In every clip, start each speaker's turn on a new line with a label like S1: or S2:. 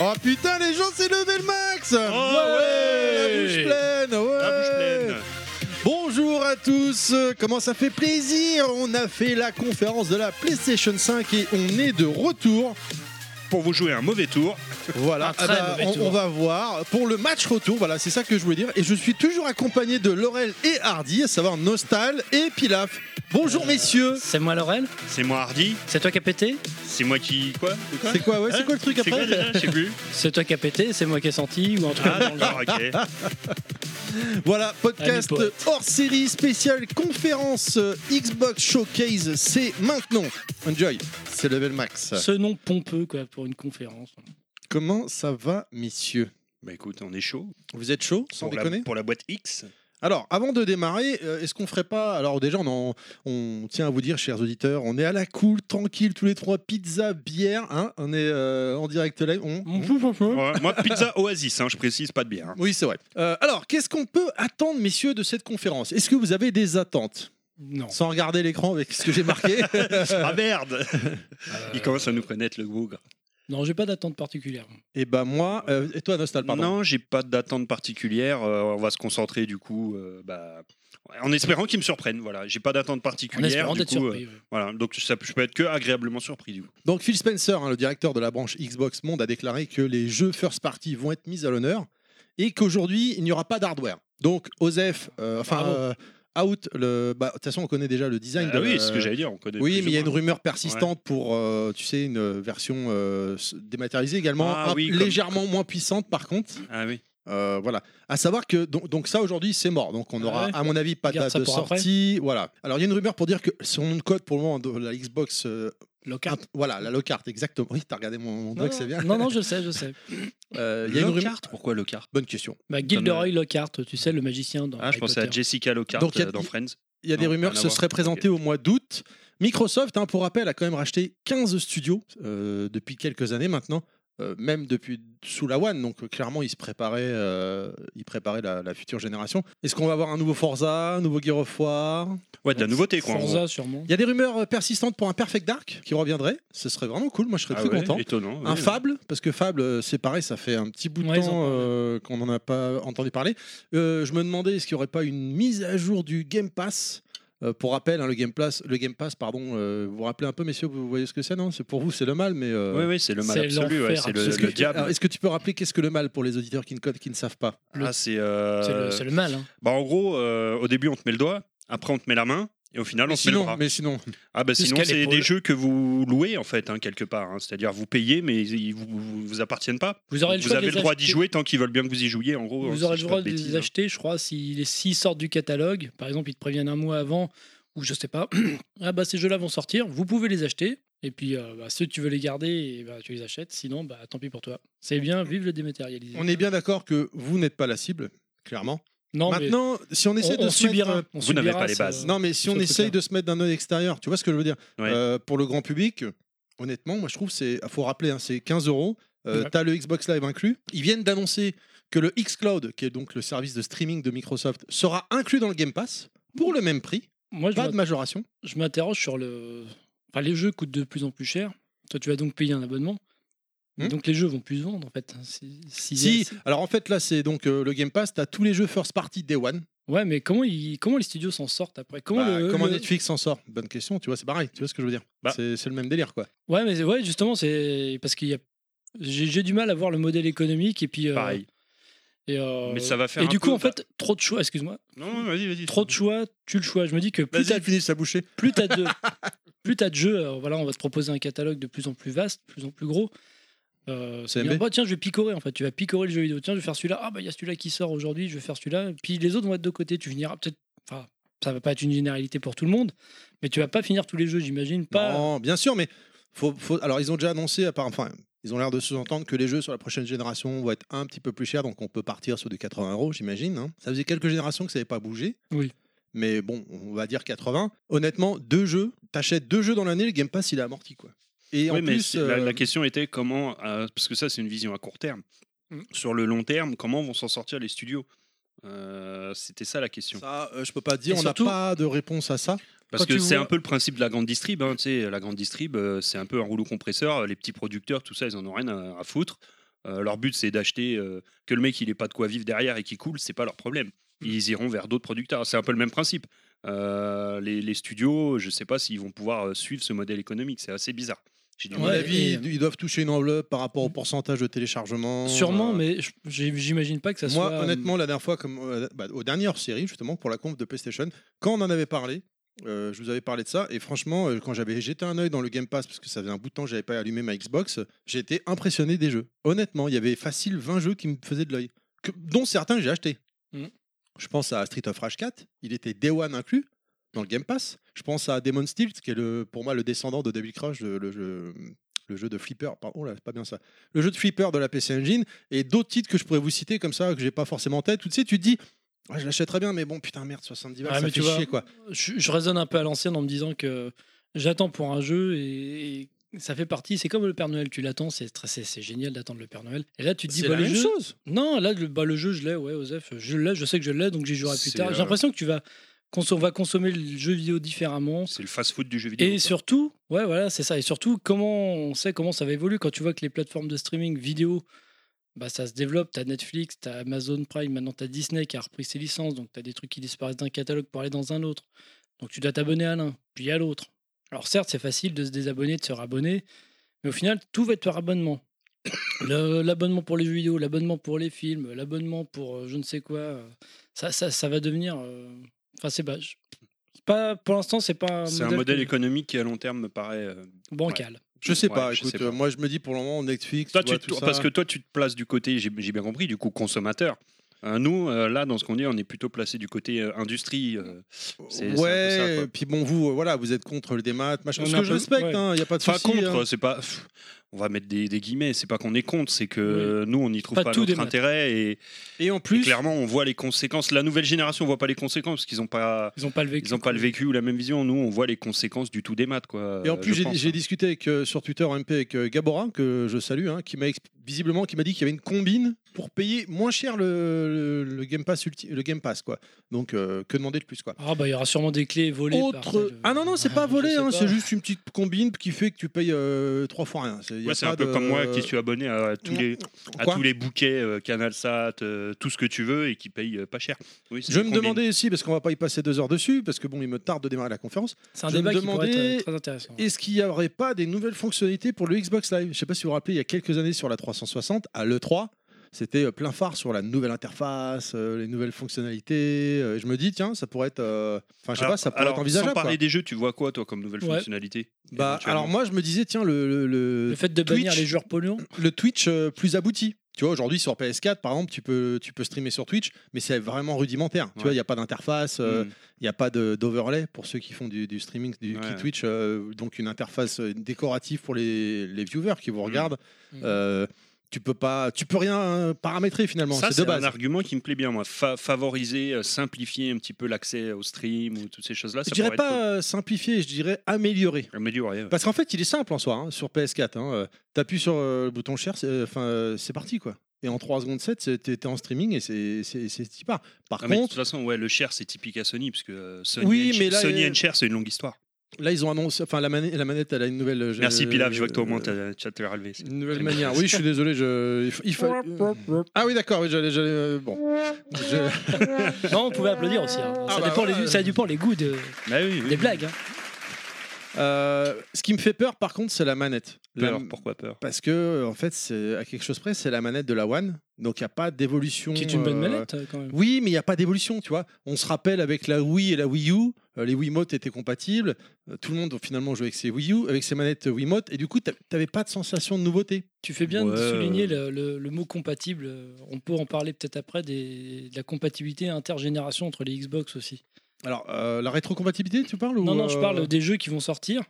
S1: Oh putain, les gens, c'est levé le max
S2: Oh ouais.
S1: La bouche pleine ouais.
S2: La bouche pleine.
S1: Bonjour à tous, euh, comment ça fait plaisir On a fait la conférence de la PlayStation 5 et on est de retour.
S2: Pour vous jouer un mauvais tour.
S1: Voilà,
S3: Un très
S1: Ah bah,
S3: mauvais
S1: on,
S3: tour.
S1: on va voir pour le match retour. Voilà, c'est ça que je voulais dire. Et je suis toujours accompagné de Laurel et Hardy, à savoir Nostal et Pilaf.
S2: Euh,
S1: Bonjour messieurs.
S3: C'est moi Laurel
S2: C'est moi Hardy.
S3: C'est toi qui a pété
S2: C'est moi qui. Quoi C'est quoi
S1: C'est quoi, ouais, c'est quoi le truc
S2: C'est quoi
S1: après
S2: déjà Je sais plus.
S3: C'est toi qui a pété C'est moi qui ai senti Ou un truc
S2: Ah
S3: dans le genre.
S2: d'accord, ok.
S1: Voilà, podcast
S3: Allez, poète.
S1: hors série spéciale conférence euh, Xbox Showcase, c'est maintenant. Enjoy, c'est level max.
S3: Ce nom pompeux quoi pour une conférence.
S1: Comment ça va, messieurs
S2: Bah écoute, on est chaud.
S1: Vous êtes chaud, sans
S2: pour,
S1: déconner
S2: la, pour la boîte X.
S1: Alors, avant de démarrer, euh, est-ce qu'on ferait pas. Alors, déjà, on, en- on tient à vous dire, chers auditeurs, on est à la cool, tranquille, tous les trois, pizza, bière, hein, on est euh, en direct live. on- on-
S2: Ouais, moi, pizza Oasis, hein, je précise, pas de bière. hein.
S1: Oui, c'est vrai. Euh, alors, qu'est-ce qu'on peut attendre, messieurs, de cette conférence Est-ce que vous avez des attentes
S3: Non.
S1: Sans regarder l'écran avec ce que j'ai marqué. Euh.
S2: Ah merde Il commence à nous connaître le Google.
S3: Non, j'ai pas d'attente particulière.
S1: Et ben moi, euh, et toi Nostal, pardon.
S2: Non, j'ai pas d'attente particulière. euh, on va se concentrer du coup, euh, bah, en espérant qu'ils me surprennent. Voilà, j'ai pas d'attente
S3: En
S2: particulière.
S3: espérant
S2: du
S3: d'être
S2: coup, euh,
S3: surpris. ouais.
S2: voilà, donc ça, je peux être que agréablement surpris du coup.
S1: Donc Phil Spencer, hein, le directeur de la branche Xbox Monde, a déclaré que les jeux first party vont être mis à l'honneur et qu'aujourd'hui il n'y aura pas d'hardware. Donc Osef, euh, enfin
S3: Bravo.
S1: euh, Out, le- bah, de toute façon on connaît déjà le design.
S2: Ah
S1: de,
S2: oui,
S1: euh,
S2: c'est ce que j'allais dire. On connaît
S1: Oui,
S2: plus
S1: mais il y a
S2: ou
S1: une
S2: moins.
S1: rumeur persistante pour, euh, tu sais, une version euh, s- dématérialisée également,
S2: Ah
S1: un-
S2: oui, comme-
S1: légèrement moins puissante par contre.
S2: Ah oui.
S1: Euh, voilà. À savoir que donc, donc ça aujourd'hui c'est mort. Donc on
S3: Ah
S1: aura
S3: ouais.
S1: à mon avis pas de
S3: Garde
S1: date
S3: ça
S1: de
S3: pour après.
S1: sortie. Voilà. Alors il y a une rumeur pour dire que son nom de code pour le moment de la Xbox. euh,
S3: Lockhart.
S1: int- voilà la Lockhart exactement. Oui t'as regardé mon, mon doc c'est bien.
S3: non, non, je sais, je sais.
S1: Euh, Il y a une rumeur.
S2: Pourquoi Lockhart
S1: Bonne question.
S3: Bah, Gilderoy Lockhart, tu sais, le magicien dans.
S2: Ah, je
S3: Harry
S2: pensais à
S3: Potter.
S2: Jessica Lockhart
S1: Donc, il y a-
S2: euh, dans Friends.
S1: Il y a des
S2: Non,
S1: rumeurs
S2: rien
S1: que
S2: à
S1: ce
S2: voir.
S1: serait présenté au mois d'août. Microsoft, hein, pour rappel, a quand même racheté 15 studios euh, depuis quelques années maintenant, euh, même depuis sous la One. Donc euh, clairement, ils se préparaient, euh, ils préparaient la, la future génération. Est-ce qu'on va avoir un nouveau Forza, un nouveau Gear of War
S2: Ouais, de la nouveauté quoi. en gros.
S3: Forza, sûrement.
S1: Il y a des rumeurs euh, persistantes pour un Perfect Dark qui reviendrait. Ce serait vraiment cool. Moi, je serais
S2: Ah
S1: très
S2: ouais,
S1: content.
S2: Étonnant.
S1: Un
S2: oui.
S1: Fable, parce que Fable, euh, c'est pareil, ça fait un petit bout de
S3: Ouais, ils en
S1: temps
S3: parlent.
S1: euh, qu'on n'en a pas entendu parler. Euh, je me demandais, est-ce qu'il n'y aurait pas une mise à jour du Game Pass Euh, Pour rappel, hein, le Game Pass, le Game Pass pardon, euh, vous vous rappelez un peu, messieurs, vous voyez ce que c'est, non C'est pour vous, c'est le mal, mais... euh,
S2: Oui, oui, c'est le mal
S3: C'est
S2: absolu. ouais,
S3: l'enfer
S2: c'est le,
S3: absolu. Ah,
S1: est-ce, que
S2: le
S1: tu-
S2: diable.
S1: alors, est-ce que tu peux rappeler qu'est-ce que le mal pour les auditeurs qui ne, code- qui ne savent pas
S2: Ah, c'est. euh,
S3: C'est le- c'est le, mal. hein.
S2: Bah, en gros, euh, au début, on te met le doigt. Après, on te met la main. Et au final, on
S1: mais
S2: te met le
S1: sinon,
S2: bras.
S1: mais sinon,
S2: Ah bah sinon
S3: Jusqu'à
S2: c'est
S3: l'épaule.
S2: des jeux que vous louez en fait hein, quelque part, hein. c'est-à-dire vous payez mais ils vous, vous, vous appartiennent pas.
S3: Vous aurez le
S2: vous
S3: choix de
S2: avez
S3: les
S2: le droit
S3: acheter.
S2: d'y jouer tant qu'ils veulent bien que vous y jouiez en gros. hein,
S3: Vous
S2: si
S3: aurez
S2: je
S3: le
S2: dis
S3: droit
S2: pas
S3: de
S2: bêtises,
S3: les
S2: hein.
S3: acheter, je crois, si- s'ils sortent du catalogue. Par exemple, ils te préviennent un mois avant, ou je sais pas. ah bah ces jeux-là vont sortir, vous pouvez les acheter. Et puis euh, bah, ceux que tu veux les garder, eh bah, tu les achètes. Sinon, bah tant pis pour toi. C'est bien, vive le dématérialisé.
S1: on est bien d'accord que vous n'êtes pas la cible, clairement.
S3: Non, mais
S1: Maintenant, si on
S3: on,
S1: essaie
S3: on
S1: de se mettre,
S3: subira.
S1: euh,
S3: on
S2: Vous n'avez
S3: subira
S2: pas les
S3: ce-
S2: bases.
S1: Non, mais si on
S3: ce
S1: essaye
S3: truc-là.
S1: de se mettre d'un œil extérieur, tu vois ce que je veux dire
S2: Ouais.
S1: Euh, Pour le grand public, honnêtement, moi je trouve c'est, faut rappeler, hein, c'est 15 euros. Euh,
S3: Ouais.
S1: T'as le Xbox Live inclus. Ils viennent d'annoncer que le xCloud, qui est donc le service de streaming de Microsoft, sera inclus dans le Game Pass pour le même prix,
S3: Moi, Ah, je
S1: pas
S3: m'att-
S1: de majoration.
S3: je m'interroge sur le. Enfin, les jeux coûtent de plus en plus cher. Toi, tu vas donc payer un abonnement.
S1: Hmm.
S3: donc les jeux vont plus se vendre en fait. Si, si-
S1: Si, alors en fait là c'est donc euh, le Game Pass, t'as tous les jeux first party day one.
S3: Ouais, mais comment, ils, comment les studios s'en sortent après Comment
S1: Bah,
S3: le-
S1: comment
S3: le-
S1: Netflix s'en sort Bonne question, tu vois, c'est pareil, tu vois ce que je veux dire
S2: Bah.
S1: C'est c'est le même délire quoi.
S3: Ouais, mais c'est- ouais, justement, c'est parce qu'il y a. J'ai j'ai du mal à voir le modèle économique et puis. euh,
S2: Pareil.
S3: Et, euh,
S2: Mais ça va faire
S3: et
S2: un
S3: du coup,
S2: peu-
S3: en fait, trop de choix, excuse-moi.
S2: Non, non, vas-y, vas-y.
S3: Trop de choix, tu le choix. Je me dis que plus t'as
S1: Vas-y, finis sa bouchée.
S3: plus t'as de plus t'as de jeux, alors voilà, on va te proposer un catalogue de plus en plus vaste, de plus en plus gros. Euh, c'est
S1: CMB.
S3: bien, bah, tiens, je vais picorer en fait. Tu vas picorer le jeu vidéo. Tiens, je vais faire celui-là. Ah bah il y a celui-là qui sort aujourd'hui. Je vais faire celui-là. Puis les autres vont être de côté. Tu finiras peut-être. Enfin, ça va pas être une généralité pour tout le monde, mais tu vas pas finir tous les jeux, j'imagine. Pas.
S1: Non, bien sûr, mais faut, faut- alors ils ont déjà annoncé, à part- enfin, ils ont l'air de sous-entendre que les jeux sur la prochaine génération vont être un petit peu plus chers, donc on peut partir sur du 80 euros, j'imagine. hein. Ça faisait quelques générations que ça n'avait pas bougé.
S3: Oui.
S1: Mais bon, on va dire 80. Honnêtement, deux jeux, t'achètes deux jeux dans l'année, le Game Pass il est amorti quoi. Et
S2: Oui,
S1: en
S2: mais
S1: plus,
S2: c'est- la,
S1: euh,
S2: la question était comment, euh, parce que ça c'est une vision à court terme.
S3: Mm.
S2: Sur le long terme, comment vont s'en sortir les studios Euh, C'était ça la question.
S1: ça, euh, je peux pas te dire,
S3: Et
S1: on n'a
S3: surtout-
S1: pas de réponse à ça.
S2: Parce
S3: Quand
S2: que
S3: tu
S2: c'est
S3: vois-
S2: un peu le principe de la grande distrib. euh, Hein, tu sais, la grande distrib, euh, c'est un peu un rouleau compresseur. Les petits producteurs, tout ça, ils en ont rien à, à foutre. Euh, leur but, c'est d'acheter euh, que le mec, il n'ait pas de quoi vivre derrière et qui coule, c'est pas leur problème. Ils iront vers d'autres producteurs. C'est un peu le même principe. Euh, les, les studios, je sais pas s'ils vont pouvoir euh, suivre ce modèle économique. C'est assez bizarre. J'ai du
S1: À
S3: Ouais,
S1: mon
S2: mal.
S1: avis,
S3: et-
S1: ils- ils doivent toucher une enveloppe par rapport au pourcentage de téléchargement.
S3: Sûrement,
S1: euh,
S3: mais je- j'ai- j'imagine pas que ça
S1: Moi,
S3: soit. euh,
S1: honnêtement, la dernière fois, comme, euh, bah, aux dernières séries, justement, pour la conf de PlayStation, quand on en avait parlé, euh, je vous avais parlé de ça, et franchement, euh, quand j'avais jeté un œil dans le Game Pass, parce que ça faisait un bout de temps que j'avais pas allumé ma Xbox, j'ai été impressionné des jeux. Honnêtement, il y avait facile 20 jeux qui me faisaient de l'œil, que- dont certains que j'ai achetés.
S3: Mhm.
S1: Je pense à Street of Rage 4, il était Day One inclus dans le Game Pass. Je pense à Demon Stealth, qui est le, pour moi le descendant de Devil Crush, le, le jeu, le jeu de Flipper. Pardon, oh là, c'est pas bien ça. Le jeu de Flipper de la PC Engine et d'autres titres que je pourrais vous citer comme ça que j'ai pas forcément en tête. Tout de suite, tu te dis, ouais, je l'achèterais bien, mais bon, putain, merde, 70 balles,
S3: Ouais,
S1: ça
S3: mais
S1: fait
S3: tu vois,
S1: chier quoi.
S3: je, je raisonne un peu à l'ancienne en me disant que j'attends pour un jeu et, et ça fait partie. C'est comme le Père Noël, tu l'attends, c'est très- c'est c'est génial d'attendre le Père Noël. Et là, tu te dis,
S1: C'est
S3: bah,
S1: la
S3: le
S1: même
S3: jeu.
S1: chose.
S3: Non, là, le, bah, le jeu, je l'ai, ouais, Osef, je l'ai, je sais que je l'ai, donc j'y jouerai plus
S2: C'est,
S3: tard. J'ai
S2: euh,
S3: l'impression que tu vas, qu'on va consommer le jeu vidéo différemment.
S2: C'est le fast-food du jeu vidéo.
S3: Et
S2: quoi.
S3: surtout, ouais, voilà, c'est ça. Et surtout, comment on sait comment ça va évoluer quand tu vois que les plateformes de streaming vidéo, bah, ça se développe. T'as Netflix, t'as Amazon Prime, maintenant t'as Disney qui a repris ses licences, donc t'as des trucs qui disparaissent d'un catalogue pour aller dans un autre. Donc tu dois t'abonner à l'un, puis à l'autre. Alors certes, c'est facile de se désabonner, de se rabonner, mais au final, tout va être par abonnement. Le- L'abonnement pour les jeux vidéo, l'abonnement pour les films, l'abonnement pour euh, je ne sais quoi. euh, Ça, ça, ça va devenir. euh, Enfin, c'est pas. je- c'est pas- pour l'instant, c'est pas
S2: C'est un
S3: que-
S2: modèle économique qui, à long terme, me paraît. euh,
S3: bancal.
S1: Je sais pas,
S2: Ouais, je
S1: écoute,
S2: sais pas.
S1: euh, moi je me dis pour le moment Netflix,
S2: Toi,
S1: tu vois,
S2: tu te-
S1: tout ça.
S2: Parce que toi, tu te places du côté, j'ai j'ai bien compris, du coup, consommateur. Euh, nous, euh, là, dans ce qu'on dit, on est plutôt placé du côté euh, industrie. euh. c'est un peu ça,
S1: ouais,
S2: quoi.
S1: et puis bon, vous, euh, voilà, vous êtes contre le démat, machin.
S3: On
S1: Ce
S3: est un
S1: que je
S3: peu-
S1: respecte, il
S3: ouais.
S1: n'y a pas de
S2: Enfin,
S1: souci.
S2: contre,
S1: hein.
S2: c'est pas. pff, on va mettre des, des guillemets, c'est pas qu'on est contre, c'est que euh, nous, on n'y trouve
S3: Pas
S2: pas,
S3: tout des
S2: notre
S3: maths.
S2: intérêt. Et,
S1: Et en
S2: et
S1: plus,
S2: clairement, on voit les conséquences. La nouvelle génération, on voit pas les conséquences, parce qu'ils n'ont pas.
S3: Ils n'ont pas le vécu.
S2: Ils ont pas le vécu ou la même vision. Nous, on voit les conséquences du tout des maths, quoi.
S1: Et en
S2: euh,
S1: plus,
S2: je
S1: j'ai
S2: pense,
S1: j'ai
S2: hein.
S1: discuté avec, euh, sur Twitter en MP avec euh, Gabora, que je salue, hein, qui m'a exp- visiblement qui m'a dit qu'il y avait une combine pour payer moins cher le, le- le Game Pass ulti- le Game Pass quoi. Donc euh, que demander de plus quoi.
S3: Ah bah il y aura sûrement des clés volées. par
S1: Autre
S3: tel-
S1: ah non non c'est pas
S3: Ah, je
S1: volé
S3: sais
S1: hein,
S3: pas.
S1: c'est juste une petite combine qui fait que tu payes euh, trois fois rien. y a
S2: Ouais, c'est
S1: pas
S2: un peu
S1: de-
S2: comme moi qui suis abonné à tous les, à
S1: Quoi
S2: tous les bouquets euh, CanalSat, euh, tout ce que tu veux et qui paye euh, pas cher. Oui, c'est
S1: Je
S2: des
S1: me
S2: combines.
S1: demandais aussi parce qu'on va pas y passer deux heures dessus parce que bon il me tarde de démarrer la conférence.
S3: C'est un
S1: Je me
S3: débat qui pourrait
S1: demandais-
S3: être euh, très intéressant.
S1: Est-ce qu'il n'y aurait pas des nouvelles fonctionnalités pour le Xbox Live Je sais pas si vous vous rappelez, il y a quelques années sur la 360, à l'E3, c'était euh, plein phare sur la nouvelle interface, euh, les nouvelles fonctionnalités. euh, et je me dis, tiens, ça pourrait être. euh, Enfin, je sais
S2: Alors-
S1: pas, ça pourrait
S2: alors,
S1: être envisageable.
S2: Sans parler
S1: quoi.
S2: des jeux, tu vois quoi, toi, comme nouvelle
S3: Ouais.
S2: fonctionnalité
S1: Bah,
S2: éventuellement
S1: alors moi, je me disais, tiens, le, le, le-
S3: Le fait de bannir
S1: euh, Twitch-
S3: les joueurs polluants.
S1: le Twitch euh, plus abouti. Tu vois, aujourd'hui sur PS4, par exemple, tu peux, tu peux streamer sur Twitch, mais c'est vraiment rudimentaire. Tu
S2: Ouais.
S1: vois, il n'y a pas d'interface. euh,
S2: Hmm.
S1: Il n'y a pas de- d'overlay pour ceux qui font du, du streaming, du qui
S2: Ouais.
S1: Twitch, euh, donc une interface euh, décorative pour les, les viewers qui
S2: Mm.
S1: vous regardent.
S3: Mhm.
S1: Euh, tu peux pas, tu peux rien euh, paramétrer finalement.
S2: ça,
S1: C'est de
S2: c'est un
S1: base.
S2: argument qui me plaît bien, moi. Fa- favoriser, euh, simplifier un petit peu l'accès au stream ou toutes ces choses-là.
S1: Je
S2: ça
S1: dirais
S2: pourrait être
S1: pas euh, simplifier, je dirais améliorer.
S2: cool. Améliorer, ouais.
S1: Parce qu'en fait, il est simple en soi hein, sur PS4. Hein, euh, T'appuies sur euh, le bouton cher, c'est euh, 'fin, euh, c'est parti quoi. Et en 3 secondes 7, c'est- t'es t'es en streaming et c'est c'est- c'est t'y part. Par
S2: Ah, mais de
S1: contre,
S2: toute façon, ouais, le cher, c'est typique à Sony, parce que euh, Sony,
S1: Oui,
S2: and-
S1: mais là,
S2: Sony
S1: euh,
S2: and Cher, c'est une longue histoire.
S1: là ils ont annoncé, enfin la, mani- la manette, elle a une nouvelle. euh,
S2: Merci
S1: euh,
S2: Pilaf, je vois que toi au moins, t'as- tu as te relevé.
S1: Une nouvelle manière. Oui, je suis désolé. Je... il fa- il fa- Ah oui, d'accord. Oui, j'allais, j'allais, euh, bon. Je-
S3: Non, on pouvait applaudir aussi. hein.
S1: Ah
S3: ça,
S1: bah
S3: dépend les-
S1: ouais.
S3: ça dépend les goûts de-
S2: Bah oui, oui,
S3: des
S2: oui.
S3: blagues. hein.
S1: Euh, ce qui me fait peur, par contre, c'est la manette. La-
S2: Peur, Bah, pourquoi peur
S1: Parce que, euh, en fait, c'est à quelque chose près, c'est la manette de la One. Donc, il n'y a pas d'évolution.
S3: Qui est une bonne
S1: euh,
S3: manette euh, quand même.
S1: Oui, mais il n'y a pas d'évolution, tu vois. On se rappelle avec la Wii et la Wii U, euh, les Wiimote étaient compatibles. Euh, tout le monde, finalement, jouait avec ses Wii U, avec ses manettes Wiimote. Et du coup, tu n'avais pas de sensation de nouveauté.
S3: Tu fais bien de
S2: Ouais,
S3: souligner le, le- le mot compatible. Euh, On peut en parler peut-être après des- de la compatibilité intergénération entre les Xbox aussi.
S1: Alors, euh, la rétrocompatibilité, tu parles ou,
S3: Non, non, je
S1: euh,
S3: parle des jeux qui vont sortir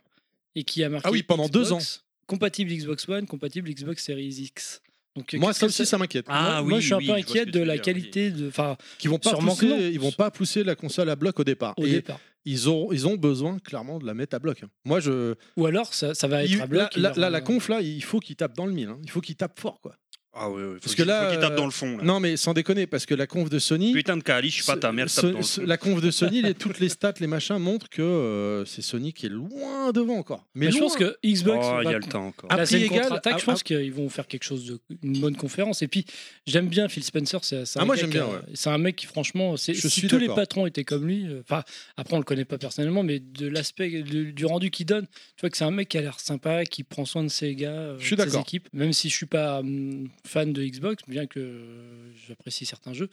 S3: et qui a marqué.
S1: Ah oui, pendant
S3: Xbox,
S1: deux ans.
S3: Compatible Xbox One, compatible Xbox Series X. Donc, euh,
S1: Moi,
S3: qu'est-ce
S1: ça
S3: que
S1: aussi, ça m'inquiète.
S2: Ah
S3: moi,
S2: oui,
S3: moi, je suis un
S2: oui,
S3: peu
S2: je vois ce
S3: inquiète
S2: que
S3: de
S2: tu veux
S3: la
S2: dire,
S3: qualité de, enfin,
S1: Ils vont pas
S3: sûrement que non.
S1: pousser, ils vont pas pousser la console à bloc au départ.
S3: au
S1: Et-
S3: départ.
S1: ils ont, ils ont besoin clairement de la mettre à bloc. hein. Moi, je.
S3: Ou alors, ça, ça va être
S1: il-
S3: à
S1: là,
S3: bloc. il
S1: là-
S3: leur- Bah,
S1: là, la conf, là, il faut qu'ils tapent dans le mille. hein. Il faut qu'ils tapent fort, quoi.
S2: Ah ouais, ouais, faut
S1: Parce que
S2: qu'il-
S1: là,
S2: faut qu'il tape
S1: euh,
S2: dans le fond. là.
S1: Non, mais sans déconner, parce que la conf de Sony.
S2: Putain de Kali, je suis pas ta mère,
S1: ce-
S2: tape dans le
S1: ce-
S2: fond.
S1: la conf de Sony, les, toutes les stats, les machins montrent que euh, c'est Sony qui est loin devant encore. Mais,
S3: Mais je
S1: loin.
S3: pense que Xbox.
S2: Oh, il y
S3: va-
S2: a le temps encore.
S1: Ah,
S3: la scène
S1: prix égal,
S3: contre-attaque,
S1: ah,
S3: je pense
S1: ah.
S3: qu'ils vont faire quelque chose de une bonne conférence. Et puis j'aime bien Phil Spencer, c'est c'est un
S1: Ah, moi,
S3: gars
S1: j'aime
S3: qui a-
S1: bien, ouais.
S3: c'est un mec qui franchement, c'est-
S1: Je
S3: si
S1: suis
S3: tous les
S1: d'accord.
S3: patrons étaient comme lui, euh, enfin après on le connaît pas personnellement, mais de l'aspect de- du rendu qu'il donne, tu vois que c'est un mec qui a l'air sympa, qui prend soin de ses gars, euh,
S1: Je suis
S3: de ses
S1: d'accord.
S3: équipes. Même si je suis pas hum, fan de Xbox, bien que euh, j'apprécie certains jeux,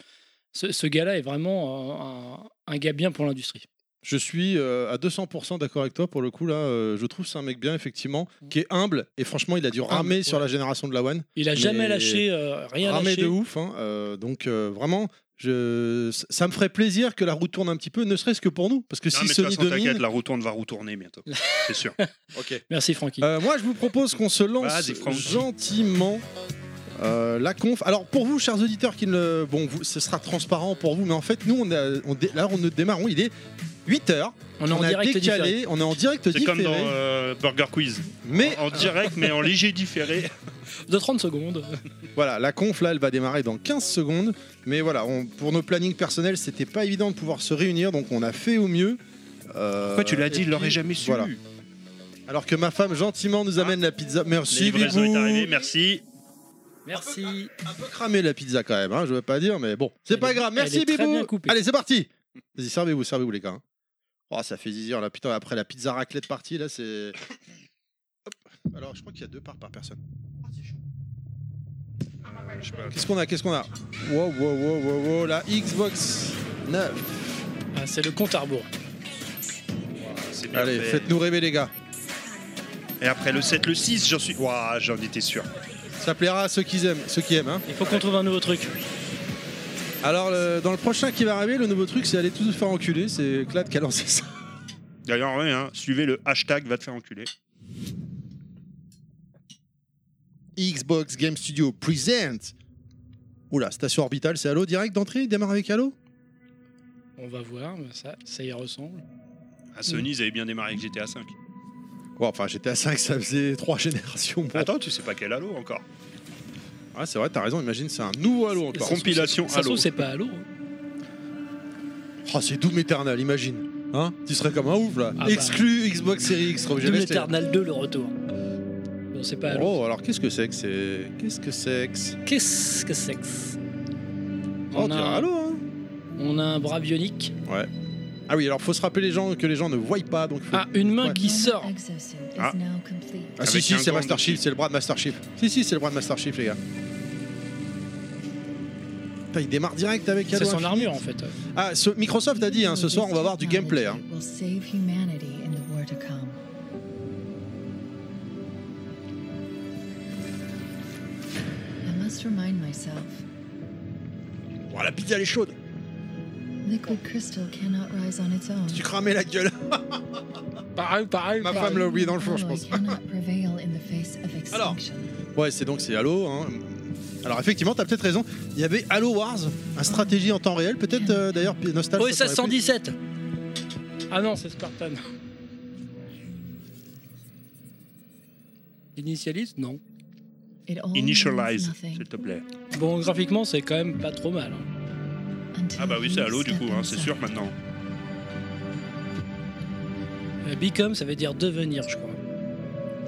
S3: ce, ce gars-là est vraiment un, un- un gars bien pour l'industrie.
S1: Je suis euh, à 200% d'accord avec toi pour le coup là. euh, je trouve que c'est un mec bien effectivement, qui est humble et franchement il a dû ramer
S3: Mm. ouais.
S1: sur la génération de la One,
S3: Il a jamais
S1: Mais-
S3: lâché, euh, rien
S1: ramer
S3: lâché.
S1: de ouf. hein, euh, donc euh, vraiment, je... ça me ferait plaisir que la roue tourne un petit peu, ne serait-ce que pour nous, parce que
S2: Non,
S1: si
S2: mais de toute
S1: Sony
S2: façon, t'inquiète,
S1: domine.
S2: la roue tourne va retourner bientôt. C'est sûr.
S1: Ok.
S3: Merci Francky.
S1: Euh, moi je vous propose qu'on se lance
S2: Vas-y, Franck.
S1: gentiment. euh, la conf. Alors pour vous, chers auditeurs, qui ne bon, vous, ce sera transparent pour vous, mais en fait, nous, on a, on dé- là, on ne démarrons. Il est 8 h
S3: on est en direct
S1: décalé,
S3: différé.
S1: on est en direct
S2: C'est comme
S1: différé.
S2: dans euh, Burger Quiz.
S1: Mais
S2: En direct, mais en léger différé.
S3: de 30 secondes.
S1: Voilà, la conf là, elle va démarrer dans 15 secondes. Mais voilà, on- pour nos plannings personnels, c'était pas évident de pouvoir se réunir, donc on a fait au mieux. Euh,
S2: Pourquoi tu l'as dit
S1: et
S2: Il l'aurait
S1: puis,
S2: jamais su.
S1: voilà. Alors que ma femme gentiment nous amène la pizza.
S2: La
S1: Merci,
S2: livraison est
S1: Bibou.
S2: arrivée, merci.
S3: Merci.
S1: Un peu cramé la pizza quand même, hein, je veux pas dire, mais bon, c'est
S3: Elle
S1: pas
S3: est-
S1: grave.
S3: elle
S1: Merci,
S3: est très
S1: Bibou.
S3: bien coupée.
S1: Allez, c'est parti. Vas-y, servez-vous, servez-vous les gars. hein. Oh, ça fait zizir là, putain. Après la pizza raclette partie, là, c'est. Hop. Alors, je crois qu'il y a deux parts par personne.
S2: Euh, je sais pas.
S1: Qu'est-ce qu'on a Qu'est-ce qu'on a Wow, wow, wow, wow, wow, la Xbox 9.
S3: Ah, c'est le compte à rebours.
S2: C'est bien
S1: Allez,
S2: fait.
S1: faites-nous rêver les gars.
S2: Et après le 7, le 6, j'en suis. Ouah, j'en étais sûr.
S1: Ça plaira à ceux qui aiment, ceux qui aiment. hein.
S3: Il faut qu'on trouve un nouveau truc.
S1: Alors le- dans le prochain qui va arriver, le nouveau truc, c'est aller tous se faire enculer. C'est Clad qui a lancé ça.
S2: D'ailleurs, ouais, hein, suivez le hashtag va te faire enculer.
S1: Xbox Game Studio Present. Oula, station orbitale, c'est Halo direct d'entrée. Il démarre avec Halo.
S3: On va voir, mais ça, ça y ressemble.
S2: À Sony, ils avaient bien démarré avec GTA 5.
S1: Bon, enfin, j'étais à 5, ça faisait 3 générations. Bon.
S2: Attends, tu sais pas quel Halo encore.
S1: Ouais, c'est vrai, t'as raison. Imagine, c'est un nouveau Halo
S3: Ça
S1: encore.
S3: se trouve,
S2: Compilation
S3: c'est- Ça se
S2: Halo.
S3: trouve, c'est pas Halo. hein.
S1: Oh, c'est Doom Eternal, imagine. Hein Tu serais comme un ouf là.
S3: Ah bah.
S1: Exclu Xbox Series X. trop obligé
S3: Doom
S1: d'acheter.
S3: Eternal 2, le retour. Bon, c'est pas Halo.
S1: Oh, alors qu'est-ce que c'est que c'est Qu'est-ce que c'est que c'est
S3: Qu'est-ce que c'est que ça
S1: Oh, on
S3: a,
S1: dirait
S3: un-
S1: Halo, hein
S3: on a un bras bionique.
S1: Ah oui, alors faut se rappeler les gens que les gens ne voient pas, donc faut-
S3: Ah, une main
S1: Ouais.
S3: qui sort.
S2: Ah.
S1: Ah si
S2: Avec
S1: si,
S2: un
S1: c'est
S2: gant
S1: Master
S2: de
S1: Chief,
S2: type.
S1: c'est le bras de Master Chief. Si si, c'est le bras de Master Chief les gars. Putain, il démarre direct avec
S3: C'est
S1: Halo
S3: son
S1: Infinite.
S3: armure en fait.
S1: Ah, ce- Microsoft a dit, hein, ce soir on va voir du
S4: Ah,
S1: gameplay. hein. Oh, la pizza elle est chaude. Tu cramais la gueule.
S3: Pareil, pareil.
S1: Ma femme l'a oublié dans le fond, je pense. Alors. Ouais, c'est donc c'est Halo. hein. Alors effectivement, t'as peut-être raison. Il y avait Halo Wars, un stratégie en temps réel, peut-être euh, d'ailleurs P- Nostal.
S3: OSA
S1: ça t'aurait plu.
S3: 117. Ah non, c'est Spartan. Initialiste Non.
S2: Initialize, s'il te plaît.
S3: Bon, graphiquement, c'est quand même pas trop mal. hein.
S2: Ah bah oui, c'est Halo du coup, hein, c'est sûr maintenant.
S3: Euh, Become, ça veut dire devenir, je crois.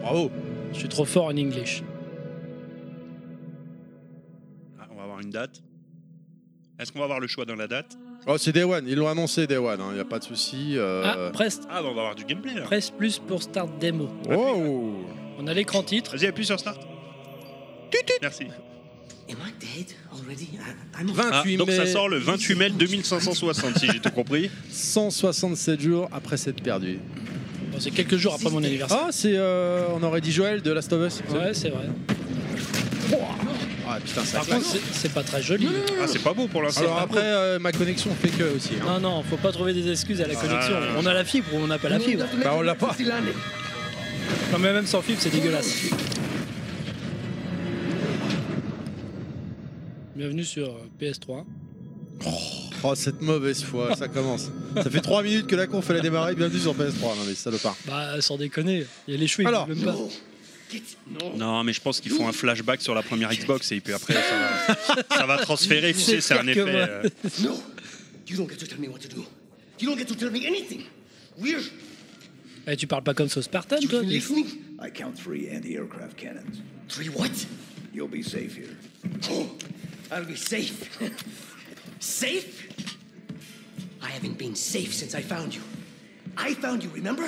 S1: Bravo.
S3: Je suis trop fort en English.
S2: Ah, on va avoir une date. Est-ce qu'on va avoir le choix dans la date
S1: Oh, c'est Day One, ils l'ont annoncé Day One, hein. il n'y a pas de souci. euh.
S3: Ah, Press,
S2: Ah, bah on va avoir du gameplay là.
S3: press plus pour Start Demo.
S1: Wow.
S3: On a l'écran titre.
S2: Vas-y, appuie sur start. Merci.
S5: Am I dead already? I, I'm
S2: Ah,
S1: 28
S2: donc
S1: mai,
S2: ça sort le 28 mai 2560, si j'ai tout compris.
S1: 167 jours après s'être perdu.
S3: Bon, c'est quelques jours après mon anniversaire.
S1: Ah, c'est. euh, on aurait dit Joël de Last of Us.
S3: Ouais, c'est vrai.
S1: Ah putain, ça
S3: Par
S1: claque.
S3: contre, c'est- c'est pas très joli.
S2: Ah, c'est pas beau pour l'instant.
S1: Alors après, euh, ma connexion fait que aussi. hein.
S3: Non, non, faut pas trouver des excuses à la connexion.
S2: non, non.
S3: On a la fibre ou on n'a pas la fibre.
S1: Bah, on l'a pas.
S3: Non, mais même sans fibre, c'est dégueulasse. Bienvenue sur euh, PS3.
S1: Oh, cette mauvaise foi, ça commence. Ça fait 3 minutes que la conf elle a démarré, bienvenue sur PS3. Non mais salopard.
S3: Bah, sans déconner, il y a les cheveux, ils
S1: Alors.
S3: veulent même pas.
S2: Non, mais je pense qu'ils font un flashback sur la première Xbox et puis après, ça va, ça va transférer. Tu
S3: C'est
S2: sais, c'est un
S3: clair que
S2: effet.
S3: moi.
S2: euh,
S5: No, you don't get to tell me what to do. You don't get to tell me anything. We're.
S3: Eh, tu parles pas comme ça Spartan,
S5: You
S3: toi
S5: been
S3: t'es fou.
S5: listening?
S6: I count three anti-aircraft cannons.
S5: Three what?
S6: You'll be safe here.
S5: Oh, I'll be safe. safe? I haven't been safe since I found you. I found you, remember?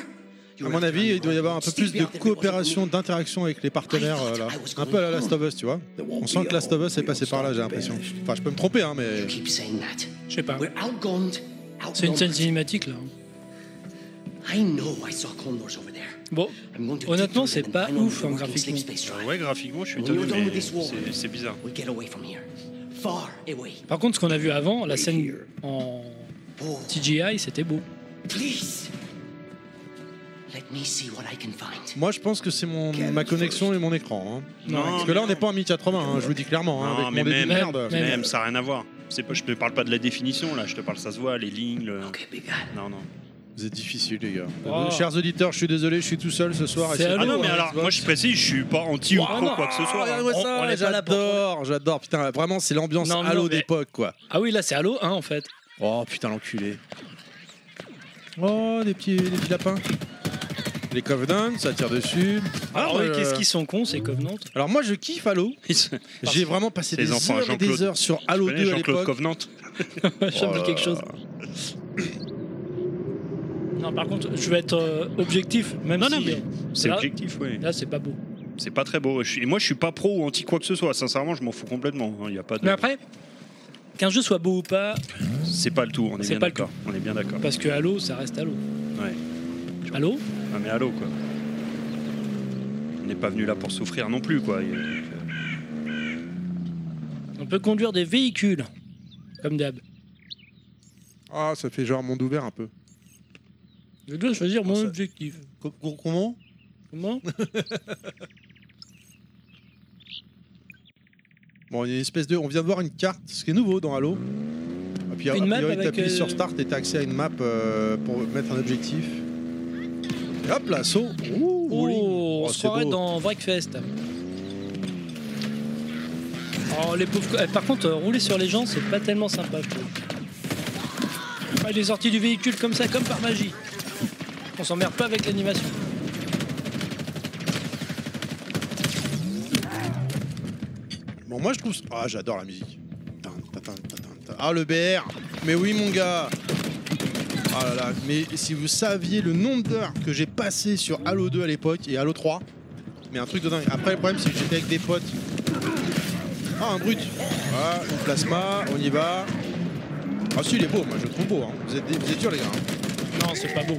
S5: You
S1: À
S5: were
S1: mon
S5: after
S1: avis,
S5: Amiral
S1: il doit y avoir un peu
S5: Steve
S1: plus de
S5: out there, it wasn't
S1: coopération,
S5: me.
S1: d'interaction avec les partenaires. euh, là. Un peu à la Last of Us, tu vois. On sent que Last of Us est passé par là, j'ai l'impression. Enfin, je peux me tromper, hein, mais.
S5: You keep saying that.
S3: Je sais pas.
S5: We're outgunned,
S3: C'est une scène
S5: outnumbered.
S3: cinématique, là.
S5: I know I saw Condors over there.
S3: Bon,
S5: I'm going to
S3: honnêtement,
S5: take
S3: c'est
S5: them
S3: pas
S5: and find
S3: ouf
S5: out
S3: hein,
S5: where we can sleep
S3: graphiquement.
S5: space drive.
S2: Ouais, graphiquement, je suis
S5: When you're
S2: étonné,
S5: done with
S2: euh, mais
S5: this war,
S2: c'est c'est bizarre.
S5: We get away from here. Far away.
S3: Par contre, ce qu'on a vu avant, la scène en
S5: Oh,
S3: CGI, c'était beau.
S5: please. Let me see what I can find.
S1: Moi, je pense que c'est mon ma connexion et mon écran. hein.
S2: Non,
S1: Parce que
S2: mais
S1: là, on
S2: non.
S1: n'est pas en 1080, hein, je vous dis clairement. hein,
S2: Non,
S1: avec
S2: mais
S1: mon débit de
S2: même,
S1: merde.
S3: même.
S2: Même, ça n'a rien à voir. C'est pas, je te parle pas de la définition, là. Je te parle, ça se voit, les lignes. le-
S5: Okay, big guy.
S2: Non, non.
S1: Vous êtes difficile, les gars.
S3: Oh.
S1: Euh, Chers auditeurs, je suis désolé, je suis tout seul ce soir. et
S3: C'est
S1: c'est-
S3: à
S2: Ah
S3: Allô,
S2: non, mais
S3: hein,
S2: alors, moi, je précise, je suis pas anti ou
S3: Ah
S2: pro
S3: non,
S2: quoi que ce soit. hein.
S1: Regarde-moi
S2: On-
S1: ça,
S2: on est pas là pour-
S1: j'adore, j'adore. Putain, vraiment, c'est l'ambiance
S3: Non, mais
S1: Halo
S3: non, mais-
S1: d'époque, quoi.
S3: Ah oui, là, c'est Halo 1, en fait.
S1: Oh putain, l'enculé. Oh, des petits, des petits lapins. Les Covenants, ça tire dessus.
S3: Ah,
S1: bah,
S3: oui,
S1: euh,
S3: qu'est-ce qu'ils sont cons, ces Covenants
S1: Alors, moi, je kiffe Halo.
S2: Ils se-
S1: J'ai vraiment passé
S2: Les
S1: des
S2: enfants à
S1: heures et des
S2: Jean-Claude.
S1: heures sur
S2: Tu
S1: Halo
S2: connais
S1: 2 à
S2: Jean-Claude
S1: l'époque.
S2: Covenant
S3: Ça me dit quelque chose. Non, par contre, je vais être euh, objectif, même
S2: Non,
S3: si
S2: non, mais C'est
S3: Là-
S2: objectif, oui.
S3: euh, là, c'est pas beau.
S2: C'est pas très beau. Je suis- Et moi, je suis pas pro ou anti quoi que ce soit. Sincèrement, je m'en fous complètement. hein. Il y a pas de.
S3: Mais après, qu'un jeu soit beau ou pas,
S2: c'est pas le tout. On est
S3: C'est
S2: bien
S3: pas le
S2: d'accord. On est bien d'accord.
S3: parce que Halo, ça reste Halo.
S2: Ouais.
S3: Halo
S2: Ah, mais allô, quoi. On n'est pas venu là pour souffrir non plus, quoi. Il- euh,
S3: On peut conduire des véhicules, comme d'hab.
S1: Ah, ça fait genre monde ouvert un peu.
S3: Je dois choisir
S1: Comment
S3: mon
S1: ça
S3: objectif.
S1: Co- co- Comment
S3: Comment
S1: Bon, il y a une espèce de. On vient de voir une carte, ce qui est nouveau dans Halo. Et puis, a
S3: Une map
S1: priori,
S3: avec,
S1: t'appuies
S3: euh,
S1: sur Start et t'as accès à une map euh, pour mettre un objectif. Et hop là, saut. Ouh, bowling.
S3: Oh, on
S1: Oh,
S3: se
S1: c'est
S3: croirait
S1: beau.
S3: dans Breakfast. Oh, les pauvres. co- eh, Par contre, euh, rouler sur les gens, c'est pas tellement sympa, je trouve. Ah, il est sorti du véhicule comme ça, comme par magie. On s'emmerde pas avec l'animation.
S1: Bon, moi je trouve. Ah, j'adore la musique. Tin, tin, tin, tin, tin. Ah, le BR Mais oui, mon gars Ah là là, mais si vous saviez le nombre d'heures que j'ai passé sur Halo 2 à l'époque et Halo 3, mais un truc de dingue. Après, le problème, c'est que j'étais avec des potes. Ah, un brut Voilà, le plasma, on y va. Ah, si, il est beau, moi je le trouve beau. hein. Vous, êtes, vous êtes durs, les gars. hein.
S3: Non, c'est pas beau.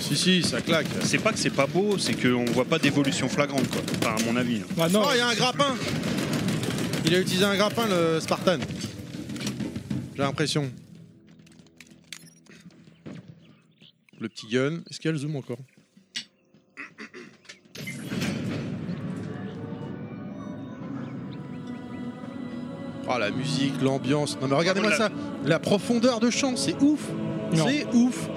S1: Si, si, ça claque.
S2: C'est pas que c'est pas beau, c'est qu'on voit pas d'évolution flagrante, quoi. Enfin, à mon avis. hein.
S3: Ah,
S1: Oh,
S3: non,
S1: il y a un grappin Il a utilisé un grappin, le Spartan. J'ai l'impression. Le petit gun. Est-ce qu'il y a le zoom encore Oh, la musique, l'ambiance. Non, mais regardez-moi
S2: Par
S1: ça. La profondeur de champ, c'est ouf.
S3: Ah, Non.
S1: C'est ouf.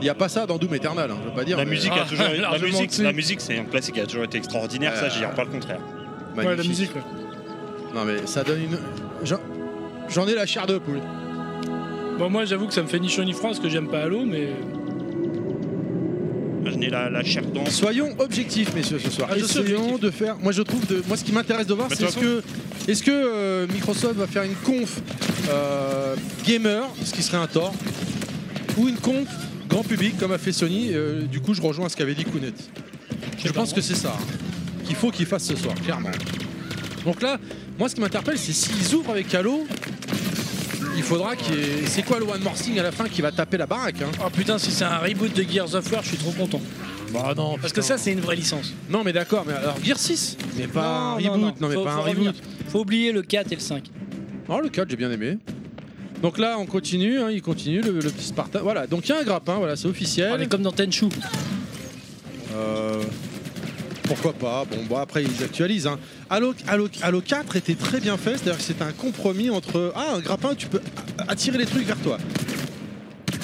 S1: Il n'y a pas ça dans Doom Eternal, hein, je veux pas dire.
S2: La
S1: mais-
S2: musique, a
S3: Ah,
S2: toujours, Euh, la
S3: largement
S2: musique,
S3: dessus.
S2: la musique, c'est un classique qui a toujours été extraordinaire, ça, je dirais pas le contraire.
S1: euh, Magnifique.
S3: Ouais, la musique. ouais.
S1: Non, mais ça donne une. J'en- J'en ai la chair de poule.
S3: Bon, moi, j'avoue que ça me fait ni chaud ni froid parce que j'aime pas Halo, mais.
S2: Imaginez la, la chair dense.
S1: Soyons objectifs, messieurs, ce soir.
S3: Ah, je suis
S1: Essayons
S3: objectif.
S1: de faire. Moi, je trouve. De... Moi, ce qui m'intéresse de voir,
S2: Bah, de
S1: c'est
S2: toute
S1: est-ce que, est-ce que euh, Microsoft va faire une conf euh, gamer, ce qui serait un tort, ou une conf grand public comme a fait Sony. Euh, du coup, je rejoins ce qu'avait dit Kounet. Je
S3: sais pas,
S1: pense
S3: moi.
S1: que c'est ça hein, qu'il faut qu'ils fassent ce soir, clairement. Donc là, moi, ce qui m'interpelle, c'est s'ils ouvrent avec Halo. Il faudra qu'il y ait... C'est quoi le One More Thing à la fin qui va taper la baraque hein
S3: Oh putain, si c'est un reboot de Gears of War, je suis trop content.
S1: Bah non,
S3: Parce que ça, c'est une vraie licence.
S1: Non, mais d'accord, mais alors Gear 6 Mais pas
S3: Non,
S1: un
S3: non,
S1: reboot, non, mais
S3: faut-
S1: pas un
S3: faut
S1: reboot.
S3: revenir. Faut oublier le 4 et le 5.
S1: Oh, le 4, j'ai bien aimé. Donc là, on continue, hein, il continue, le, le petit Spartan. Voilà,
S3: Eh,
S1: donc il y a un grappin, voilà, c'est
S3: On est
S1: officiel.
S3: comme dans Tenchu.
S1: Euh, pourquoi pas. Bon, bah après, ils actualisent. hein. Halo, Halo- Halo 4 était très bien fait, c'est-à-dire que c'était un compromis entre. Ah, un grappin, tu peux a- attirer les trucs vers toi.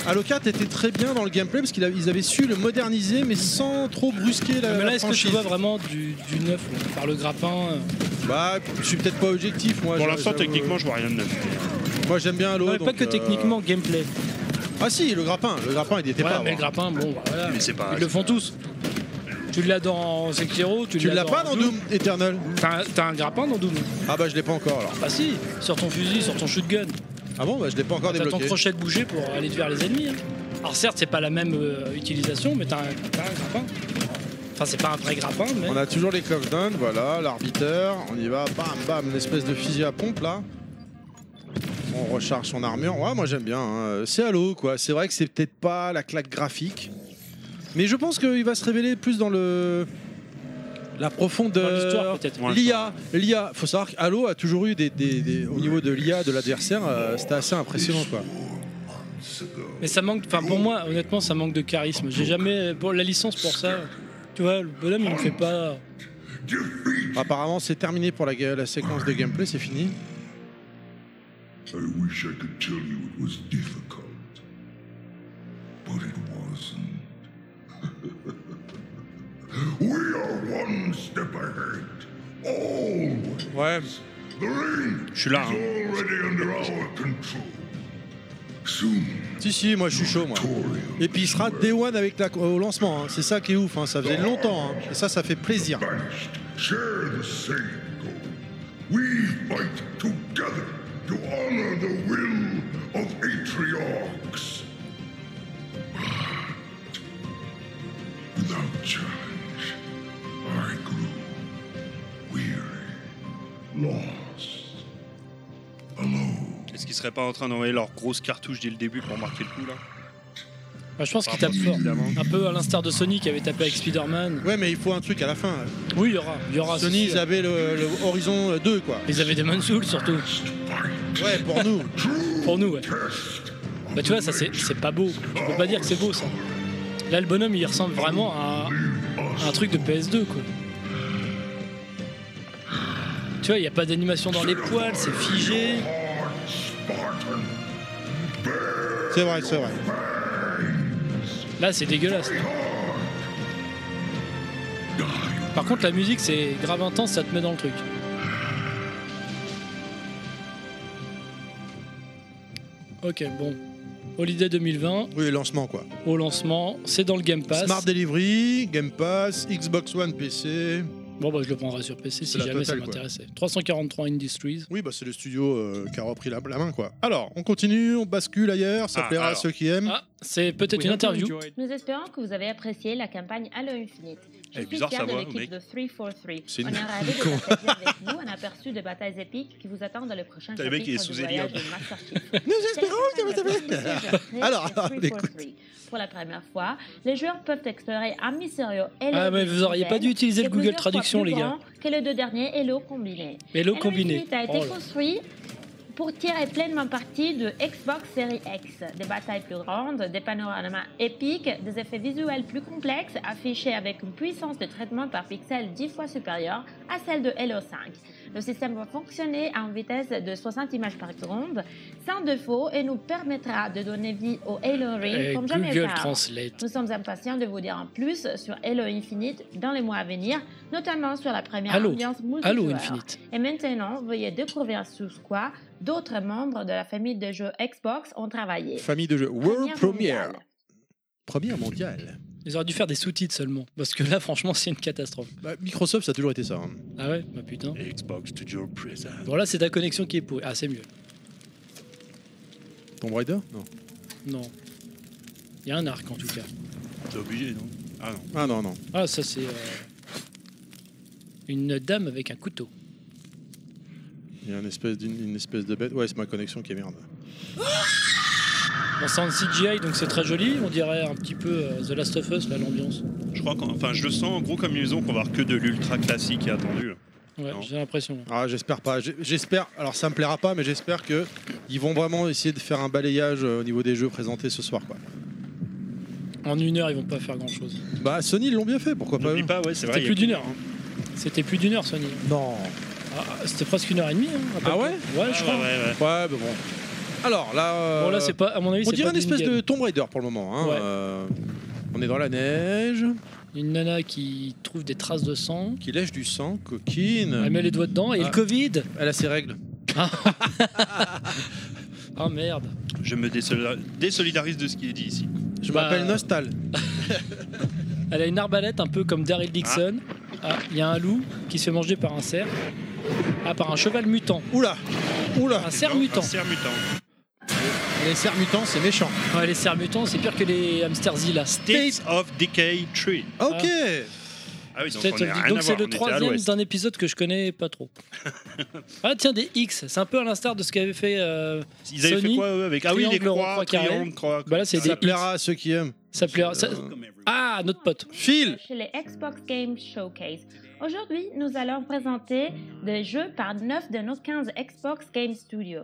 S1: Halo 4 était très bien dans le gameplay parce qu'ils avaient su le moderniser, mais sans trop brusquer la,
S3: Mais
S1: la
S3: là, est-ce que tu
S1: franchise.
S3: vois vraiment du, du neuf là, par le grappin euh,
S1: Bah, je suis peut-être pas objectif, moi.
S2: Pour
S1: je-
S2: l'instant,
S1: j'avoue.
S2: techniquement, je vois rien de neuf.
S1: Moi, j'aime bien Halo.
S4: Ouais, pas
S1: donc,
S4: que
S1: euh,
S4: techniquement, gameplay.
S1: Ah, si, le grappin. Le grappin, il était
S3: Ouais,
S1: pas. bon.
S3: mais le grappin, bon, bah, voilà.
S2: Mais c'est pas.
S3: Ils le font tous. Tu l'as dans Sekiro, tu,
S1: Tu l'as pas dans
S3: Doom.
S1: Doom Eternal
S3: T'as un- T'as un grappin dans Doom
S1: Ah, bah, je l'ai pas encore alors.
S3: Bah si, sur ton fusil, sur ton shotgun.
S1: Ah bon, bah, je l'ai pas encore
S3: T'as ton
S1: débloqué.
S3: crochet de bouger pour aller vers les ennemis. hein. Alors certes, c'est pas la même euh, utilisation, mais t'as un, t'as un grappin. Enfin, c'est pas un vrai grappin, mais...
S1: On a toujours les clocks down, voilà, l'arbiteur, on y va, bam bam, l'espèce de fusil à pompe là. On recharge son armure, ouais moi j'aime bien, hein. c'est Halo quoi, c'est vrai que c'est peut-être pas la claque graphique, mais je pense qu'il va se révéler plus dans le... La
S3: Dans l'histoire,
S1: profondeur,
S3: peut-être.
S2: Ouais.
S1: l'IA, l'IA, faut savoir que Halo a toujours eu des, des- des- au niveau de l'IA de l'adversaire, euh, c'était assez impressionnant quoi.
S3: Mais ça manque, enfin pour moi, honnêtement, ça manque de charisme. J'ai jamais. Pour la licence pour ça. Tu vois, le bonhomme, il me fait pas.
S1: Apparemment c'est terminé pour la, ga- la séquence de gameplay, c'est fini.
S7: I wish I could tell you it was difficult, but it wasn't. we are one step ahead, always.
S1: Ouais,
S7: The ring
S2: Je suis là,
S7: is
S2: hein.
S7: already under our control. Soon,
S1: si si, moi je suis chaud moi.
S7: Toriel,
S1: Et puis il sera Day One avec la, au lancement, hein. c'est ça qui est ouf, hein. ça faisait longtemps, hein. et ça ça fait plaisir.
S7: banished, share the same goal. We fight together to honor the will of Atriarchs. But without challenge, I grew weary, lost, alone.
S2: Est-ce qu'ils seraient pas en train d'envoyer leurs grosses cartouches dès le début pour marquer le coup là
S3: Enfin, Bah, je pense qu'il tape fort.
S2: Évidemment.
S3: Un peu à l'instar de Sony qui avait tapé avec Spider-Man.
S1: Ouais mais il faut un truc à la fin.
S3: Oui, il y aura. Il y aura
S1: Sony
S3: Ah, c'est
S1: ils
S3: sûr.
S1: avaient le, le Horizon 2 quoi.
S3: Ils avaient des Mansoul surtout.
S1: Ouais pour nous.
S3: Pour nous, ouais. Bah tu vois, ça c'est c'est pas beau. Tu peux pas dire que c'est beau ça. Là, le bonhomme, il ressemble vraiment à à un truc de PS2, quoi. Tu vois, il n'y a pas d'animation dans les poils, c'est figé.
S1: C'est vrai, c'est vrai.
S3: Là, c'est dégueulasse. Par contre, la musique, c'est grave intense, ça te met dans le truc. Ok, bon. Holiday 2020,
S1: Oui lancement quoi.
S3: au lancement, c'est dans le Game Pass.
S1: Smart Delivery, Game Pass, Xbox One, PC.
S3: Bon, bah, je le prendrai sur PC si
S1: la
S3: jamais ça
S1: totale, quoi.
S3: m'intéressait. 343 Industries.
S1: Oui bah c'est le studio euh, qui a repris la, la main quoi. Alors on continue, on bascule ailleurs, ça
S2: Ah,
S1: plaira à
S2: alors.
S1: ceux qui aiment.
S3: Ah, c'est peut-être une interview.
S8: Nous espérons que vous avez apprécié la campagne Halo Infinite. Je
S2: Elle est
S8: suis
S2: bizarre,
S8: fière
S2: sa
S8: de
S2: voix,
S8: l'équipe de 343.
S1: C'est une-
S8: On est ravis de partager avec nous un aperçu de batailles épiques qui vous attendent dans le prochain
S2: T'as le mec, il est
S8: chapitre
S2: sous
S8: du voyage
S2: Eliade.
S8: de Master Chief.
S1: Nous espérons que vous avez... Alors, écoute.
S8: Pour la première fois, les joueurs peuvent explorer un mystérieux Halo.
S3: Ah, mais vous auriez pas dû utiliser le
S8: qui est
S3: Google
S8: plusieurs fois
S3: Traduction,
S8: plus
S3: les gars.
S8: grand Que les deux derniers Halo combinés.
S3: Hello
S8: Halo
S3: combiné.
S8: Infinite a été
S3: Oh là.
S8: construit pour tirer pleinement parti de Xbox Series X. Des batailles plus grandes, des panoramas épiques, des effets visuels plus complexes, affichés avec une puissance de traitement par pixel 10 fois supérieure à celle de Halo 5. Le système va fonctionner à une vitesse de 60 images par seconde, sans défaut, et nous permettra de donner vie au Halo Ring
S3: Eh,
S8: comme jamais
S3: Google
S8: auparavant.
S3: Translate.
S8: Nous sommes impatients de vous dire en plus sur Halo Infinite dans les mois à venir, notamment sur la première
S3: Halo.
S8: ambiance multijoueur.
S3: Halo Infinite.
S8: Et maintenant, veuillez découvrir sur quoi d'autres membres de la famille de jeux Xbox ont travaillé.
S1: Famille de jeux. World
S8: Première
S1: Premiere.
S8: mondiale.
S1: Première mondiale.
S3: Ils auraient dû faire des sous-titres seulement. Parce que là, franchement, c'est une catastrophe.
S1: Bah, Microsoft ça a toujours été ça. hein.
S3: Ah ouais Bah putain.
S2: Xbox Studio Present.
S3: Bon, là, c'est ta connexion qui est pourrie. Ah, c'est mieux.
S1: Tomb Raider Non.
S3: Non. Il y a un arc en tout cas.
S2: T'es obligé, non Ah non.
S1: Ah non non.
S3: Ah, ça, c'est. euh, Une dame avec un couteau.
S1: Il y a une espèce, d'une, une espèce de bête. Ouais c'est ma connexion qui est merde.
S3: Bon, c'est en CGI, donc c'est très joli. On dirait un petit peu euh, The Last of Us, là, l'ambiance.
S2: Je crois qu'en- enfin, je le sens en gros comme une maison qu'on va avoir que de l'ultra classique et attendu. là.
S3: Ouais,
S2: Non.
S3: j'ai l'impression.
S1: Ah, j'espère pas. J'ai- J'espère. Alors, ça me plaira pas, mais j'espère que ils vont vraiment essayer de faire un balayage euh, au niveau des jeux présentés ce soir, quoi.
S3: En une heure, ils vont pas faire grand chose.
S1: Bah, Sony, ils l'ont bien fait, pourquoi pas
S2: N'oublie
S1: eux
S2: pas, ouais, c'est vrai.
S3: C'était
S2: il y a
S3: plus d'une heure. hein. C'était plus d'une heure, Sony.
S1: Non.
S3: Ah, ah, C'était presque une heure et demie. hein, à peu
S1: Ah
S3: près.
S1: ouais
S3: Ouais,
S2: Ah,
S3: je crois.
S2: ouais, ouais, ouais.
S1: Ouais, mais bon. Alors là. euh,
S3: Bon, là, c'est pas, à mon avis,
S1: on
S3: c'est
S1: dirait
S3: pas
S1: une espèce
S3: Game.
S1: de Tomb Raider pour le moment. hein,
S3: Ouais.
S1: euh, on est dans la neige,
S3: Une nana qui trouve des traces de sang.
S1: qui lèche du sang, coquine.
S3: Elle met les doigts dedans et
S1: Ah.
S3: le Covid
S1: Elle a ses règles.
S3: Ah merde
S2: Je me désolida- désolidarise de ce qui est dit ici.
S1: Je
S3: Bah,
S1: m'appelle Nostal.
S3: Elle a une arbalète un peu comme Daryl Dixon. Ah, il y a un loup qui se fait manger par un cerf. Ah, par un cheval mutant.
S1: Oula Oula
S3: Un cerf mutant.
S2: Un cerf mutant.
S1: Les cerfs mutants, c'est méchant.
S3: Ouais, les cerfs mutants, c'est pire que les hamsters Zilla.
S2: States of Decay 3.
S1: Ok
S2: Ah oui, donc
S3: Peut-être,
S2: on est rien à
S3: Donc c'est
S2: voir,
S3: le
S2: on était à
S3: troisième
S2: l'ouest.
S3: d'un épisode que je connais pas trop. ah tiens, des X, c'est un peu à l'instar de ce qu'avait fait... euh,
S2: Ils avaient
S3: Sony,
S2: fait quoi eux, avec Ah oui, les
S3: triangle rond,
S2: croix,
S3: croix carré.
S2: triangle, croix.
S3: Bah là, c'est
S1: Ça
S3: des X.
S1: plaira à ceux qui aiment.
S3: Ça plaira. ça- Ah, notre pote.
S1: Phil
S8: Chez les Xbox Games Showcase. Aujourd'hui, nous allons présenter des jeux par 9 de nos 15 Xbox Game Studios.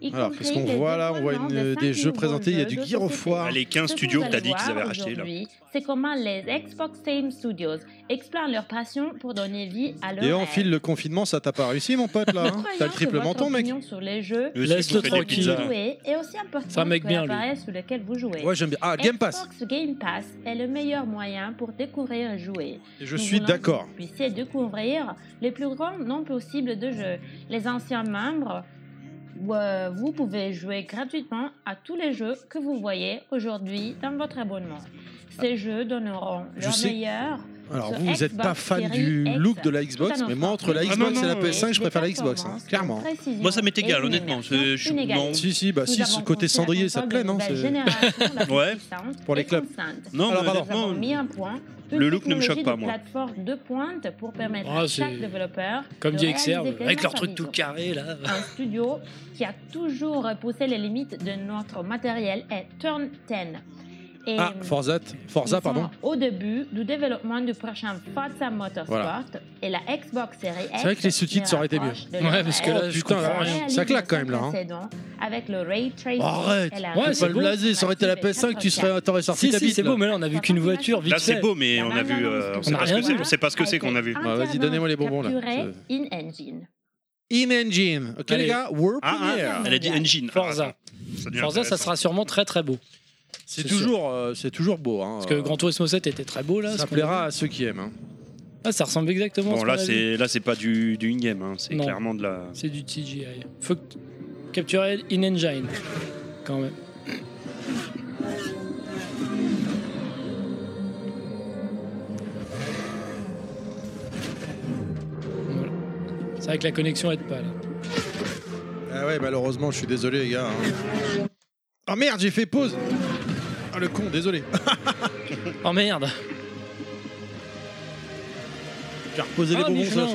S8: Y
S1: Alors,
S8: compris
S1: qu'est-ce qu'on
S8: les
S1: voit là On voit
S8: déploiements
S1: une- euh,
S8: de
S1: des
S8: cinq
S1: jeux
S8: nouveaux
S1: présentés, il y a
S8: jeux
S1: du
S8: de
S1: Gear of
S8: société.
S1: War.
S2: Ah, Les 15
S8: Ce
S2: studios
S8: qu'on
S2: que
S8: va
S2: t'as dit qu'ils
S8: voir
S2: avaient racheté là.
S8: aujourd'hui, C'est comment les Xbox Game Studios explorent leur passion pour donner vie à leur
S1: Et on file le confinement, ça t'a pas réussi, mon pote, là. hein T'as le triple menton, mec.
S8: sur les jeux
S2: Eux aussi,
S3: Laisse-le
S2: ils ont fait des
S3: tranquille.
S2: pizzas.
S8: jouez est aussi important
S3: C'est un mec
S8: que
S3: bien,
S8: l'appareil sur lequel vous jouez.
S1: Ouais, j'aime bien. Ah, Game Pass
S8: Xbox Game Pass est le meilleur moyen pour découvrir et jouer.
S1: Et Je
S8: Nous
S1: suis
S8: voulons
S1: d'accord.
S8: que vous puissiez découvrir les plus grands noms possibles de jeux. Les anciens membres, euh, vous pouvez jouer gratuitement à tous les jeux que vous voyez aujourd'hui dans votre abonnement. Ces jeux donneront
S1: Je
S8: leur
S1: sais-
S8: meilleur.
S1: Alors
S8: sur
S1: vous, vous êtes
S8: Xbox
S1: pas fan
S8: Series
S1: du
S8: X.
S1: look de la
S8: Tout
S1: Xbox,
S8: un
S1: mais
S8: enfant.
S1: moi entre la
S8: Ah,
S1: Xbox
S2: non,
S1: et la
S2: non,
S1: PS5,
S8: Des
S1: je préfère la Xbox, hein,
S8: performances,
S1: clairement.
S8: des précisions
S2: Moi, ça m'est
S8: et
S2: égal,
S8: une
S2: honnêtement, je-
S8: immersion
S2: je-
S8: inégalée.
S2: non.
S1: Si, si, bah
S8: Nous
S1: si,
S8: avons
S1: ce côté
S8: construit
S1: cendrier,
S8: la
S1: ça te
S8: console
S1: plaît,
S8: de
S1: non
S8: nouvelle
S1: c'est-
S8: génération la plus
S2: Ouais.
S8: puissante
S1: Pour les
S8: et
S1: clubs.
S8: consciente.
S2: Non,
S1: Alors,
S2: mais
S1: pardon.
S8: Nous avons
S2: honnêtement,
S8: mis un point une
S2: le look ne me choque
S8: technologie
S2: pas,
S8: de
S2: moi.
S8: plateforme de pointe pour permettre
S3: Ah,
S8: à
S3: c'est-
S8: chaque développeur
S3: Comme
S8: de
S3: dit
S8: réaliser
S3: XR,
S8: des
S3: avec leur
S8: grands
S3: truc tout carré
S8: services.
S3: là.
S8: Un studio qui a toujours poussé les limites de notre matériel est Turn 10. Et
S1: Ah, Forza, Forza,
S8: ils sont
S1: pardon.
S8: Au début du développement du prochain Forza Motorsport
S1: Voilà.
S8: et la Xbox Series X.
S1: C'est vrai que les sous-titres, ça aurait été mieux.
S3: Ouais, parce que là, je
S1: putain,
S3: comprends
S1: la
S3: rien.
S1: vache. ça claque quand même, là, hein.
S8: Avec le ray tracing.
S1: Arrête.
S8: et la
S3: Ouais,
S1: C'est pas
S3: c'est
S1: le
S3: bon.
S1: blasé, ça aurait été la PS5, tu serais, t'aurais sorti
S3: Si,
S1: ta
S3: si,
S1: bite.
S3: c'est
S1: là.
S3: beau, mais là on a vu qu'une voiture, vite
S2: Là, c'est
S3: fait.
S2: beau, mais on a vu. euh, on sait
S3: n'a
S2: pas ce
S3: rien
S2: que c'est.
S3: vu.
S2: On sait pas ce
S8: Ah,
S2: que c'est qu'on a vu.
S1: Bah, vas-y, donnez-moi les bonbons, là.
S8: Capturé
S1: Je-
S8: in engine.
S1: In Engine. Ok,
S3: Allez.
S1: les gars, World
S2: Ah, ah,
S1: Premiere.
S2: elle a dit engine.
S3: Forza.
S2: Ça devient
S3: Forza, ça
S2: intéressant.
S3: sera sûrement très très beau.
S1: C'est
S3: C'est
S1: toujours, euh, c'est toujours beau. Hein.
S3: Parce
S2: Ah.
S3: que Gran Turismo 7 était très beau là.
S1: ça
S3: ce qu'on
S1: plaira à ceux qui aiment. hein.
S3: a- Ah, ça ressemble exactement à ce
S2: Bon, là,
S3: qu'on a vu.
S2: c'est là, c'est pas du du in-game. hein, C'est
S3: Non.
S2: clairement de la.
S3: C'est du TGI. Faut que- capturer in-engine. Quand même. Voilà. C'est vrai que la connexion aide pas là.
S1: Ah ouais, malheureusement, je suis désolé, les gars. hein. Oh merde, j'ai fait pause. Ah le con, désolé.
S3: Oh merde
S1: J'ai reposé les
S3: Ah,
S1: bonbons. Ça,
S3: Michelin.
S1: ça.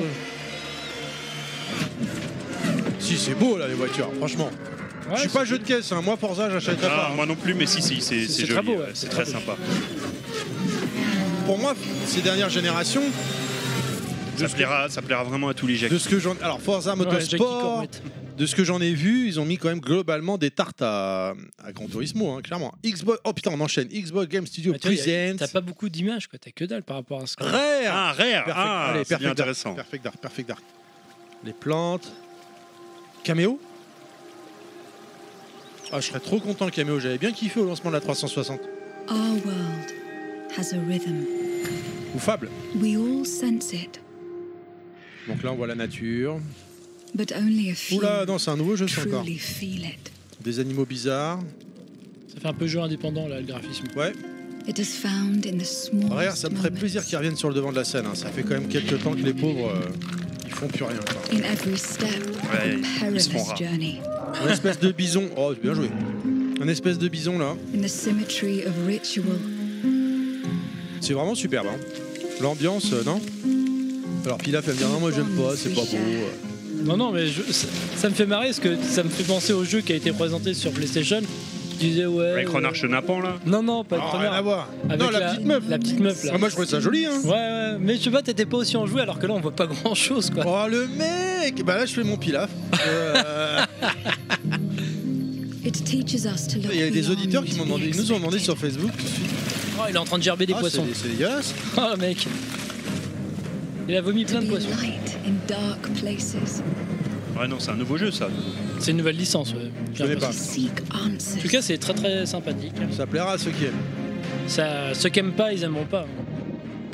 S1: Si c'est beau là les voitures, franchement.
S3: Ouais,
S1: je suis pas jeu de caisse, hein. moi Forza j'achèterais
S2: Ah,
S1: pas.
S2: moi non plus, mais si, si, c'est
S3: C'est-
S2: c'est
S3: c'est très
S2: joli.
S3: beau,
S2: ouais,
S3: ouais,
S2: C'est
S3: c'est
S2: très
S3: très
S2: sympa.
S1: Pour moi, ces dernières générations,
S2: Ça plaira, ça plaira vraiment à tous les jacks.
S1: de ce que j'en alors Forza
S3: Ouais, Jackie
S1: Motorsport,
S3: Cornette.
S1: de ce que j'en ai vu, ils ont mis quand même globalement des tartes à, à Gran Turismo, hein, clairement. Xbox, oh putain, on enchaîne. Xbox Game Studio
S3: Bah, tu vois, y a-
S1: Presents.
S3: T'as pas beaucoup d'images quoi, t'as que dalle par rapport à ce que.
S1: Rare.
S2: Ah, rare.
S1: Perfect-
S2: Ah, c'est bien
S1: Allez, Perfect Dark,
S2: intéressant.
S1: Perfect Dark, Perfect Dark. Les plantes. Caméo Ah, je serais trop content le caméo, j'avais bien kiffé au lancement de la 360.
S4: Our world has a rhythm.
S1: Ou Fable.
S4: We all sense it,
S1: Donc là, on voit la nature.
S4: but only a few
S1: Oula, non, c'est un nouveau jeu, ça encore.
S4: truly feel it.
S1: Des animaux bizarres.
S3: Ça fait un peu jeu indépendant là le graphisme.
S1: Ouais,
S4: It is found in the smallest
S1: rare, ça me ferait
S4: moments,
S1: plaisir qu'ils reviennent sur le devant de la scène. hein. Ça fait quand même quelques temps que les pauvres, euh, ils font plus rien. quoi.
S4: In every step,
S2: Ouais,
S4: a
S2: ils se font
S4: perilous
S2: rares.
S4: journey.
S1: Un espèce de bison. Oh, c'est bien joué. Un espèce de bison là.
S4: In the symmetry of ritual,
S1: C'est vraiment superbe. hein. L'ambiance, euh, non Alors Pilaf, elle me dire non, moi j'aime pas, c'est pas beau. euh.
S3: Non, non, mais je- ça, ça me fait marrer parce que ça me fait penser au jeu qui a été présenté sur PlayStation. Je disais ouais. euh,
S2: Avec
S3: ouais.
S2: Renard Chenapan, là.
S3: Non, non, pas de
S1: Ah, rien
S3: Renard.
S1: à voir.
S3: Avec
S1: non, la, petite meuf.
S3: La petite meuf là.
S1: Ah, moi je trouvais ça joli. Hein.
S3: Ouais, ouais, mais je sais pas, t'étais pas aussi enjoué alors que là on voit pas grand chose quoi.
S1: Oh le mec Bah là je fais mon pilaf. Euh,
S4: it teaches us to look
S1: Il y a des
S4: beyond
S1: auditeurs qui m'ont
S4: the
S1: demandé, ils nous ont demandé sur
S4: expected.
S1: Facebook tout de suite
S3: Oh, il est en train de gerber des
S1: Ah,
S3: poissons.
S1: c'est- C'est dégueulasse.
S3: Oh, mec. Il a vomi
S4: to
S3: plein de
S4: be
S3: poissons.
S4: light in dark places,
S2: Ouais, non, c'est un nouveau jeu, ça.
S3: C'est une nouvelle licence, ouais. J'ai
S1: connais
S3: l'impression.
S1: pas.
S4: to seek
S3: En tout
S4: answers.
S3: cas, c'est très très sympathique.
S1: Ça plaira à ceux qui aiment.
S3: Ça, ceux qui aiment pas, ils aimeront pas.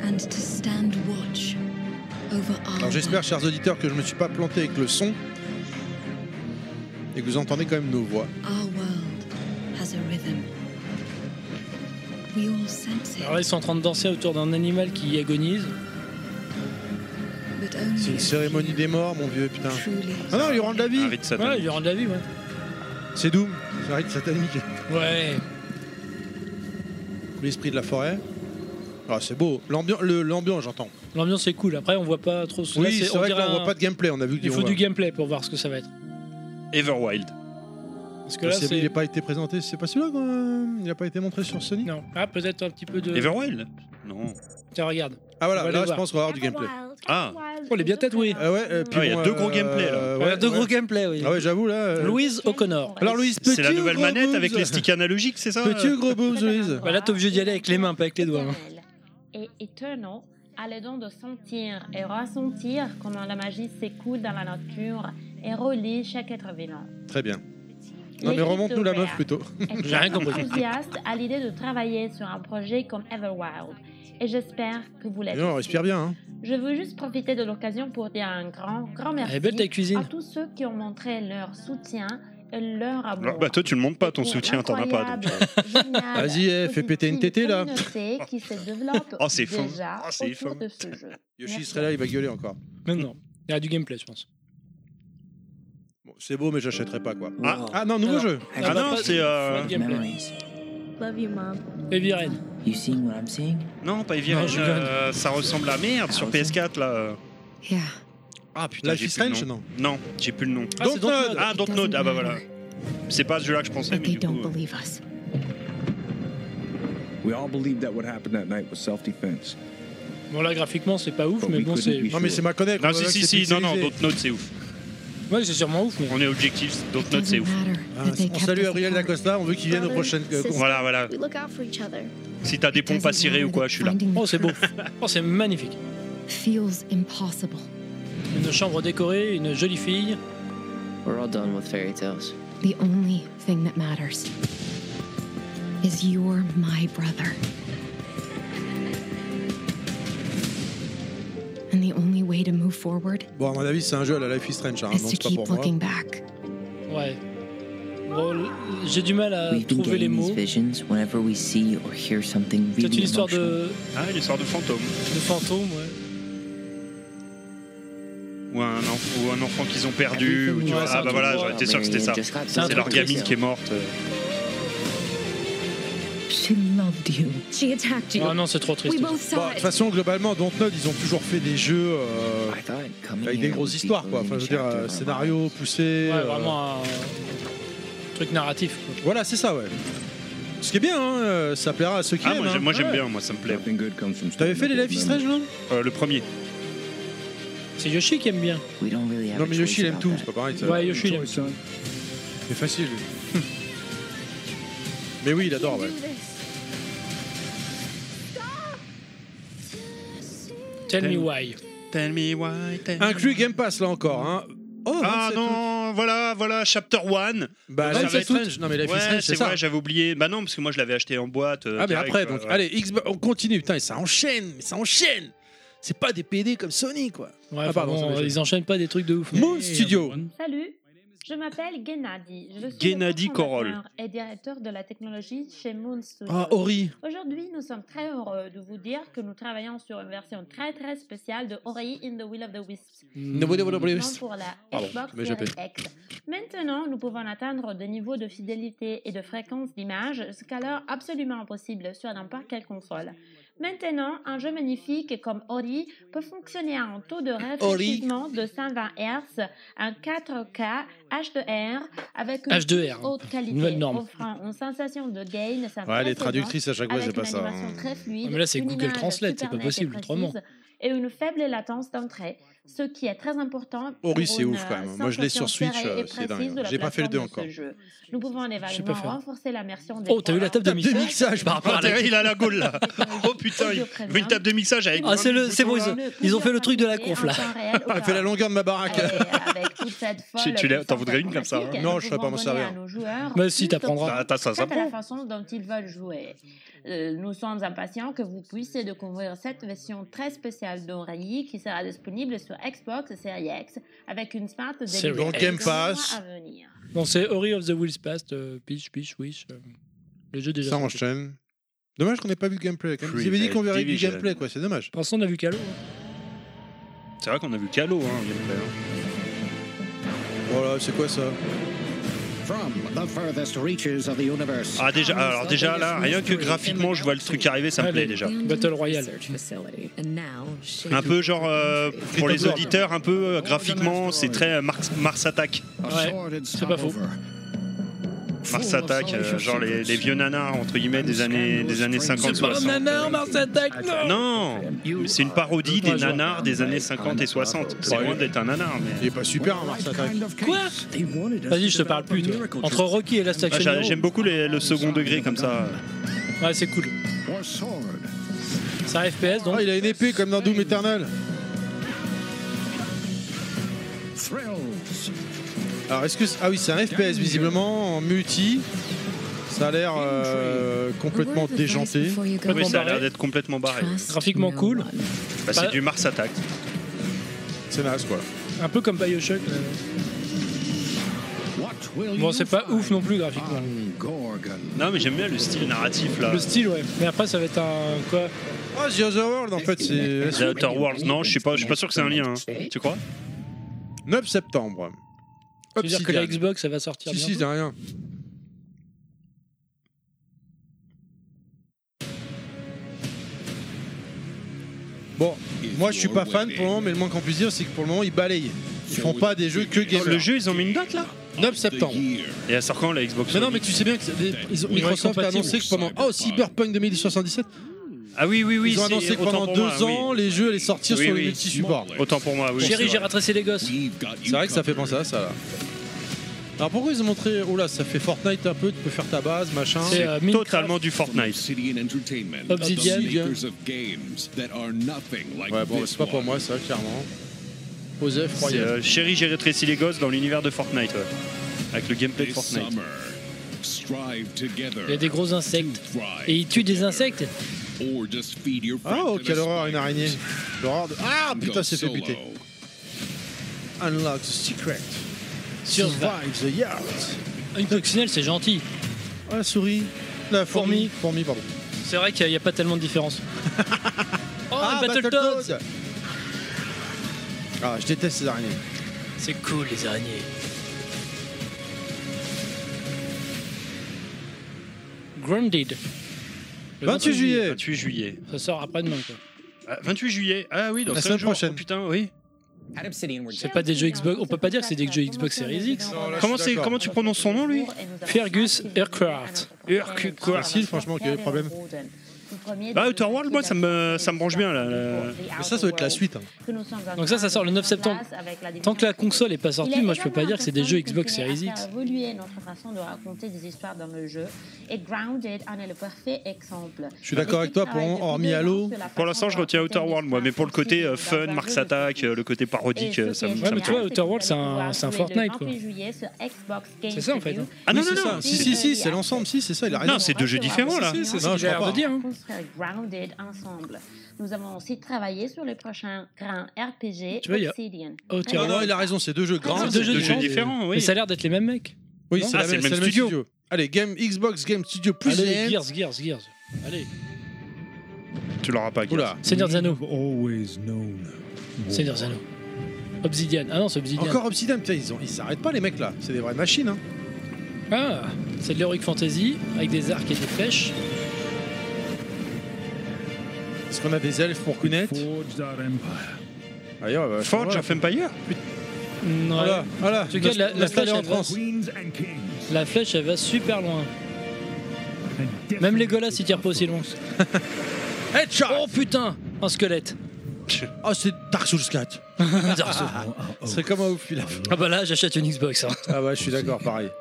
S4: and to stand watch over
S1: Alors
S4: our
S1: j'espère, chers auditeurs, que je me suis pas planté avec le son et que vous entendez quand même nos voix.
S4: Our world has a rhythm. We all sense
S1: Ah
S3: Alors là,
S4: it,
S3: ils sont en train de danser autour d'un animal qui agonise.
S4: but only
S1: C'est une
S4: if
S1: cérémonie
S4: you
S1: des morts, mon vieux, putain.
S4: Truly.
S1: Ah non, il rend de la vie.
S2: Arrête ça.
S3: Ouais, il lui rend de la vie, ouais.
S1: C'est Doom. C'est un rite satanique.
S3: Ouais.
S1: L'esprit de la forêt. Ah, c'est beau. L'ambiance, le- l'ambiance, j'entends.
S3: L'ambiance est cool. Après, on voit pas trop ce là,
S1: Oui, c'est vrai que
S3: dirait
S1: là, on
S3: un-
S1: voit pas de gameplay. On a vu
S3: Il
S1: qu'il
S3: faut du gameplay pour voir ce que ça va être.
S2: Everwild.
S3: Parce que là,
S1: il
S3: c'est.
S1: n'a pas été présenté, c'est pas celui-là quoi. Il n'a pas été montré sur Sony
S3: Non. Ah, peut-être un petit peu de.
S2: Everwild Non.
S3: Tiens, regarde.
S1: Ah
S3: On
S1: voilà,
S3: va
S1: là
S3: aller
S1: je
S3: voir.
S1: pense qu'on va avoir du gameplay.
S2: Ah.
S3: Oh, il est bien tatoué.
S1: Ah ouais, euh, puis
S2: Ah, il y a
S1: bon,
S2: deux gros gameplays, là.
S1: euh,
S3: On a
S1: ouais,
S3: deux
S1: ouais.
S3: gros gameplay, oui.
S1: Ah ouais, j'avoue là. euh,
S3: Louise O'Connor.
S1: Alors Louise, petit
S2: C'est la
S1: ou
S2: nouvelle
S1: gros
S2: manette
S1: boobs
S2: avec les sticks analogiques, c'est ça euh
S1: Petit ou gros boobs, Louise
S3: Bah là, t'es obligé d'y aller avec les mains, pas avec les doigts, hein.
S8: Et étonnant, à le don de sentir et ressentir comment la magie s'écoule dans la nature et relie chaque être vivant.
S1: Très bien. Non mais
S8: L'équipe
S1: remonte-nous la
S8: de
S1: meuf
S8: Rare
S1: plutôt.
S8: est
S3: J'ai rien compris.
S8: enthousiaste à l'idée de travailler sur un projet comme Everwild. Et j'espère que vous l'êtes.
S1: Non, on
S8: aussi.
S1: respire bien. Hein.
S8: Je veux juste profiter de l'occasion pour dire un grand, grand
S3: Elle
S8: merci
S3: est belle ta
S8: à
S3: cuisine.
S8: tous ceux qui ont montré leur soutien et leur amour.
S2: Ah, Bah toi, tu le montes pas, ton
S8: Pour
S2: soutien, t'en as pas. donc. euh.
S8: l'incroyable, génial,
S1: Vas-y, eh, fais péter une tétée, là.
S8: communauté qui se développe
S2: Oh, c'est fin.
S8: déjà
S2: Oh, c'est
S8: autour
S2: fin.
S8: de ce jeu.
S1: Yoshi
S8: Merci.
S1: serait là, il va gueuler encore.
S3: Non, non. Il y a du gameplay, je pense.
S1: Bon, c'est beau mais j'achèterai pas quoi.
S2: Ah.
S1: Ah non, nouveau
S3: Alors.
S1: jeu.
S2: Ah non, c'est... euh,
S3: Pas de gameplay.
S9: Memories.
S8: Love you, mom.
S3: Heavy Rain.
S9: You seeing what I'm seeing?
S2: Non, pas Heavy Rain,
S3: Non, je Ah,
S2: euh, ça ressemble à merde sur PS4, là. euh.
S4: Yeah.
S1: Ah
S2: putain,
S1: Life
S2: j'ai
S1: is
S2: plus le
S1: Strange non
S2: Non, j'ai plus le nom.
S3: Ah, c'est Dontnod.
S1: Dontnod.
S2: Ah, Dontnod, ah bah voilà. C'est pas ce jeu-là que je pensais, mais du coup... euh,
S4: believe us.
S6: We all believed that what happened that night was self-defense.
S3: Bon, là, graphiquement, c'est pas ouf,
S6: But
S3: mais
S6: we
S3: bon, c'est.
S6: couldn't be
S1: Non mais
S6: sure.
S1: c'est ma connect.
S2: Non, si, si, si, non, non, Dontnod, c'est ouf.
S3: Ouais, c'est sûrement ouf, mais.
S2: On est objectif, Dontnod, c'est
S4: Doesn't
S2: ouf.
S4: matter
S1: Ah,
S4: that they
S1: On
S4: kept
S1: salue
S4: us
S1: Ariel
S4: apart.
S1: Dacosta, on veut qu'il vienne aux prochaines. euh, conférences.
S2: Voilà, voilà.
S10: We look out for each other.
S2: Si t'as des pompes à
S4: Doesn't
S2: cirer ou
S4: matter
S2: quoi,
S4: that
S2: je suis là.
S4: finding the
S3: Oh, c'est beau.
S4: truth
S3: Oh, c'est magnifique.
S4: Feels impossible.
S3: Une chambre décorée, une jolie fille.
S11: We're all done with fairy tales.
S4: The only thing that matters is you're my brother. And the only way to move forward
S1: Bon, à mon avis, c'est un jeu à la Life is Strange, hein,
S4: is
S1: donc
S4: to
S1: c'est pas
S4: keep
S1: pour moi.
S4: looking back.
S3: Ouais. Bon, l- j'ai du mal
S5: Euh,
S3: à
S9: We've been
S3: trouver les
S9: getting these
S3: mots.
S9: visions whenever we see or hear something
S3: C'est
S9: really
S3: une histoire
S9: emotional.
S3: de,
S2: Ah, une histoire de fantôme.
S3: de fantôme, ouais.
S2: Ou un, enf- ou un enfant qu'ils ont perdu.
S9: Everything
S2: Ou tu
S9: was
S2: vois. Ah
S9: all
S2: bah voilà,
S9: too
S2: j'aurais été
S9: well,
S2: sûr que c'était
S9: Mary
S2: ça.
S9: Ann just got
S3: C'est
S2: C'est leur
S9: so
S2: gamine
S9: sick.
S2: qui est morte.
S9: She loved you.
S10: She attacked
S3: Ah non, c'est trop triste.
S4: bah
S1: Bon, De toute façon, globalement, Dontnod, ils ont toujours fait des jeux euh,
S9: I thought coming
S1: avec
S9: here
S1: des grosses
S9: would be
S1: histoires, quoi.
S9: closing
S1: Enfin,
S9: a
S1: je veux dire,
S9: chapter
S1: euh,
S9: of our
S1: scénario poussé.
S3: Ouais,
S1: euh,
S3: vraiment un truc narratif. quoi.
S1: Voilà, c'est ça, ouais. Ce qui est bien, hein, euh, ça plaira à ceux qui
S2: Ah,
S1: aiment.
S2: moi,
S1: hein.
S2: j'ai- moi j'aime
S1: Ouais.
S2: bien, moi ça me plaît.
S6: Nothing good comes from
S1: T'avais fait les Life is Strange, non
S2: Euh, le premier.
S3: C'est Yoshi qui aime bien.
S9: We don't really have
S1: Non,
S9: a
S1: mais Yoshi,
S9: choice
S1: il aime
S9: about
S1: tout,
S9: that.
S1: c'est pas pareil. ça.
S3: Ouais, Yoshi, il aime.
S1: C'est facile. lui. mais oui, il
S2: Ah
S1: adore, ouais.
S3: Tell me why.
S1: Inclus Game Pass, là encore. Hein. Oh,
S2: Ah
S1: 27 août.
S2: non, voilà, voilà, chapter 1.
S1: Bah,
S2: Ça
S1: Life
S2: va
S1: is
S2: être
S1: Strange, non mais Life is
S2: Ouais,
S1: Strange,
S2: c'est
S1: c'est ça.
S2: vrai, j'avais oublié. Bah non, parce que moi je l'avais acheté en boîte. euh,
S1: Ah mais
S2: direct,
S1: après,
S2: tu vois,
S1: donc,
S2: ouais.
S1: allez, Xbox- on continue, putain, et ça enchaîne, mais ça enchaîne C'est pas des PD comme Sony, quoi.
S3: Ouais,
S1: Ah, pardon,
S3: vraiment,
S1: ça m'échappe.
S3: ils enchaînent pas des trucs de ouf. euh,
S1: Moon
S3: Et-
S1: Studio.
S8: Salut, je m'appelle Gennady. Je suis
S2: Gennady
S8: le
S2: Korol.
S8: cofondateur et directeur de la technologie chez Moon Studio.
S1: Ah, Ori.
S8: Aujourd'hui, nous sommes très heureux de vous dire que nous travaillons sur une version très très spéciale de Ori in the Will of the Wisps.
S1: Mm.
S8: maintenant pour la
S1: Pardon,
S8: Xbox
S1: mais
S8: Series
S1: j'appelle.
S8: X. Maintenant, nous pouvons atteindre des niveaux de fidélité et de fréquence d'image, ce qu'alors absolument impossible sur n'importe quelle console. Maintenant, un jeu magnifique comme Ori peut fonctionner à un taux de rafraîchissement de 120 Hz, un 4K HDR avec une
S3: H2R,
S8: toute haute qualité,
S3: nouvelle norme.
S8: offrant une sensation de gain sans
S1: Ouais, les
S8: précédent
S1: traductrices à chaque fois,
S8: avec
S1: c'est
S8: Ah bah, une
S1: pas ça.
S8: animation
S1: hein.
S8: très fluide,
S3: Ah, Mais là, c'est
S8: une
S3: Google
S8: image
S3: Translate,
S8: super
S3: c'est pas
S8: nette et
S3: possible
S8: précise,
S3: autrement.
S8: et une faible latence d'entrée, ce qui est très important. pour
S1: Ori, c'est
S8: une,
S1: ouf quand même.
S8: euh,
S1: Moi, je l'ai sur
S8: sensation
S1: Switch,
S8: serrée et
S1: euh, c'est
S8: précise
S1: dingue.
S8: de la
S1: J'ai pas fait le 2
S8: plateforme de ce
S1: encore.
S8: jeu. Nous pouvons
S3: pas
S8: évaluer
S3: faire.
S8: renforcer la version des
S3: Oh, t'as eu la
S8: Ah,
S3: table de
S1: Table de
S3: mixage
S1: mixage par rapport à Ah, la-
S2: Il a la gaule là. Oh putain, il il veut une table de mixage avec.
S3: Ah, c'est le- c'est bon, ils ont, ils ont fait le truc de la
S8: Plusieurs
S3: conf là.
S8: façons réelles
S1: Ah, elle fait la longueur de ma baraque.
S8: Et euh, avec toute cette folle
S2: Tu- tu l'as- t'en
S8: puissance
S2: voudrais une comme ça, hein Bah,
S8: informatique,
S1: Non,
S8: nous
S1: je saurais pas Bah,
S8: pouvons
S1: m'en
S8: donner
S1: servir.
S8: à nos joueurs
S3: Mais si,
S8: plus
S3: t'apprendras.
S8: d'options
S2: T'as- t'as ça, ça
S8: quant à
S2: prend.
S8: la façon dont ils veulent jouer. Euh, nous sommes impatients que vous puissiez découvrir cette version très spéciale d'Aurélie qui sera disponible sur Xbox Series X avec une smart
S3: C'est dans
S8: delivery
S1: Game
S8: dans les mois
S1: Pass.
S8: à venir.
S3: Non, c'est Ori of the Wheels Past, euh, Peach, Peach, Wish. euh, le jeu déjà.
S1: Ça
S3: sorti.
S1: enchaîne. Dommage qu'on n'ait pas vu le gameplay. Quand même. Ils avaient dit qu'on verrait du
S2: Division.
S1: gameplay, quoi. C'est dommage.
S3: Pour l'instant, on a vu hein. Calo.
S2: C'est vrai qu'on a vu Calo. Hein, il y a le père.
S1: Voilà, c'est quoi ça
S10: From the furthest reaches of the universe.
S2: ah déjà, alors déjà là, rien que graphiquement, je vois le truc arriver, ça me plaît déjà.
S3: Battle Royale.
S2: Un peu genre euh, pour les auditeurs, un peu euh, graphiquement, c'est très euh, Mars, Mars Attack.
S10: Ouais,
S3: c'est pas faux.
S2: Mars Attack, euh, genre les, les vieux nanars entre guillemets des années des années 50 60.
S3: Nanar, Mars Attack, non
S2: Non, mais c'est une parodie des nanars des années 50 et 60. C'est loin d'être un nanar,
S1: Il
S2: mais
S1: est pas super, hein, Mars Attack.
S3: Quoi Vas-y, je te parle plus, toi. Entre Rocky et Last
S2: Ah,
S3: Action
S2: j'a-
S3: Hero.
S2: j'aime beaucoup les- le second degré comme ça.
S3: Ouais, c'est cool. C'est un FPS, donc.
S1: Ah, il a une épée comme dans Doom Eternal. Alors, est-ce que. c'est- Ah oui, c'est un FPS visiblement en multi. Ça a l'air euh, complètement déjanté.
S2: Oui, ça a l'air d'être complètement barré.
S3: Graphiquement cool.
S2: Bah, c'est du Mars Attack.
S1: C'est naze, quoi.
S3: Un peu comme Bioshock. euh. Bon, c'est pas ouf non plus graphiquement.
S2: Non, mais j'aime bien le style narratif là.
S3: Ah. Le style, ouais. Mais après, ça va être un. Quoi
S1: Oh, The Other World, en fait, c'est.
S2: The Outer Worlds, non, je suis pas, je suis pas sûr que c'est un lien. hein. Tu crois
S1: 9 septembre.
S3: Tu veux dire que
S1: Obsidian.
S3: la Xbox, ça va sortir.
S1: Si, si,
S3: bientôt
S1: c'est rien. Bon, moi je suis pas fan pour le moment, mais le moins qu'on puisse dire, c'est que pour le moment ils balayent. Ils font pas des jeux que gamers.
S2: Le jeu, ils ont mis une date là
S1: 9 septembre.
S2: Et à sort quand la Xbox
S1: Mais non, mais tu sais bien que c'est des- ils ont- Microsoft a annoncé que pendant. Oh, Cyberpunk 2077
S2: Ah oui, oui, oui.
S1: Ils ont
S2: c'est-
S1: annoncé que
S2: autant
S1: pendant
S2: pour
S1: deux
S2: moi, oui.
S1: ans, les jeux allaient sortir
S2: Oui,
S1: sur
S2: oui.
S1: les multi-supports.
S2: Autant pour moi, oui. c'est
S3: Chérie, j'ai
S2: vrai.
S3: ratracé les gosses.
S1: C'est vrai que ça fait penser à ça là. Alors pourquoi ils ont montré. Oh là, ça fait Fortnite un peu, tu peux faire ta base, machin.
S3: C'est euh, Minecraft,
S2: Totalement du Fortnite.
S6: Obsidian Entertainment.
S3: Obsidian.
S6: The makers of games that are nothing like
S1: Ouais, bon,
S6: this
S1: c'est pas pour
S6: one.
S1: moi, ça, clairement. Osef,
S2: C'est,
S1: Royal.
S2: euh, Chérie, j'ai rétréci les gosses dans l'univers de Fortnite. ouais. Avec le gameplay de
S6: This
S2: Fortnite.
S6: summer, strive together
S3: Il y a des gros insectes.
S6: to thrive
S3: Et ils tuent des insectes.
S6: or just feed your friend
S1: Oh,
S6: to the
S1: quelle horreur, une
S6: spiders.
S1: araignée. L'horreur de. Ah,
S6: Go
S1: putain, c'est fait
S6: solo.
S1: buter. Unlock the secret. Survive the yard.
S3: Une coccinelle, c'est gentil.
S1: Ah, la souris. La fourmi. Fourmi, pardon.
S3: C'est vrai qu'il n'y a pas tellement de différence. Oh, le Battletoads
S1: Ah, Battletoads. Ah, je déteste ces araignées.
S3: C'est cool, les araignées. Grounded. Le
S1: 28 juillet.
S2: 28 juillet.
S3: Ça sort après-demain, quoi.
S2: Ah, 28 juillet. Ah oui, dans
S1: La
S2: cinq
S1: semaine
S2: jours.
S1: prochaine.
S2: Oh, putain, oui.
S3: C'est pas des jeux Xbox- on peut pas dire que c'est des
S8: hein,
S3: jeux Xbox Series X.
S1: Non, là,
S2: Comment, c'est, comment tu prononces son nom, lui
S3: Fergus Aircraft.
S2: Aircraft.
S1: Merci, franchement, quel est le problème
S2: Bah, Outer World, moi, ça me, ça me branche bien, là. là.
S1: Mais ça, ça doit être la suite. hein.
S3: Donc ça, ça sort le 9 septembre. Tant que la console est pas sortie, moi je peux pas dire que c'est des jeux Xbox Series X.
S8: évoluer notre façon de raconter des histoires dans le jeu et Grounded en est le parfait exemple.
S1: Je suis d'accord avec toi, pour le moment, hormis Halo.
S2: Pour l'instant, je retiens Outer World, moi, mais pour le côté euh, fun, Marx Attack, euh, le côté parodique, euh, ça me
S3: Ouais,
S2: ça me
S3: mais tu
S2: plaît.
S3: vois, Outer World, c'est un- c'est un Fortnite, quoi. C'est ça, en fait, hein.
S2: Ah non,
S1: Oui,
S2: non,
S1: c'est
S2: non,
S1: ça. Si,
S2: c'est-
S1: si, si, c'est l'ensemble, si, c'est ça, il a raison.
S2: Non, c'est deux jeux différents, là.
S1: Si, si, c'est ce
S3: Non,
S1: que
S3: j'ai
S1: j'ai
S3: l'air de
S1: pas.
S3: dire. hein.
S8: construire Grounded ensemble. Nous avons aussi travaillé sur les prochains grands RPG
S3: Tu vois, il y a
S8: Obsidian.
S3: Outer
S1: Ah, Non, non, il a raison, c'est deux jeux grands.
S3: C'est
S1: c'est
S3: deux jeux différents.
S2: différents,
S3: Oh, Mais
S2: oui.
S3: ça a l'air d'être les mêmes mecs.
S1: Oui,
S3: Non
S1: c'est
S2: Ah,
S1: la même- c'est le même studio. Allez, Game Xbox Game Studio plus
S3: Allez,
S1: GM.
S3: Gears, Gears, Gears. Allez.
S2: Tu l'auras pas, Guillaume.
S1: Oula.
S3: Seigneur des Anneaux. Seigneur des Anneaux. Obsidian. Ah non, c'est Obsidian.
S1: Encore Obsidian, putain, ils ont- ils s'arrêtent pas les mecs là, c'est des vraies machines. Hein.
S3: Ah, c'est de l'heroic fantasy avec des arcs et des flèches.
S1: Est-ce qu'on a des elfes pour connaître Ailleurs, bah,
S2: Forge of Euh, Empire
S3: Ouais.
S1: Voilà, voilà.
S3: En tout cas, la, la
S1: Nostal
S3: flèche,
S1: est en
S3: elle va-
S1: France.
S3: la flèche, elle va super loin. Même les golas, ils tirent pas aussi loin.
S1: Headshot
S3: Oh putain Un squelette
S1: Ah, c'est Dark Souls 4.
S3: Dark Souls.
S1: C'est comme un ouf, il a-
S3: Ah bah là, j'achète une Xbox. hein.
S1: Ah ouais, je suis d'accord, pareil.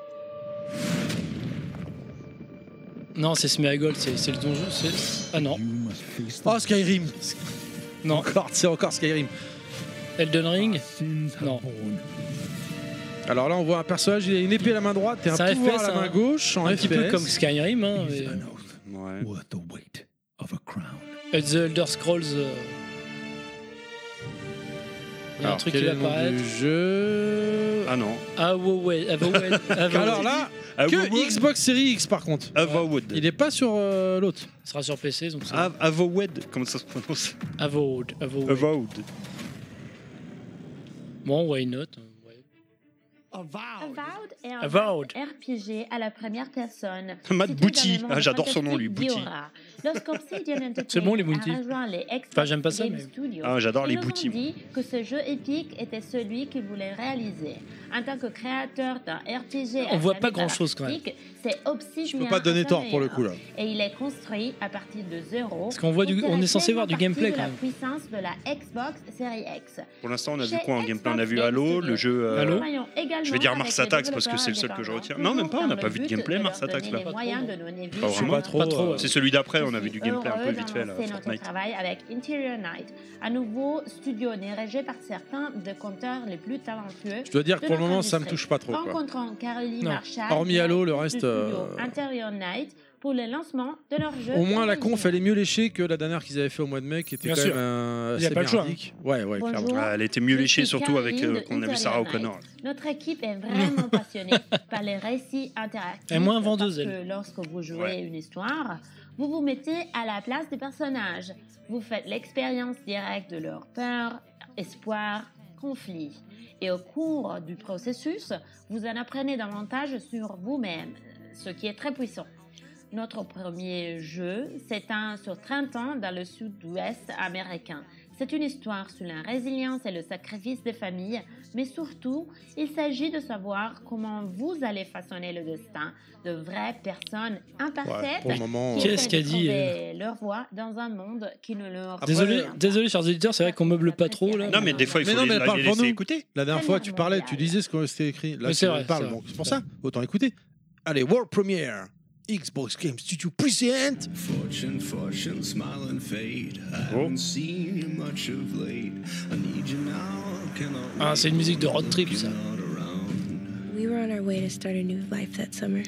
S3: Non, c'est Smeagol, c'est c'est le donjon. c'est- Ah non.
S1: Oh, Skyrim
S3: Non.
S1: Encore, c'est encore Skyrim.
S3: Elden Ring Non.
S1: Alors là, on voit un personnage, il a une épée à la main droite et un
S3: C'est un
S1: pouvoir
S3: FPS,
S1: à la main
S3: hein.
S1: gauche en
S3: un
S1: FPS.
S3: petit peu comme Skyrim. Hein, mais-
S2: Ouais.
S3: Euh, The Elder Scrolls. euh, Il y a un
S1: Alors,
S3: truc
S1: quel
S3: qui
S1: est
S3: va
S1: le nom
S3: apparaître.
S1: du jeu
S2: Ah non.
S3: Avowed. Avowed. Avowed.
S1: Alors là, que Xbox Series X par contre.
S2: Avowed.
S1: Il est pas sur euh, l'autre.
S3: Il sera sur PC, donc c'est.
S2: Av- Avowed, comment ça se prononce
S3: Avowed. Avowed.
S2: Avowed.
S3: Bon, why not euh, ouais.
S8: Avowed est un
S3: Avowed.
S8: RPG à la première personne.
S2: Matt
S8: situé
S2: Booty.
S8: dans le monde
S2: Ah, j'adore son nom, lui,
S8: fantastique
S2: Booty.
S8: d'Iora. Lorsqu'Obsidian Entertainment
S3: C'est bon, les Booty.
S8: a rejoint les Xbox
S3: Enfin, j'aime pas ça,
S8: Game
S3: mais-
S8: Studios,
S2: Ah, j'adore les
S8: ils nous ont
S2: Booty, moi.
S8: dit que ce jeu épique était celui qu'ils voulaient réaliser. En tant que créateur d'un RPG,
S3: On
S8: à
S3: voit
S8: la
S3: pas
S8: mise
S3: grand-chose, quand même.
S8: artistique, C'est Obsidian.
S1: Je peux pas te donner tort
S8: euh,
S1: pour le coup là.
S8: Et il est construit à partir de zéro.
S3: Parce qu'on voit du-
S8: pour
S3: on est
S8: tirer
S3: censé voir du
S8: pleinement
S3: gameplay,
S8: parti de
S3: quand
S8: La puissance de la Xbox Series X.
S2: Pour l'instant, on a vu
S8: Chez
S2: quoi en gameplay On a vu
S8: Xbox
S2: Halo,
S8: Game
S2: le jeu. euh,
S3: Halo
S2: Je vais dire Mars Attacks parce que c'est le seul que je retiens. Non, même pas, on n'a pas vu de
S8: euh,
S2: gameplay Mars Attacks là. Pas
S8: Je
S2: vraiment.
S1: Pas trop.
S3: Pas trop, euh, ouais.
S2: C'est celui d'après, on a vu du gameplay un peu vite fait là.
S8: euh, notre
S2: Fortnite.
S8: travail avec Interior Night, un nouveau studio dirigé par certains des conteurs les plus talentueux.
S1: Je dois dire que
S8: de
S1: pour le
S8: notre
S1: moment, ça me
S8: industrie.
S1: touche pas trop. Quoi.
S8: Rencontrant Caroline
S3: Non.
S8: Marshall,
S1: Hormis Halo, le
S8: directrice
S1: reste,
S8: du studio
S1: euh,
S8: Interior Night pour le lancement de leur jeu.
S1: Au moins la conf, elle
S8: original.
S1: est mieux léchée que la dernière qu'ils avaient fait au mois de mai, qui était
S3: Bien
S1: quand
S3: sûr.
S1: même euh,
S3: Il y a
S1: assez
S3: pas le choix, hein.
S1: merdique. Ouais, ouais,
S8: Bonjour.
S1: clairement.
S2: Ah, elle était mieux
S8: Je
S2: léchée
S8: suis
S2: surtout avec
S8: Caroline
S2: euh, qu'on a vu
S8: de
S2: Sarah
S8: Interior
S2: O'Connor.
S8: Notre équipe est vraiment passionnée par les récits interactifs.
S3: Elle est moins vendeuse,
S8: parce
S3: elle.
S8: que lorsque vous jouez
S2: Ouais.
S8: une histoire, vous vous mettez à la place des personnages. Vous faites l'expérience directe de leurs peurs, espoirs, conflits. Et au cours du processus, vous en apprenez davantage sur vous-même, ce qui est très puissant. Notre premier jeu s'éteint sur 30 ans dans le sud-ouest américain. C'est une histoire sur la résilience et le sacrifice des familles, mais surtout, il s'agit de savoir comment vous allez façonner le destin de vraies personnes
S1: Ouais,
S8: imparfaites
S1: pour le moment.
S3: Qu'est-ce
S1: euh,
S8: afin de
S3: qu'a dit,
S8: trouver leur voie dans un monde qui ne leur
S3: Désolé,
S8: convient pas.
S3: désolé, chers éditeurs, c'est vrai qu'on meuble pas trop là.
S2: euh,
S3: euh,
S2: Non, mais des fois, il
S1: Mais
S2: faut
S1: non,
S2: les,
S1: mais
S2: la-
S1: parle
S2: les
S1: pour
S2: laisser
S1: nous.
S2: écouter.
S1: La dernière fois, tu parlais, tu disais ce que c'était écrit. Là,
S3: Mais
S1: tu
S3: c'est
S1: nous
S3: vrai,
S1: parles.
S3: c'est
S1: donc
S3: vrai.
S1: C'est pour ça, autant écouter. Allez, World Premiere Xbox Game Studio Present
S12: Fortune, fortune, smile and fade. I
S2: Oh.
S12: haven't seen you much of late. I need you now, cannot
S3: Ah, c'est une musique de road trip ça.
S12: not around.
S13: We were on our way to start a new life that summer.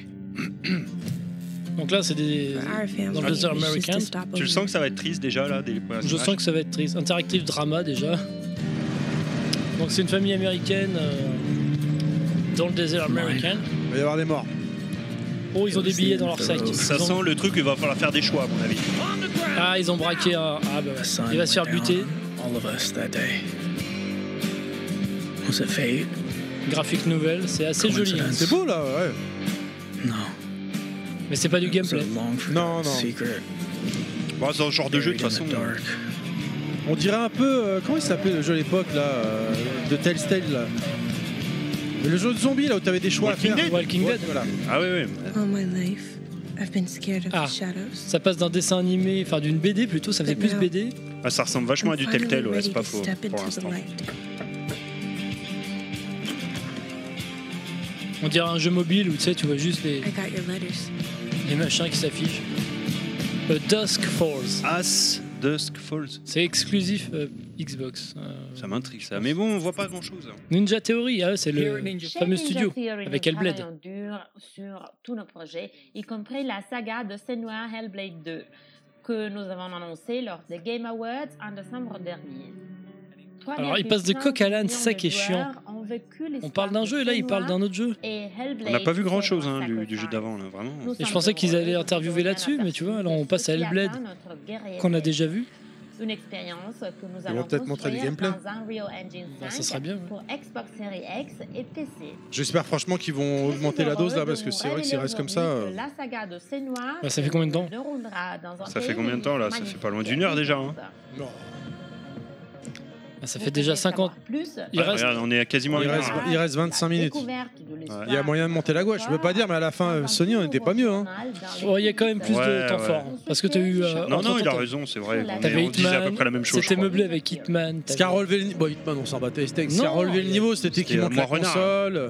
S3: Donc là, c'est des.
S13: For our family,
S3: Dans
S13: it
S3: le
S13: was
S3: Desert
S13: just
S3: American.
S13: a stopover.
S2: Tu le sens que ça va être triste déjà là, dès les premières
S3: Je sens
S2: images
S3: que ça va être triste. Interactive drama déjà. Donc c'est une famille américaine euh, dans le désert américain.
S1: Il va y avoir des morts.
S3: Oh, ils ont des billets dans leur sac. Ils
S2: Ça
S3: ont-
S2: sent le truc, il va falloir faire des choix à mon avis.
S3: Ah, ils ont braqué un. Ah, bah, ouais. il va se faire buter.
S14: All of us that day. Was it fate?
S3: Graphique nouvelle, c'est assez joli. hein.
S1: C'est beau là, ouais.
S14: No.
S3: Mais c'est pas du
S14: It was a
S3: gameplay.
S14: long forgotten
S1: Non, non.
S14: secret.
S2: Bon, c'est un genre de jeu de toute
S14: buried
S2: façon. euh,
S14: in the dark.
S1: On dirait un peu. euh, comment il s'appelait le jeu à l'époque là euh, De Telltale là Mais le jeu de zombies là où t'avais des choix
S2: Walking
S1: à faire.
S2: Dead
S3: Walking
S1: Ouais,
S3: Dead.
S1: voilà.
S2: Ah oui, oui.
S13: All my life, I've been scared of
S3: Ah.
S13: the shadows.
S3: Ça passe d'un dessin animé, enfin d'une BD plutôt, ça faisait plus BD.
S2: Ah, ça ressemble
S13: I'm
S2: vachement à du
S13: finally
S2: Telltale, ouais,
S13: ready
S2: c'est pas
S13: to
S2: faux
S13: step
S2: pour
S13: into the
S2: l'instant.
S13: light.
S3: On dirait un jeu mobile où tu sais, tu vois juste les,
S13: I got your letters.
S3: les machins qui s'affichent. Euh, Dusk Falls.
S2: As Dusk Falls.
S3: C'est exclusif euh, Xbox. Euh,
S2: Ça m'intrigue ça. Mais bon, on voit pas hein. grand chose.
S3: Ninja Theory, ah, c'est le
S8: Chez
S3: fameux
S8: Ninja
S3: studio
S8: Theory,
S3: avec
S8: nous
S3: Hellblade.
S8: travaillons dur sur tous nos projets, y compris la saga de Senua Hellblade 2, que nous avons annoncé lors des Game Awards en décembre dernier.
S3: Alors, il passe de coq à l'âne, ça qui est chiant. On parle d'un jeu et là il parle d'un autre jeu.
S2: On n'a pas vu grand chose hein, du, du jeu d'avant là, vraiment.
S8: Nous
S3: Et je
S8: sommes
S3: pensais qu'ils
S8: heureux
S3: allaient
S8: de
S3: interviewer
S8: vous
S3: là-dessus, mais tu vois, alors on passe à
S8: Ce qui
S3: Hellblade
S8: atteint notre guerrier
S3: qu'on a
S8: rêve.
S3: déjà vu.
S8: Une expérience que nous
S1: vont
S8: allons
S1: peut-être montrer du
S8: construire
S1: gameplay.
S8: dans Unreal Engine 5
S3: Bah, ça serait bien, ouais.
S8: pour Xbox Series X et PC.
S1: J'espère franchement qu'ils vont augmenter la dose là parce que c'est vrai que s'ils restent comme ça. euh,
S8: La saga de Senua
S3: Bah, ça fait combien de temps
S8: se déroulera dans un
S2: Ça fait
S8: pays
S2: combien de temps, là Ça fait pas loin d'une heure, déjà, hein.
S1: Non.
S3: Ah, ça
S8: Vous
S3: fait déjà
S8: pouvez
S3: 50.
S8: savoir Plus.
S1: Il reste-
S2: Ah, Regarde, on est à quasiment
S1: Bah, il
S2: une
S1: reste,
S2: heure.
S1: il reste 25 minutes.
S8: Découverte de l'histoire
S1: Il y a moyen de monter la gauche. Je veux pas dire, mais à la fin, euh, Sony, on n'était pas mieux. hein.
S3: Oh, il y a quand même plus de
S2: Ouais,
S3: temps
S2: ouais.
S3: fort. Parce que t'as eu. euh,
S2: Non, non, il a
S3: entre-temps,
S2: raison, c'est vrai. On,
S3: T'avais
S2: est- on disait à peu
S3: Hitman,
S2: près la même chose. je
S3: C'était
S2: crois.
S3: meublé avec Hitman.
S1: Ce
S3: t'avais-
S1: qui a relevé le niveau. Bon, Hitman, on s'en battait. C'était ce qui a
S3: Non,
S1: relevé le niveau, c'était qui
S2: c'était
S1: monte la
S2: moins renard.
S1: console. euh,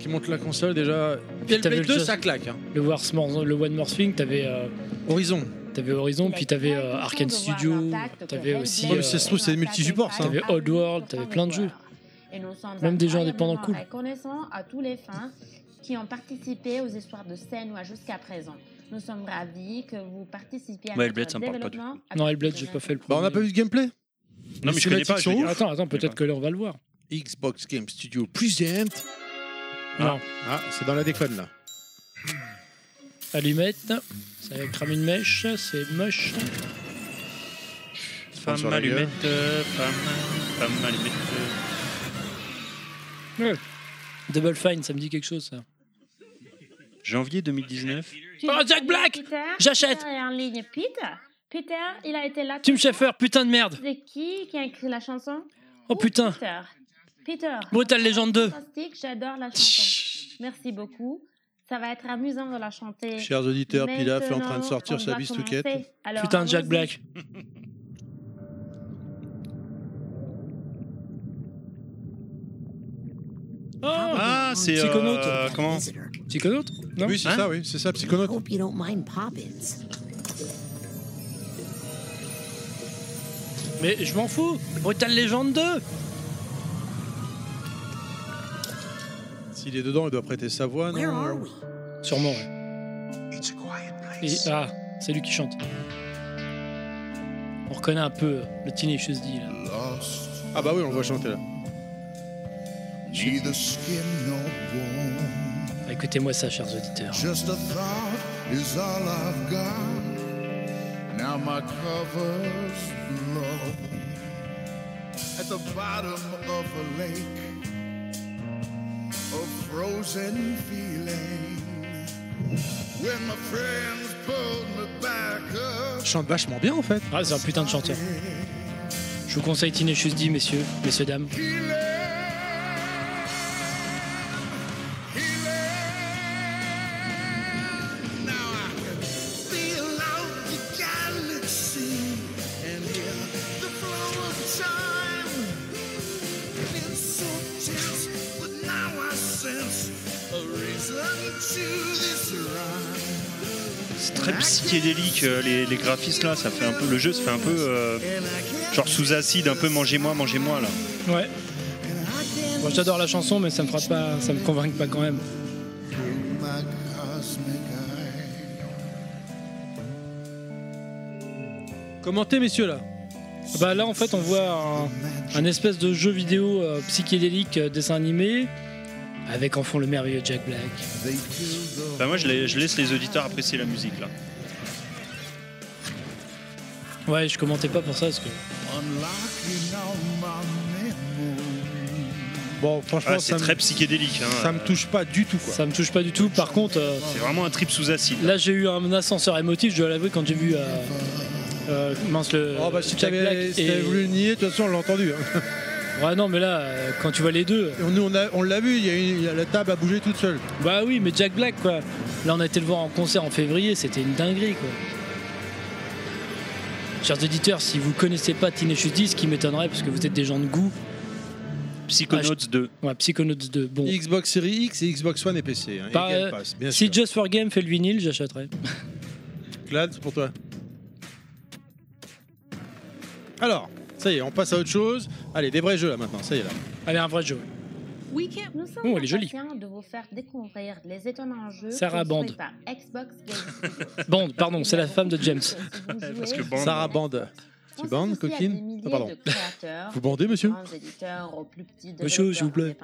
S1: Qui monte la console déjà.
S3: Puis
S1: Et le
S3: t'avais
S1: Play
S3: le
S1: 2,
S3: Just-
S1: ça claque. hein.
S3: Le, Worst More- le One More Thing, t'avais. euh,
S1: Horizon.
S3: T'avais Horizon, puis t'avais euh, Arkane Studio, t'avais aussi. euh,
S1: Ouais, mais ça se trouve, c'est des multisupports, ça.
S3: T'avais Oddworld, t'avais plein de jeux.
S8: Et nous sommes
S3: Même des gens indépendants
S8: incroyablement
S3: cool.
S8: reconnaissants à tous les fans qui ont participé aux histoires de Senua jusqu'à présent. Nous sommes ravis que vous participiez à
S2: Ouais,
S8: notre
S2: Hellblade, ça me parle pas du
S8: développement.
S3: Non, Hellblade, j'ai pas fait le
S1: Bah, on
S3: premier.
S1: n'a pas vu de gameplay.
S2: Non, mais je connais pas. je veux dire.
S3: Attends, attends, peut-être que là, on va le voir.
S1: Xbox Game Studio Present.
S3: Non.
S1: Ah, c'est dans la déconne là.
S3: Allumette, ça crame une mèche, c'est moche.
S1: prendre sur
S2: Femme
S1: la
S2: allumette, euh, femme, femme allumette. euh.
S3: Double Fine, ça me dit quelque chose, ça.
S2: Janvier 2019.
S8: Tu
S3: Oh,
S8: l'as
S3: Jack
S8: dit,
S3: Black
S8: Peter,
S3: J'achète
S8: Peter est en ligne. Peter Peter, il a été là.
S3: Tim Schafer, putain de merde
S8: C'est qui qui a écrit la chanson
S3: Oh putain
S8: Peter. Peter.
S3: Brutal Legend 2
S8: Fantastique, j'adore la chanson. Merci beaucoup. Ça va être amusant de la chanter.
S1: Chers auditeurs, Pilaf est en train de
S8: Maintenant,
S1: sortir
S8: on
S1: sa
S8: va
S1: bistouquette.
S8: commencer. Alors,
S3: Putain de Jack
S8: allons-y.
S3: Black
S2: Ah, c'est.
S3: Psychonautes.
S2: euh, comment
S3: Psychonautes Non
S1: Oui, c'est
S2: Hein
S1: ça, oui, c'est ça, Psychonautes.
S15: Hope you don't mind poppins.
S3: Mais je m'en fous Brutal Legend 2
S1: S'il est dedans, il doit prêter sa voix,
S15: Where are
S1: non
S15: we?
S3: Sûrement, ouais. Et, ah, c'est lui qui chante. On reconnaît un peu le Tenacious D, là.
S1: Ah bah oui, on le voit chanter là.
S16: Neither skin nor bone,
S3: Ah, Écoutez-moi ça, chers auditeurs.
S16: just a thought is all I've got. Now my cover's low. At the bottom of a lake of frozen feeling, when my friends pulled me back up.
S1: Chante vachement bien en fait.
S3: Ah, c'est un putain de chanteur. Je vous conseille Tenacious D, messieurs, messieurs, dames.
S16: Feel out the galaxy and hear the flow of time. Been so tense, but now I sense a reason to this rhyme.
S2: C'est très psychédélique, euh, les, les graphismes là, ça fait un peu. Le jeu se fait un peu. euh, genre sous acide, un peu mangez-moi, mangez-moi là.
S3: Ouais. Moi j'adore la chanson, mais ça me fera pas, ça me convainc pas quand même.
S16: Through my cosmic eye.
S1: Commentez, messieurs là.
S3: Bah là en fait on voit un, un espèce de jeu vidéo euh, psychédélique euh, dessin animé avec en fond le merveilleux Jack Black.
S2: Bah, moi, je, la- je laisse les auditeurs apprécier la musique là.
S3: Ouais, je commentais pas pour ça parce que
S16: Unlocking all my memories.
S1: Bon, franchement,
S2: Ah, c'est
S1: ça,
S2: très
S1: me,
S2: psychédélique. hein,
S1: ça me
S2: euh,
S1: touche pas du tout quoi.
S3: ça me touche pas du tout. Par contre, euh,
S2: C'est vraiment un trip sous acide.
S3: là j'ai eu un ascenseur émotif, je dois l'avouer quand j'ai vu euh, euh, mince le
S1: Oh bah si
S3: Jack Black
S1: t'avais si
S3: et-
S1: t'avais voulu le nier, de toute façon on l'a entendu. hein.
S3: Ouais non mais là euh, quand tu vois les deux,
S1: Et Nous on a- on l'a vu, il y a une- la table a bougé toute seule.
S3: bah oui mais Jack Black quoi. Là on a été le voir en concert en février, c'était une dinguerie quoi. Chers auditeurs, si vous connaissez pas Tenacious D, ce qui m'étonnerait parce que vous êtes des gens de goût,
S2: Psychonauts
S3: Ah,
S2: 2.
S3: ouais, Psychonauts 2, bon.
S1: Xbox Series X et Xbox One et PC. hein, et
S3: Bah,
S1: Game
S3: euh,
S1: Pass, bien
S3: si
S1: sûr.
S3: Just for Game fait le vinyle, j'achèterai.
S1: Clad, c'est pour toi. Alors, ça y est, on passe à autre chose. Allez, des vrais jeux là maintenant, ça y est là.
S3: Allez, un vrai jeu.
S8: Nous sommes
S3: Oh, elle est jolie.
S8: impatients de vous faire découvrir les étonnants jeux
S3: Sarah Bond.
S8: construits par Xbox Game Studios.
S3: Bond, pardon, c'est la femme de James.
S8: Parce
S2: que Bond-
S1: Sarah Bande. Tu bandes, coquine Ah, Pardon. Vous bandez, monsieur
S3: Monsieur, s'il vous plaît.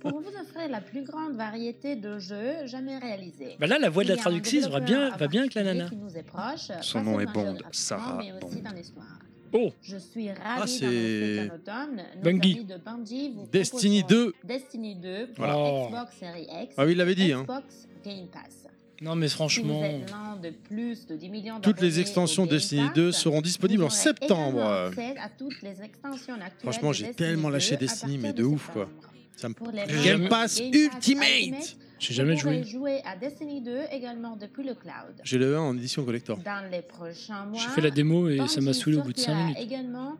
S8: Pour vous offrir la plus grande variété de jeux jamais réalisés.
S3: Bah là, la voix de la
S8: Il y a un
S3: traductrice va bien,
S8: développeur
S3: va bien avec la nana.
S8: qui nous est proche,
S2: Son
S8: pas
S2: nom est
S8: seulement
S2: Bond,
S8: géographiquement,
S2: Sarah
S8: mais aussi
S2: Bond.
S8: dans l'histoire.
S3: Oh,
S8: Je suis ravi
S1: Ah,
S8: d'annoncer
S1: c'est-
S8: qu'en automne, nos
S3: Bungie.
S8: amis de Bungie vous
S1: Destiny
S8: proposeront
S1: 2.
S8: Destiny 2 pour
S3: Voilà.
S8: Xbox Series X.
S1: Ah oui, il l'avait dit, hein.
S8: Xbox Game Pass.
S3: Non, mais
S8: Si vous
S3: franchement.
S8: êtes l'un de plus de 10 millions
S1: Toutes les
S8: d'abonnés
S1: extensions
S8: au Game
S1: Destiny
S8: Pass,
S1: 2 seront disponibles
S8: vous
S1: en
S8: aurez
S1: septembre.
S8: également accès à toutes les extensions actuelles
S1: Franchement,
S8: de
S1: j'ai
S8: Destiny
S1: tellement
S8: 2
S1: lâché
S8: à
S1: Destiny,
S8: partir
S1: mais
S8: de
S1: de ouf, quoi. Ça me
S8: Pour les
S1: Le
S8: fans
S1: Game
S8: du
S1: Pass
S8: Game
S1: Ultimate
S3: J'ai jamais
S8: vous pourrez
S3: joué.
S8: jouer à Destiny 2 également depuis le cloud.
S1: J'ai le 1 en édition collector.
S8: Dans les prochains mois,
S3: J'ai fait la démo et ça
S8: Bungie
S3: m'a saoulé au bout de 5
S8: sortira
S3: minutes.
S8: également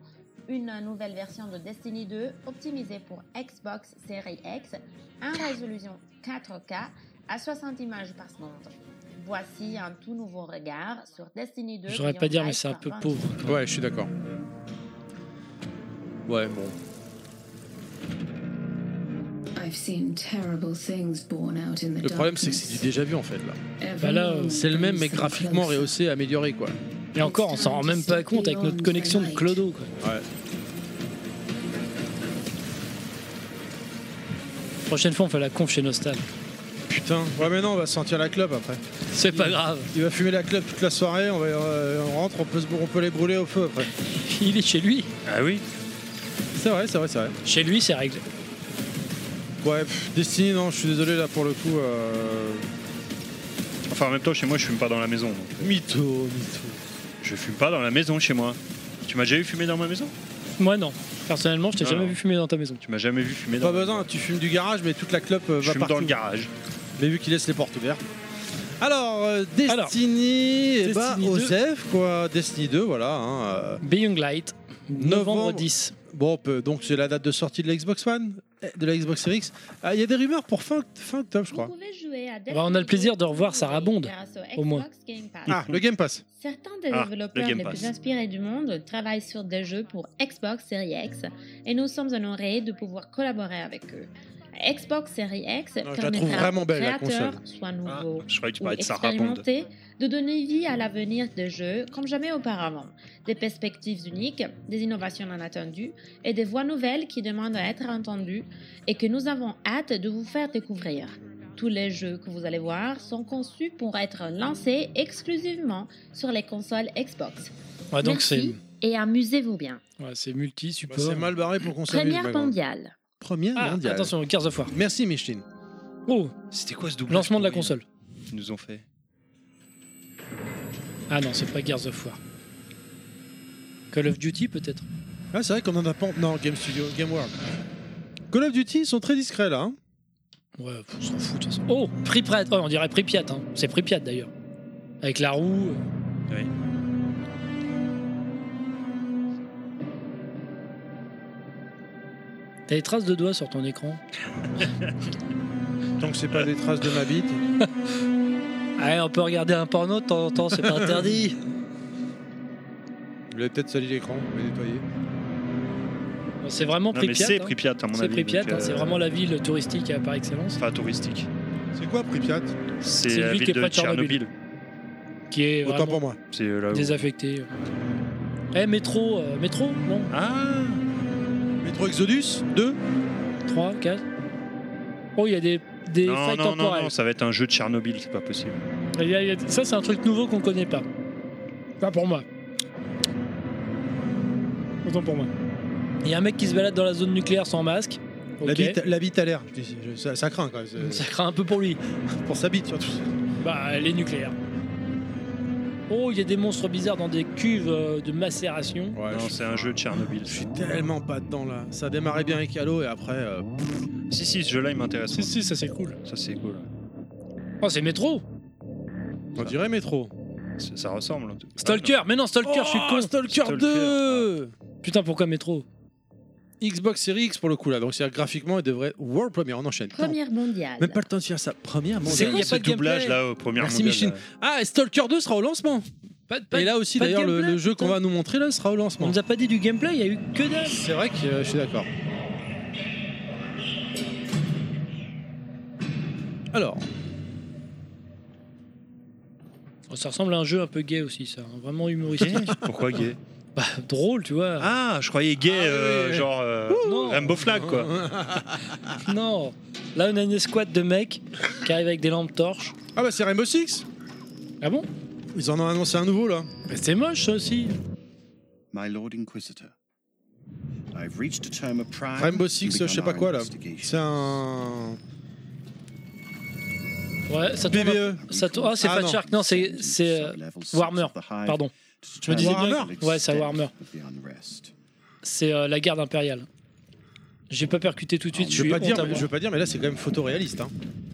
S8: une nouvelle version de Destiny 2 optimisée pour Xbox Series X en résolution 4K à 60 images par seconde. Voici un tout nouveau regard sur Destiny 2.
S3: J'aurais pas dire, mais c'est un peu
S8: hein,
S3: pauvre.
S1: Ouais, je suis d'accord. Ouais, bon.
S17: I've seen terrible things born out in the
S1: Le problème, c'est que
S17: darkness.
S1: c'est du déjà vu en fait là.
S17: Bah là, euh,
S1: c'est le même, mais graphiquement rehaussé, amélioré quoi.
S3: Et encore, on s'en rend même pas compte avec notre connexion de Clodo. Quoi.
S1: Ouais.
S3: Prochaine fois, on fait la conf chez Nostal.
S1: Putain. Ouais, mais non, on va sentir la clope après.
S3: C'est pas grave.
S1: Il va fumer la clope toute la soirée, on, va, euh, on rentre, on peut, se- on peut les brûler au feu après.
S3: Il est chez lui.
S1: Ah oui C'est vrai, c'est vrai, c'est vrai.
S3: Chez lui, c'est réglé.
S1: Ouais, pff, Destiny, non, je suis désolé là pour le coup. euh,
S2: Enfin, en même temps, chez moi, je fume pas dans la maison. donc.
S1: Mytho, mytho.
S2: Je fume pas dans la maison chez moi. Tu m'as déjà vu fumer dans ma maison
S3: Moi, non. Personnellement, je t'ai
S2: Non,
S1: Ah.
S3: jamais
S2: non.
S3: vu fumer dans ta maison.
S2: Tu m'as jamais vu fumer
S1: Pas
S2: dans
S1: besoin, tu fumes du garage, mais toute la clope euh,
S2: Je
S1: va
S2: fume
S1: partout.
S2: dans le garage.
S1: Mais vu qu'il laisse les portes ouvertes. Alors, euh, Destiny, eh ben,
S3: Destiny 2.
S1: Osef, quoi. Destiny 2, voilà. hein, euh,
S3: Beyond Light, novembre, 10.
S1: Bon, on peut- donc c'est la date de sortie de la Xbox One, eh, de la Xbox Series X. Ah, Il y a des rumeurs pour fin, fin octobre, je crois.
S3: Bah, on a le plaisir de revoir Sarah Bond, au moins.
S1: Ah, le Game Pass.
S8: Certains des
S1: Ah,
S8: développeurs
S1: le Game
S8: les
S1: Pass.
S8: plus inspirés du monde travaillent sur des jeux pour Xbox Series X et nous sommes honorés de pouvoir collaborer avec eux. Xbox Series X
S2: la trouve
S8: permettra
S2: vraiment
S8: aux
S2: belle, la
S8: créateurs,
S2: console.
S8: soit nouveaux
S2: Je croyais que tu
S8: ou
S2: parlais de Sarah Bond.
S8: expérimentés, de donner vie à l'avenir des jeux comme jamais auparavant. Des perspectives uniques, des innovations inattendues et des voix nouvelles qui demandent à être entendues et que nous avons hâte de vous faire découvrir. Tous les jeux que vous allez voir sont conçus pour être lancés exclusivement sur les consoles Xbox.
S3: Ouais, Ah, donc
S8: Merci et amusez-vous bien.
S3: Ouais, c'est multi, support.
S1: Bah, c'est mal barré pour qu'on s'amuse.
S8: Première
S1: ma grande.
S8: mondiale.
S1: Première
S3: Ah,
S1: mondiale.
S3: attention, 15 of War.
S1: Merci, Micheline.
S3: Oh,
S2: C'était quoi ce double
S3: lancement de la console.
S2: Ils nous ont fait.
S3: Ah non, c'est pas Gears of War. Call of Duty peut-être
S1: Ah, c'est vrai qu'on en a pas. Non, Game Studio, Game World. Call of Duty, ils sont très discrets là. hein.
S3: Ouais, pff, on s'en fout de toute façon. Oh, Pripyat Oh, on dirait Pripyat, hein. C'est Pripyat d'ailleurs. Avec la roue. euh.
S2: Oui.
S3: T'as des traces de doigts sur ton écran
S1: Tant que c'est pas des traces de ma bite.
S3: Ouais, Ah, on peut regarder un porno de temps en temps, c'est pas interdit.
S1: Il avait peut-être sali l'écran, mais nettoyé.
S3: Bon, C'est vraiment
S2: Non, mais
S3: Pripyat.
S2: c'est
S3: hein.
S2: Pripyat, à mon
S3: C'est
S2: avis,
S3: Pripyat,
S2: donc,
S3: hein, c'est
S2: euh,
S3: vraiment la ville touristique à par excellence.
S2: Enfin, touristique.
S1: C'est quoi Pripyat
S2: C'est
S3: C'est
S2: la
S3: lui
S2: ville
S3: qui est
S2: de
S3: près de Tchernobyl.
S2: Tchernobyl.
S3: Qui est
S1: Autant
S3: vraiment
S1: pour moi.
S2: C'est euh, là où-
S3: désaffecté. Eh, métro, euh, métro, non
S2: Ah
S1: Metro Exodus 2
S3: 3, 4. Oh, il y a des, des
S2: Non,
S3: failles
S2: non, non,
S3: temporelles.
S2: non, ça va être un jeu de Tchernobyl, c'est pas possible.
S3: Il y a- il y a- ça, c'est un truc nouveau qu'on connaît pas. Pas pour moi. Autant pour moi. Il y a un mec qui se balade dans la zone nucléaire sans masque.
S1: La
S3: Ok. Euh,
S1: bite- La bite à l'air. Je dis, je- Ça, ça craint quand même.
S3: Ça craint un peu pour lui.
S1: Pour sa bite surtout.
S3: Bah, les nucléaires. Oh, il y a des monstres bizarres dans des cuves euh, de macération.
S2: non, c'est un jeu de Tchernobyl.
S1: Tellement pas dedans là. Ça démarrait bien avec Halo et après. euh,
S2: Si, si, ce jeu-là, il m'intéresse.
S3: Si, si, ça c'est cool.
S2: Ça, c'est cool.
S3: Oh, c'est métro
S1: On dirait métro.
S2: Ça, ça ressemble. en tout cas.
S3: Stalker Mais non, Oh, Stalker, je suis con
S1: Ah. Oh, Stalker 2
S3: Putain, pourquoi métro
S1: Xbox Series X pour le coup là. Donc c'est graphiquement, il devrait. World Premiere, on enchaîne.
S8: Première mondiale.
S1: Même pas le temps de faire sa première
S2: C'est
S1: mondiale.
S2: quoi ce doublage là, au premier
S1: Merci Michine. Ah, et Stalker 2 sera au lancement. et là aussi
S3: pas de
S1: d'ailleurs le,
S3: gameplay,
S1: le jeu qu'on
S3: putain.
S1: va nous montrer là sera au
S3: On
S1: lancement.
S3: nous a pas dit du gameplay, il y a eu que dalle
S1: C'est vrai que euh, je suis d'accord. Alors,
S3: Oh, Ça ressemble à un jeu un peu gay aussi, ça. hein, Vraiment humoristique.
S2: Pourquoi gay
S3: Bah, drôle, tu vois.
S2: Ah, je croyais gay, euh,
S3: oui, oui.
S2: genre euh,
S3: Non.
S2: Rainbow Flag quoi.
S3: non Là, on a une escouade de mecs qui arrivent avec des lampes torches.
S1: Ah bah c'est Rainbow Six
S3: Ah bon
S1: ils en ont annoncé un nouveau là.
S3: Mais c'est moche ça aussi
S18: My Lord Inquisitor, I've reached a term of
S3: Ah.
S18: pride.
S1: Rainbow
S18: and
S1: Six, je
S18: begun
S1: sais pas
S18: our
S1: quoi là.
S18: investigation.
S1: C'est un.
S3: Ouais, ça tourne.
S1: BBE.
S3: Ça tourne- Ah, c'est
S1: Ah,
S3: pas
S1: non.
S3: Shark, non, c'est c'est, euh, Warmer. Pardon. Je me disais bien.
S1: Warhammer
S3: que- Ouais, c'est Warmer.
S18: unrest.
S3: C'est euh, la garde impériale. J'ai pas percuté tout de suite.
S1: Ah, Je
S3: Je
S1: veux,
S3: suis
S1: pas
S3: honte
S1: dire,
S3: à
S1: mais,
S3: moi.
S1: je veux pas dire, mais là c'est quand même photoréaliste. Hein.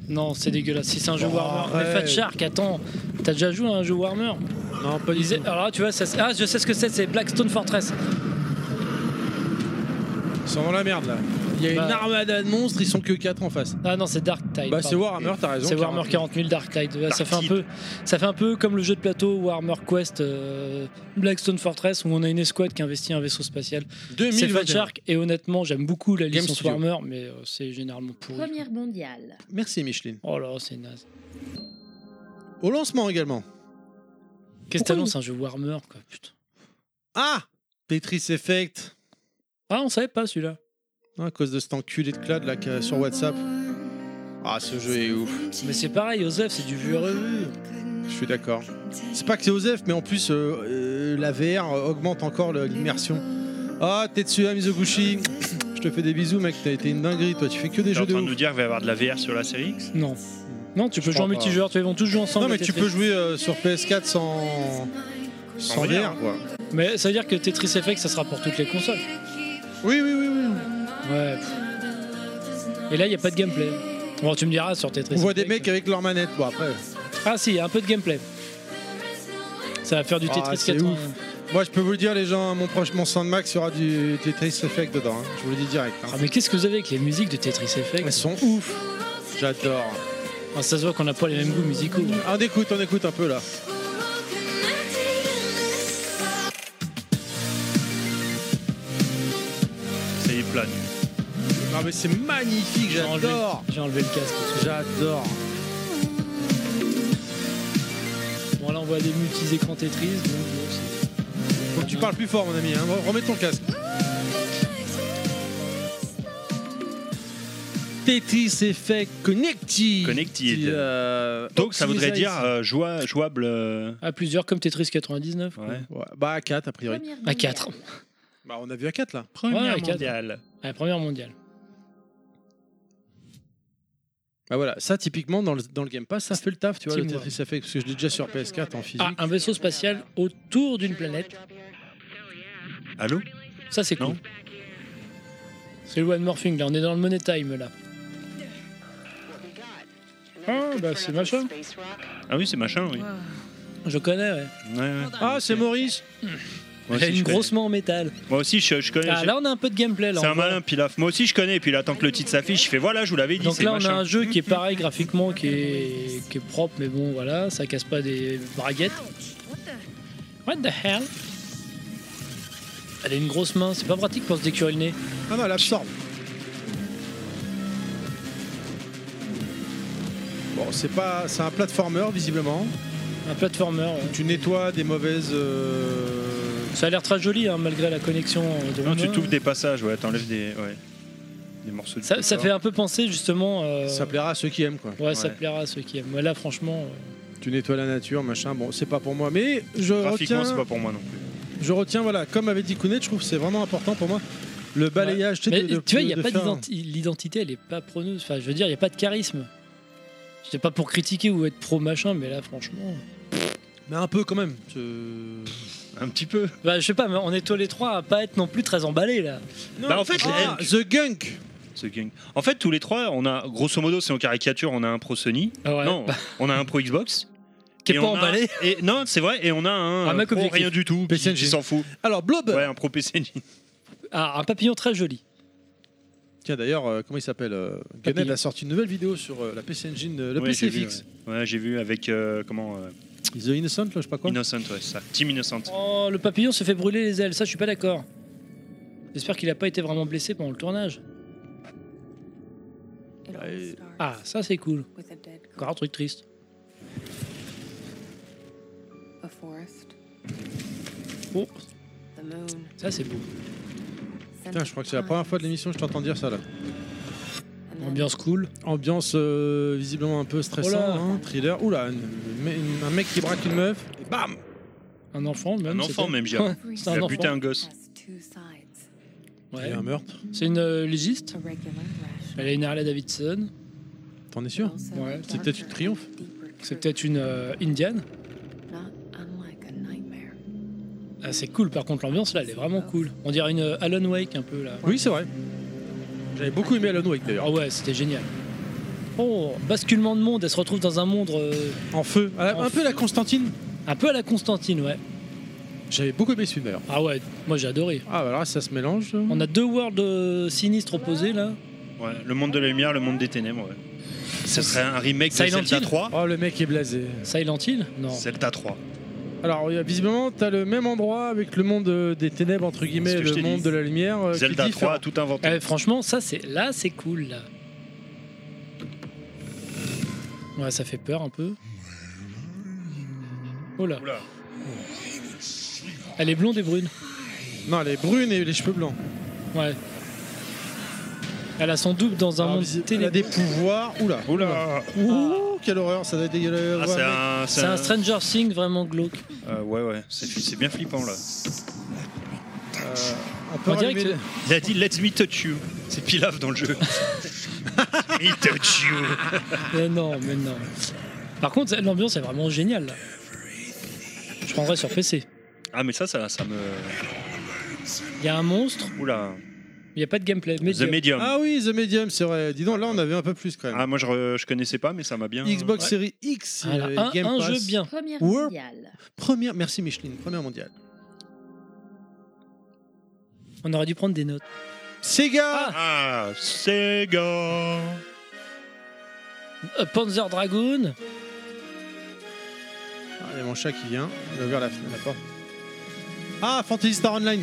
S3: Non, c'est dégueulasse. Si c'est un jeu
S1: Oh,
S3: Warmer. Mais
S1: arrête.
S3: Fat Shark, attends. T'as déjà joué à un jeu Warmer
S1: Non, pas
S3: du Alors là, tu vois, ça, c'est- ah, je sais ce que c'est. C'est Blackstone Fortress.
S1: Ils sont dans la merde là. Il y a une
S3: Bah.
S1: armada de monstres, ils sont que 4 en face.
S3: Ah non, c'est Dark Tide.
S1: Bah, c'est
S3: pardon.
S1: Warhammer, t'as raison,
S3: C'est Warhammer
S1: 40
S3: 40 000 Dark Tide. Ouais, ça,
S1: Dark
S3: fait un
S1: Tide.
S3: peu, ça fait un peu comme le jeu de plateau Warhammer Quest, euh, Blackstone Fortress, où on a une escouade qui investit un vaisseau spatial. C'est
S1: 2021.
S3: Fat Shark, et honnêtement, j'aime beaucoup la
S1: Game
S3: licence
S1: Studio.
S3: Warhammer, mais euh, c'est généralement pourri.
S8: Première mondiale.
S1: Merci Micheline.
S3: Oh là, c'est naze.
S1: Au lancement également.
S3: Qu'est-ce que t'annonces un jeu Warhammer, quoi, putain.
S1: Ah Tetris Effect. Ah,
S3: Ah, on savait pas celui-là.
S1: À cause de cet enculé de Clad là qui est sur WhatsApp. Ah, ce jeu est ouf.
S3: Mais c'est pareil, Joseph, c'est du vu et revu.
S1: Je suis d'accord. C'est pas que c'est Osef, mais en plus, euh, euh, la VR augmente encore le- l'immersion. Ah, Tetsuya Mizoguchi, je te fais des bisous, mec. T'as été une dinguerie, toi. Tu fais que des
S2: T'es en
S1: jeux de
S2: train de
S1: ouf.
S2: nous dire qu'il va y avoir de la VR sur la série X
S3: Non. Non, tu peux jouer en
S1: crois pas.
S3: multijoueur, tu vois, ils vont tous jouer ensemble.
S1: Non, mais
S3: à
S1: tu
S3: Tetris.
S1: peux jouer euh, sur PS4 sans. sans
S2: rien.
S1: VR, quoi.
S3: Mais ça veut dire que Tetris Effect, ça sera pour toutes les consoles.
S1: Oui, oui, oui, oui.
S3: Ouais. pff. Et là, il n'y a pas de gameplay. Bon, tu me diras sur Tetris.
S1: On voit des mecs euh, avec leur manette. Bon, après.
S3: Ah si, il y a un peu de gameplay. Ça va faire du
S1: Ah,
S3: Tetris
S1: c'est
S3: 80.
S1: ouf. Moi, je peux vous le dire, les gens, mon proche, mon Sandmax, il y aura du Tetris Effect dedans. hein. Je vous le dis direct. hein.
S3: Ah mais qu'est-ce que vous avez avec les musiques de Tetris Effect
S1: Elles sont ouf. J'adore.
S3: Ah, Ça se voit qu'on n'a pas les mêmes goûts musicaux.
S1: On écoute, on écoute un peu là.
S2: Ça y est, plane.
S1: Non, mais c'est magnifique,
S3: J'ai enlevé,
S1: j'adore.
S3: j'ai enlevé le casque.
S1: J'adore.
S3: Bon là on voit des multis écrans Tetris. donc, bon, c'est-
S1: Faut que tu parles plus fort, mon ami. hein. Remets ton casque. Tetris Effect Connected.
S2: Connected.
S1: Euh,
S2: Donc ça voudrait
S1: Oxygen.
S2: dire euh, joua- jouable. euh,
S3: À plusieurs comme Tetris 99. quoi.
S2: ouais.
S1: Ouais, bah, à 4 a priori.
S3: À 4.
S1: Bah, on a vu à 4 là.
S3: Première mondiale. Ouais, première mondiale.
S1: Bah voilà, ça typiquement dans le, dans le Game Pass, ça fait le taf, tu vois, le
S3: Teamwork.
S1: Tetris Effect, parce que je l'ai déjà sur PS4 en physique.
S3: Ah, un vaisseau spatial autour d'une planète.
S2: Allô
S3: Ça c'est cool. C'est le one morphing là, on est dans le money time là. Ah bah c'est machin.
S2: Ah oui, c'est machin, oui.
S3: Je connais ouais.
S2: Ouais, ouais.
S1: Ah, c'est Maurice
S2: Moi
S3: Elle a
S2: aussi,
S3: une
S2: je connais.
S3: grosse main en métal.
S2: Moi aussi, je, je connais.
S3: Ah,
S2: j'ai-
S3: là, on a un peu de gameplay. Là,
S2: c'est
S3: on
S2: un
S3: voit.
S2: malin pilaf. Moi aussi, je connais. Et puis là, tant que le titre s'affiche, je fais voilà, je vous l'avais dit.
S3: Donc
S2: c'est
S3: là, on
S2: machin.
S3: a un jeu qui est pareil graphiquement, qui est, qui est propre, mais bon, voilà, ça casse pas des braguettes. What the hell Elle a une grosse main, c'est pas pratique pour se décurer le nez.
S1: Ah non, elle absorbe. Bon, c'est pas, c'est un platformer visiblement.
S3: Un platformer, ouais.
S1: Tu nettoies des mauvaises. euh,
S3: ça a l'air très joli hein, malgré la connexion euh, de
S2: Non, tu
S3: Romain.
S2: t'ouvres des passages, ouais, t'enlèves des, ouais, des morceaux de
S3: ça, ça fait un peu penser justement. euh,
S1: Ça plaira à ceux qui aiment quoi.
S3: ouais, ça
S2: ouais.
S3: plaira à ceux qui aiment. Ouais, Là, franchement, euh,
S1: Tu nettoies la nature, machin. Bon, c'est pas pour moi, mais je
S2: Graphiquement,
S1: retiens.
S2: c'est pas pour moi non plus.
S1: Je retiens, voilà, comme avait dit Kounet, je trouve que c'est vraiment important pour moi. Le balayage,
S3: Mais
S1: de- de-
S3: tu vois, il
S1: de-
S3: y a
S1: de
S3: pas
S1: faire-
S3: d'identi- l'identité, elle est pas preneuse. Enfin, je veux dire, il y a pas de charisme. Je sais pas pour critiquer ou être pro machin, mais là, franchement.
S1: Mais un peu quand même. Je-
S2: Un petit peu.
S3: Bah, je sais pas, mais on est tous les trois à pas être non plus très emballés là.
S2: Bah, en fait,
S1: Ah,
S2: elle-
S1: The Gunk
S2: ce gang. En fait, tous les trois, on a, grosso modo, si on caricature, on a un pro Sony.
S3: Ah ouais.
S2: Non, on a un pro Xbox.
S3: Qui est
S2: Et
S3: pas
S2: on a-
S3: emballé.
S2: Et, non, c'est vrai. Et on a un,
S3: Un
S2: euh,
S3: mec
S2: pro
S3: objectif.
S2: rien du tout.
S1: PC
S2: Qui, qui
S1: Engine.
S2: s'en fout.
S1: Alors, Blob
S2: Ouais, un pro PC Engine.
S3: Ah, un papillon très joli.
S1: Tiens, d'ailleurs, euh, comment il s'appelle euh,
S3: Papillon.
S1: Gunhead a sorti une nouvelle vidéo sur euh, la PC Engine, euh, le
S2: Ouais,
S1: PC
S2: j'ai vu,
S1: fixe.
S2: Ouais, Ouais, j'ai vu avec euh, comment euh,
S1: The Innocent, là, je sais pas quoi.
S2: Innocent, ouais, c'est ça. Team Innocent.
S3: Oh, le papillon se fait brûler les ailes, ça je suis pas d'accord. J'espère qu'il a pas été vraiment blessé pendant le tournage.
S1: euh,
S3: Ah, ça c'est cool.
S13: With a dead,
S3: Encore un truc triste.
S13: a forest,
S3: Oh,
S13: the moon.
S3: ça c'est beau.
S1: Putain, je crois que c'est la première fois de l'émission que je t'entends dire ça là.
S3: Ambiance cool.
S1: Ambiance euh, visiblement un peu stressante,
S3: Oh là.
S1: hein, thriller. Oula, une- une- un mec qui braque une meuf, et bam
S3: Un enfant même.
S2: Un enfant
S3: c'était.
S2: même, j'ai.
S3: Ouais, C'est un
S2: Il a
S3: enfant.
S2: buté un gosse.
S3: Ouais.
S1: Il y a un meurtre.
S3: C'est une euh, légiste. Elle a une Harley Davidson.
S1: T'en es sûr
S3: Ouais.
S1: C'est peut-être une triomphe
S3: C'est peut-être une euh, indiane. Ah, c'est cool, par contre, l'ambiance là, elle est vraiment cool. On dirait une euh, Alan Wake un peu là.
S1: Oui, c'est vrai. J'avais beaucoup aimé Alan Wake d'ailleurs.
S3: Ah ouais, c'était génial. Oh, basculement de monde, elle se retrouve dans un monde. euh,
S1: En feu. Ah,
S3: En
S1: un peu
S3: feu.
S1: la Constantine.
S3: un peu à la Constantine, ouais.
S1: J'avais beaucoup aimé ce film d'ailleurs.
S3: Ah ouais, moi j'ai adoré.
S1: Ah, bah alors là, ça se mélange.
S3: On a deux worlds euh, sinistres opposés là.
S2: Ouais, le monde de la lumière, le monde des ténèbres. ouais. Ce serait un remake de
S3: Silent
S2: Zelda
S3: Hill
S2: 3.
S3: Oh.
S1: Oh, le mec est blasé.
S3: Silent Hill Non.
S2: Zelda 3.
S1: Alors, euh, visiblement, t'as le même endroit avec le monde euh, des ténèbres, entre guillemets,
S2: que je
S1: le
S2: t'ai
S1: monde
S2: dit.
S1: de la lumière. euh, qui est
S2: Zelda 3
S1: différent.
S2: a tout inventé.
S3: Eh, franchement, ça c'est là, c'est cool là. Ouais, ça fait peur un peu. Oh là.
S2: Oula.
S3: Elle est blonde et brune.
S1: Non, elle est brune et les cheveux blancs.
S3: Ouais. Elle a son double dans un
S1: Alors,
S3: monde
S1: visi- elle
S3: télé.
S1: a des pouvoirs. Oula.
S2: Oula.
S1: Ouh, quelle horreur, ça doit être dégueulasse.
S2: Ah,
S1: Ouais,
S2: c'est
S1: mec.
S2: un,
S3: C'est un Stranger Thing vraiment glauque.
S2: Euh, ouais, ouais, c'est c'est bien flippant là.
S1: On peut
S3: On dirait
S1: rallumer
S3: que-
S1: les-
S2: Il a dit Let me touch you. C'est Pilaf dans le jeu. Let me touch you.
S3: Mais non, mais non. Par contre, l'ambiance est vraiment géniale là. Je prendrais sur PC.
S2: Ah, mais ça, ça, ça me.
S3: Il y a un monstre,
S2: Oula.
S3: il n'y a pas de gameplay. mais
S2: The Medium. Ah,
S1: Ah oui, The Medium, c'est vrai. Dis donc, là, on avait un peu plus quand même.
S2: moi je, re- je connaissais pas, mais ça m'a Ah, bien.
S1: Xbox Series X,
S3: Voilà,
S1: euh,
S3: Ah, un-
S1: Game
S3: un
S1: Pass.
S3: jeu bien.
S8: Première
S1: Whoop.
S8: mondiale.
S1: Première, merci Micheline, première mondiale.
S3: On aurait dû prendre des notes.
S1: Sega
S2: Ah, Sega.
S3: Euh, Panzer Dragoon,
S1: Ah, Il y a mon chat qui vient, il a ouvert la, la porte. Ah, Fantasy Star Online,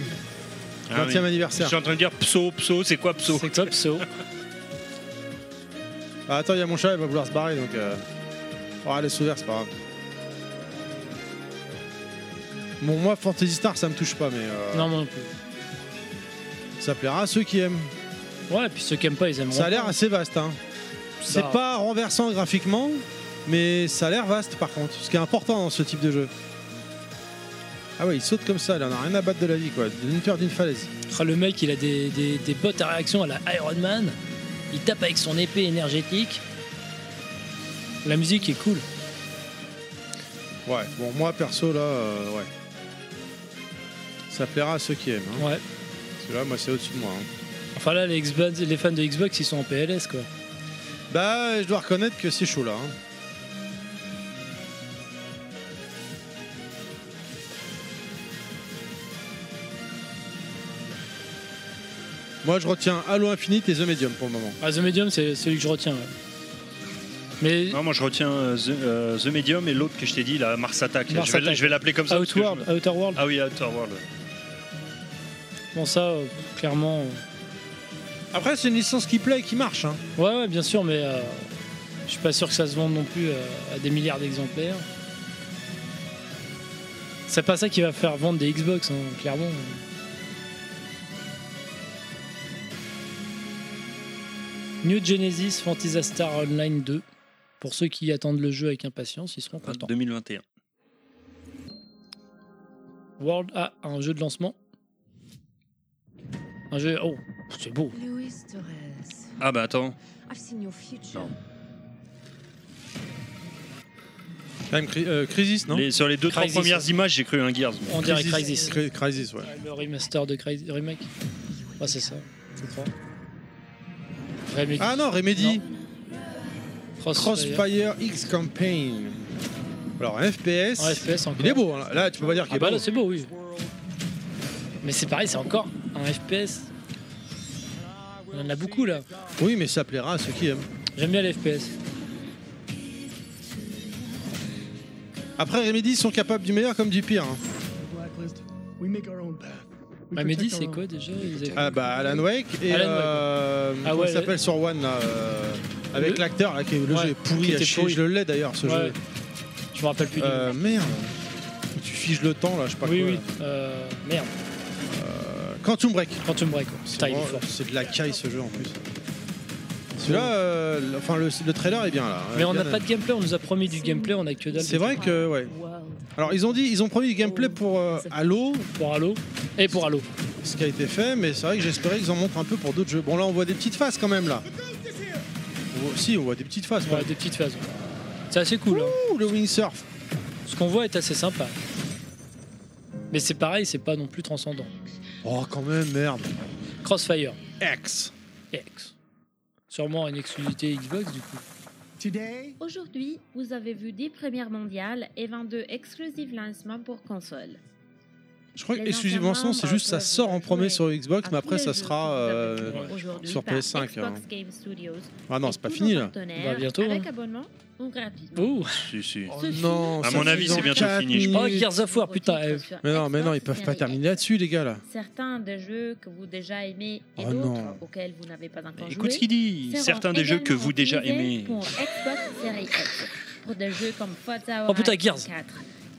S2: Ah
S1: 20e
S2: Je
S1: anniversaire.
S2: suis en train de dire Pso, Pso, c'est quoi Pso
S3: c'est top so.
S1: Ah, attends, il y a mon chat, il va vouloir se barrer donc. Euh... Oh, elle est sous verre, c'est pas grave. Bon, moi, Fantasy Star, ça me touche pas, mais euh,
S3: Non, moi non plus.
S1: ça plaira à ceux qui aiment.
S3: Ouais, et puis ceux qui aiment pas, ils aimeront.
S1: Ça a l'air
S3: pas.
S1: assez vaste, hein. C'est
S3: Bah.
S1: pas renversant graphiquement, mais ça a l'air vaste par contre, ce qui est important dans ce type de jeu. Ah ouais, il saute comme ça, il en a rien à battre de la vie quoi, d'une peur d'une falaise.
S3: Ah, le mec, il a des, des, des bottes à réaction à la Iron Man. Il tape avec son épée énergétique. La musique est cool.
S1: Ouais, bon moi perso là, euh, ouais. Ça plaira à ceux qui aiment. Hein.
S3: Ouais.
S1: Parce que là, moi c'est au-dessus de moi. hein.
S3: Enfin là, les, Xbox, les fans de Xbox, ils sont en PLS quoi.
S1: Bah, je dois reconnaître que c'est chaud là. hein. Moi je retiens Halo Infinite et The Medium pour le moment.
S3: Ah, The Medium, c'est celui que je retiens. ouais. Mais
S2: Non, moi je retiens euh, The, euh, The Medium et l'autre que je t'ai dit, la Mars Attack. là.
S3: Mars
S2: je vais,
S3: Attack.
S2: je vais l'appeler comme ça. parce que je
S3: Outward,
S2: me-
S3: Outer World,
S2: Ah oui, Outer World.
S3: bon ça, euh, clairement. euh,
S1: Après, c'est une licence qui plaît et qui marche. Hein.
S3: Ouais, ouais, bien sûr, mais euh, je suis pas sûr que ça se vende non plus euh, à des milliards d'exemplaires. C'est pas ça qui va faire vendre des Xbox, hein, clairement. New Genesis Fantasy Star Online 2. Pour ceux qui attendent le jeu avec impatience, ils seront contents.
S2: 2021.
S3: World a un jeu de lancement. Un jeu. Oh, c'est beau.
S15: Luis Torres,
S2: Ah bah attends.
S15: I've seen your future.
S2: Non.
S1: Time Cri- euh, Crisis, Oh. non
S2: Les- sur les deux, trois
S3: Crysis,
S2: premières
S3: ouais.
S2: images, j'ai cru un Gears. moi.
S3: On dirait Crisis.
S1: Cri- Crisis, ouais.
S3: Le remaster de Crysis. Remake Ouais, c'est ça, je crois. Remake.
S1: Ah non, Remedy.
S3: Crossfire.
S1: Crossfire X Campaign. Alors, un FPS.
S3: En FPS encore.
S1: Il est beau, hein. là, tu peux pas dire qu'il
S3: Ah
S1: est
S3: bah
S1: beau.
S3: là, c'est beau, oui. Mais c'est pareil, c'est encore un FPS. On en a beaucoup là.
S1: Oui, mais ça plaira à ceux qui aiment.
S3: J'aime bien les FPS.
S1: Après, Remedy, ils sont capables du meilleur comme du pire. hein.
S3: Bah, Mehdi, c'est quoi déjà Ils avaient-
S1: Ah bah, Alan Wake et.
S3: Alan Wake.
S1: euh,
S3: Ah
S1: comment
S3: ouais,
S1: il s'appelle sur One, là euh, Avec
S3: Le-
S1: l'acteur, là, qui est le
S3: Ouais,
S1: jeu est
S3: qui
S1: pourri à
S3: était
S1: chier.
S3: pourri.
S1: Je le l'ai d'ailleurs, ce
S3: Ouais.
S1: jeu.
S3: Je me rappelle plus du nom.
S1: Euh, merde. Tu figes le temps, là, je sais pas
S3: Oui,
S1: quoi.
S3: oui.
S1: là.
S3: Euh, merde,
S1: Euh, Quantum Break.
S3: Quantum Break. quoi. Putain, il est
S1: Vraiment,
S3: fort.
S1: C'est de la caille ce jeu en plus. Celui-là, euh, le- enfin le, le trailer est bien là.
S3: Mais on n'a
S1: Bien-
S3: pas de gameplay, on nous a promis du gameplay, on a que dalle.
S1: C'est vrai que ouais. Alors ils ont dit, ils ont promis du gameplay pour euh, Halo,
S3: Pour Halo. Et pour Halo.
S1: ce qui a été fait, mais c'est vrai que j'espérais qu'ils en montrent un peu pour d'autres jeux. Bon là on voit des petites faces quand même là. voit- si, on voit des petites faces.
S3: Ouais, des petites phases. C'est assez cool. hein.
S1: Ouh, le windsurf.
S3: Ce qu'on voit est assez sympa. Mais c'est pareil, c'est pas non plus transcendant.
S1: Oh, quand même, merde.
S3: Crossfire.
S1: X.
S3: X. Sûrement une exclusivité Xbox du coup.
S8: Aujourd'hui, vous avez vu 10 premières mondiales et 22 exclusives lancements pour console.
S1: Je crois que exclusivement ça, bah, c'est juste ça sort en premier sur Xbox, mais après ça sera euh,
S8: Aujourd'hui,
S1: sur
S8: par
S1: PS5.
S8: Xbox
S1: hein.
S8: Game Studios.
S1: Ah non, c'est pas
S8: tous
S1: fini
S8: nos
S1: là.
S8: partenaires,
S3: hein.
S8: Avec abonnement ou gratuit.
S3: Ouh.
S2: Si, si.
S1: Oh non,
S2: à
S1: ça
S2: mon
S1: fait
S2: avis,
S1: dans
S2: c'est bientôt
S1: quatre
S2: fini. Je
S3: Oh,
S2: pense.
S3: Gears of War, putain. euh.
S1: Mais non, mais non, ils peuvent pas terminer là-dessus, les gars là.
S8: Certains des jeux que vous déjà aimez et
S1: Oh non.
S8: d'autres auxquels vous n'avez pas encore joué.
S2: Écoute ce qu'il dit.
S8: seront
S2: Certains des jeux que
S8: également
S2: vous déjà
S8: utilisés
S2: aimez.
S8: Pour Xbox Series X, pour des jeux comme Forza
S3: Oh putain,
S8: Horizon
S3: Gears.
S8: 4,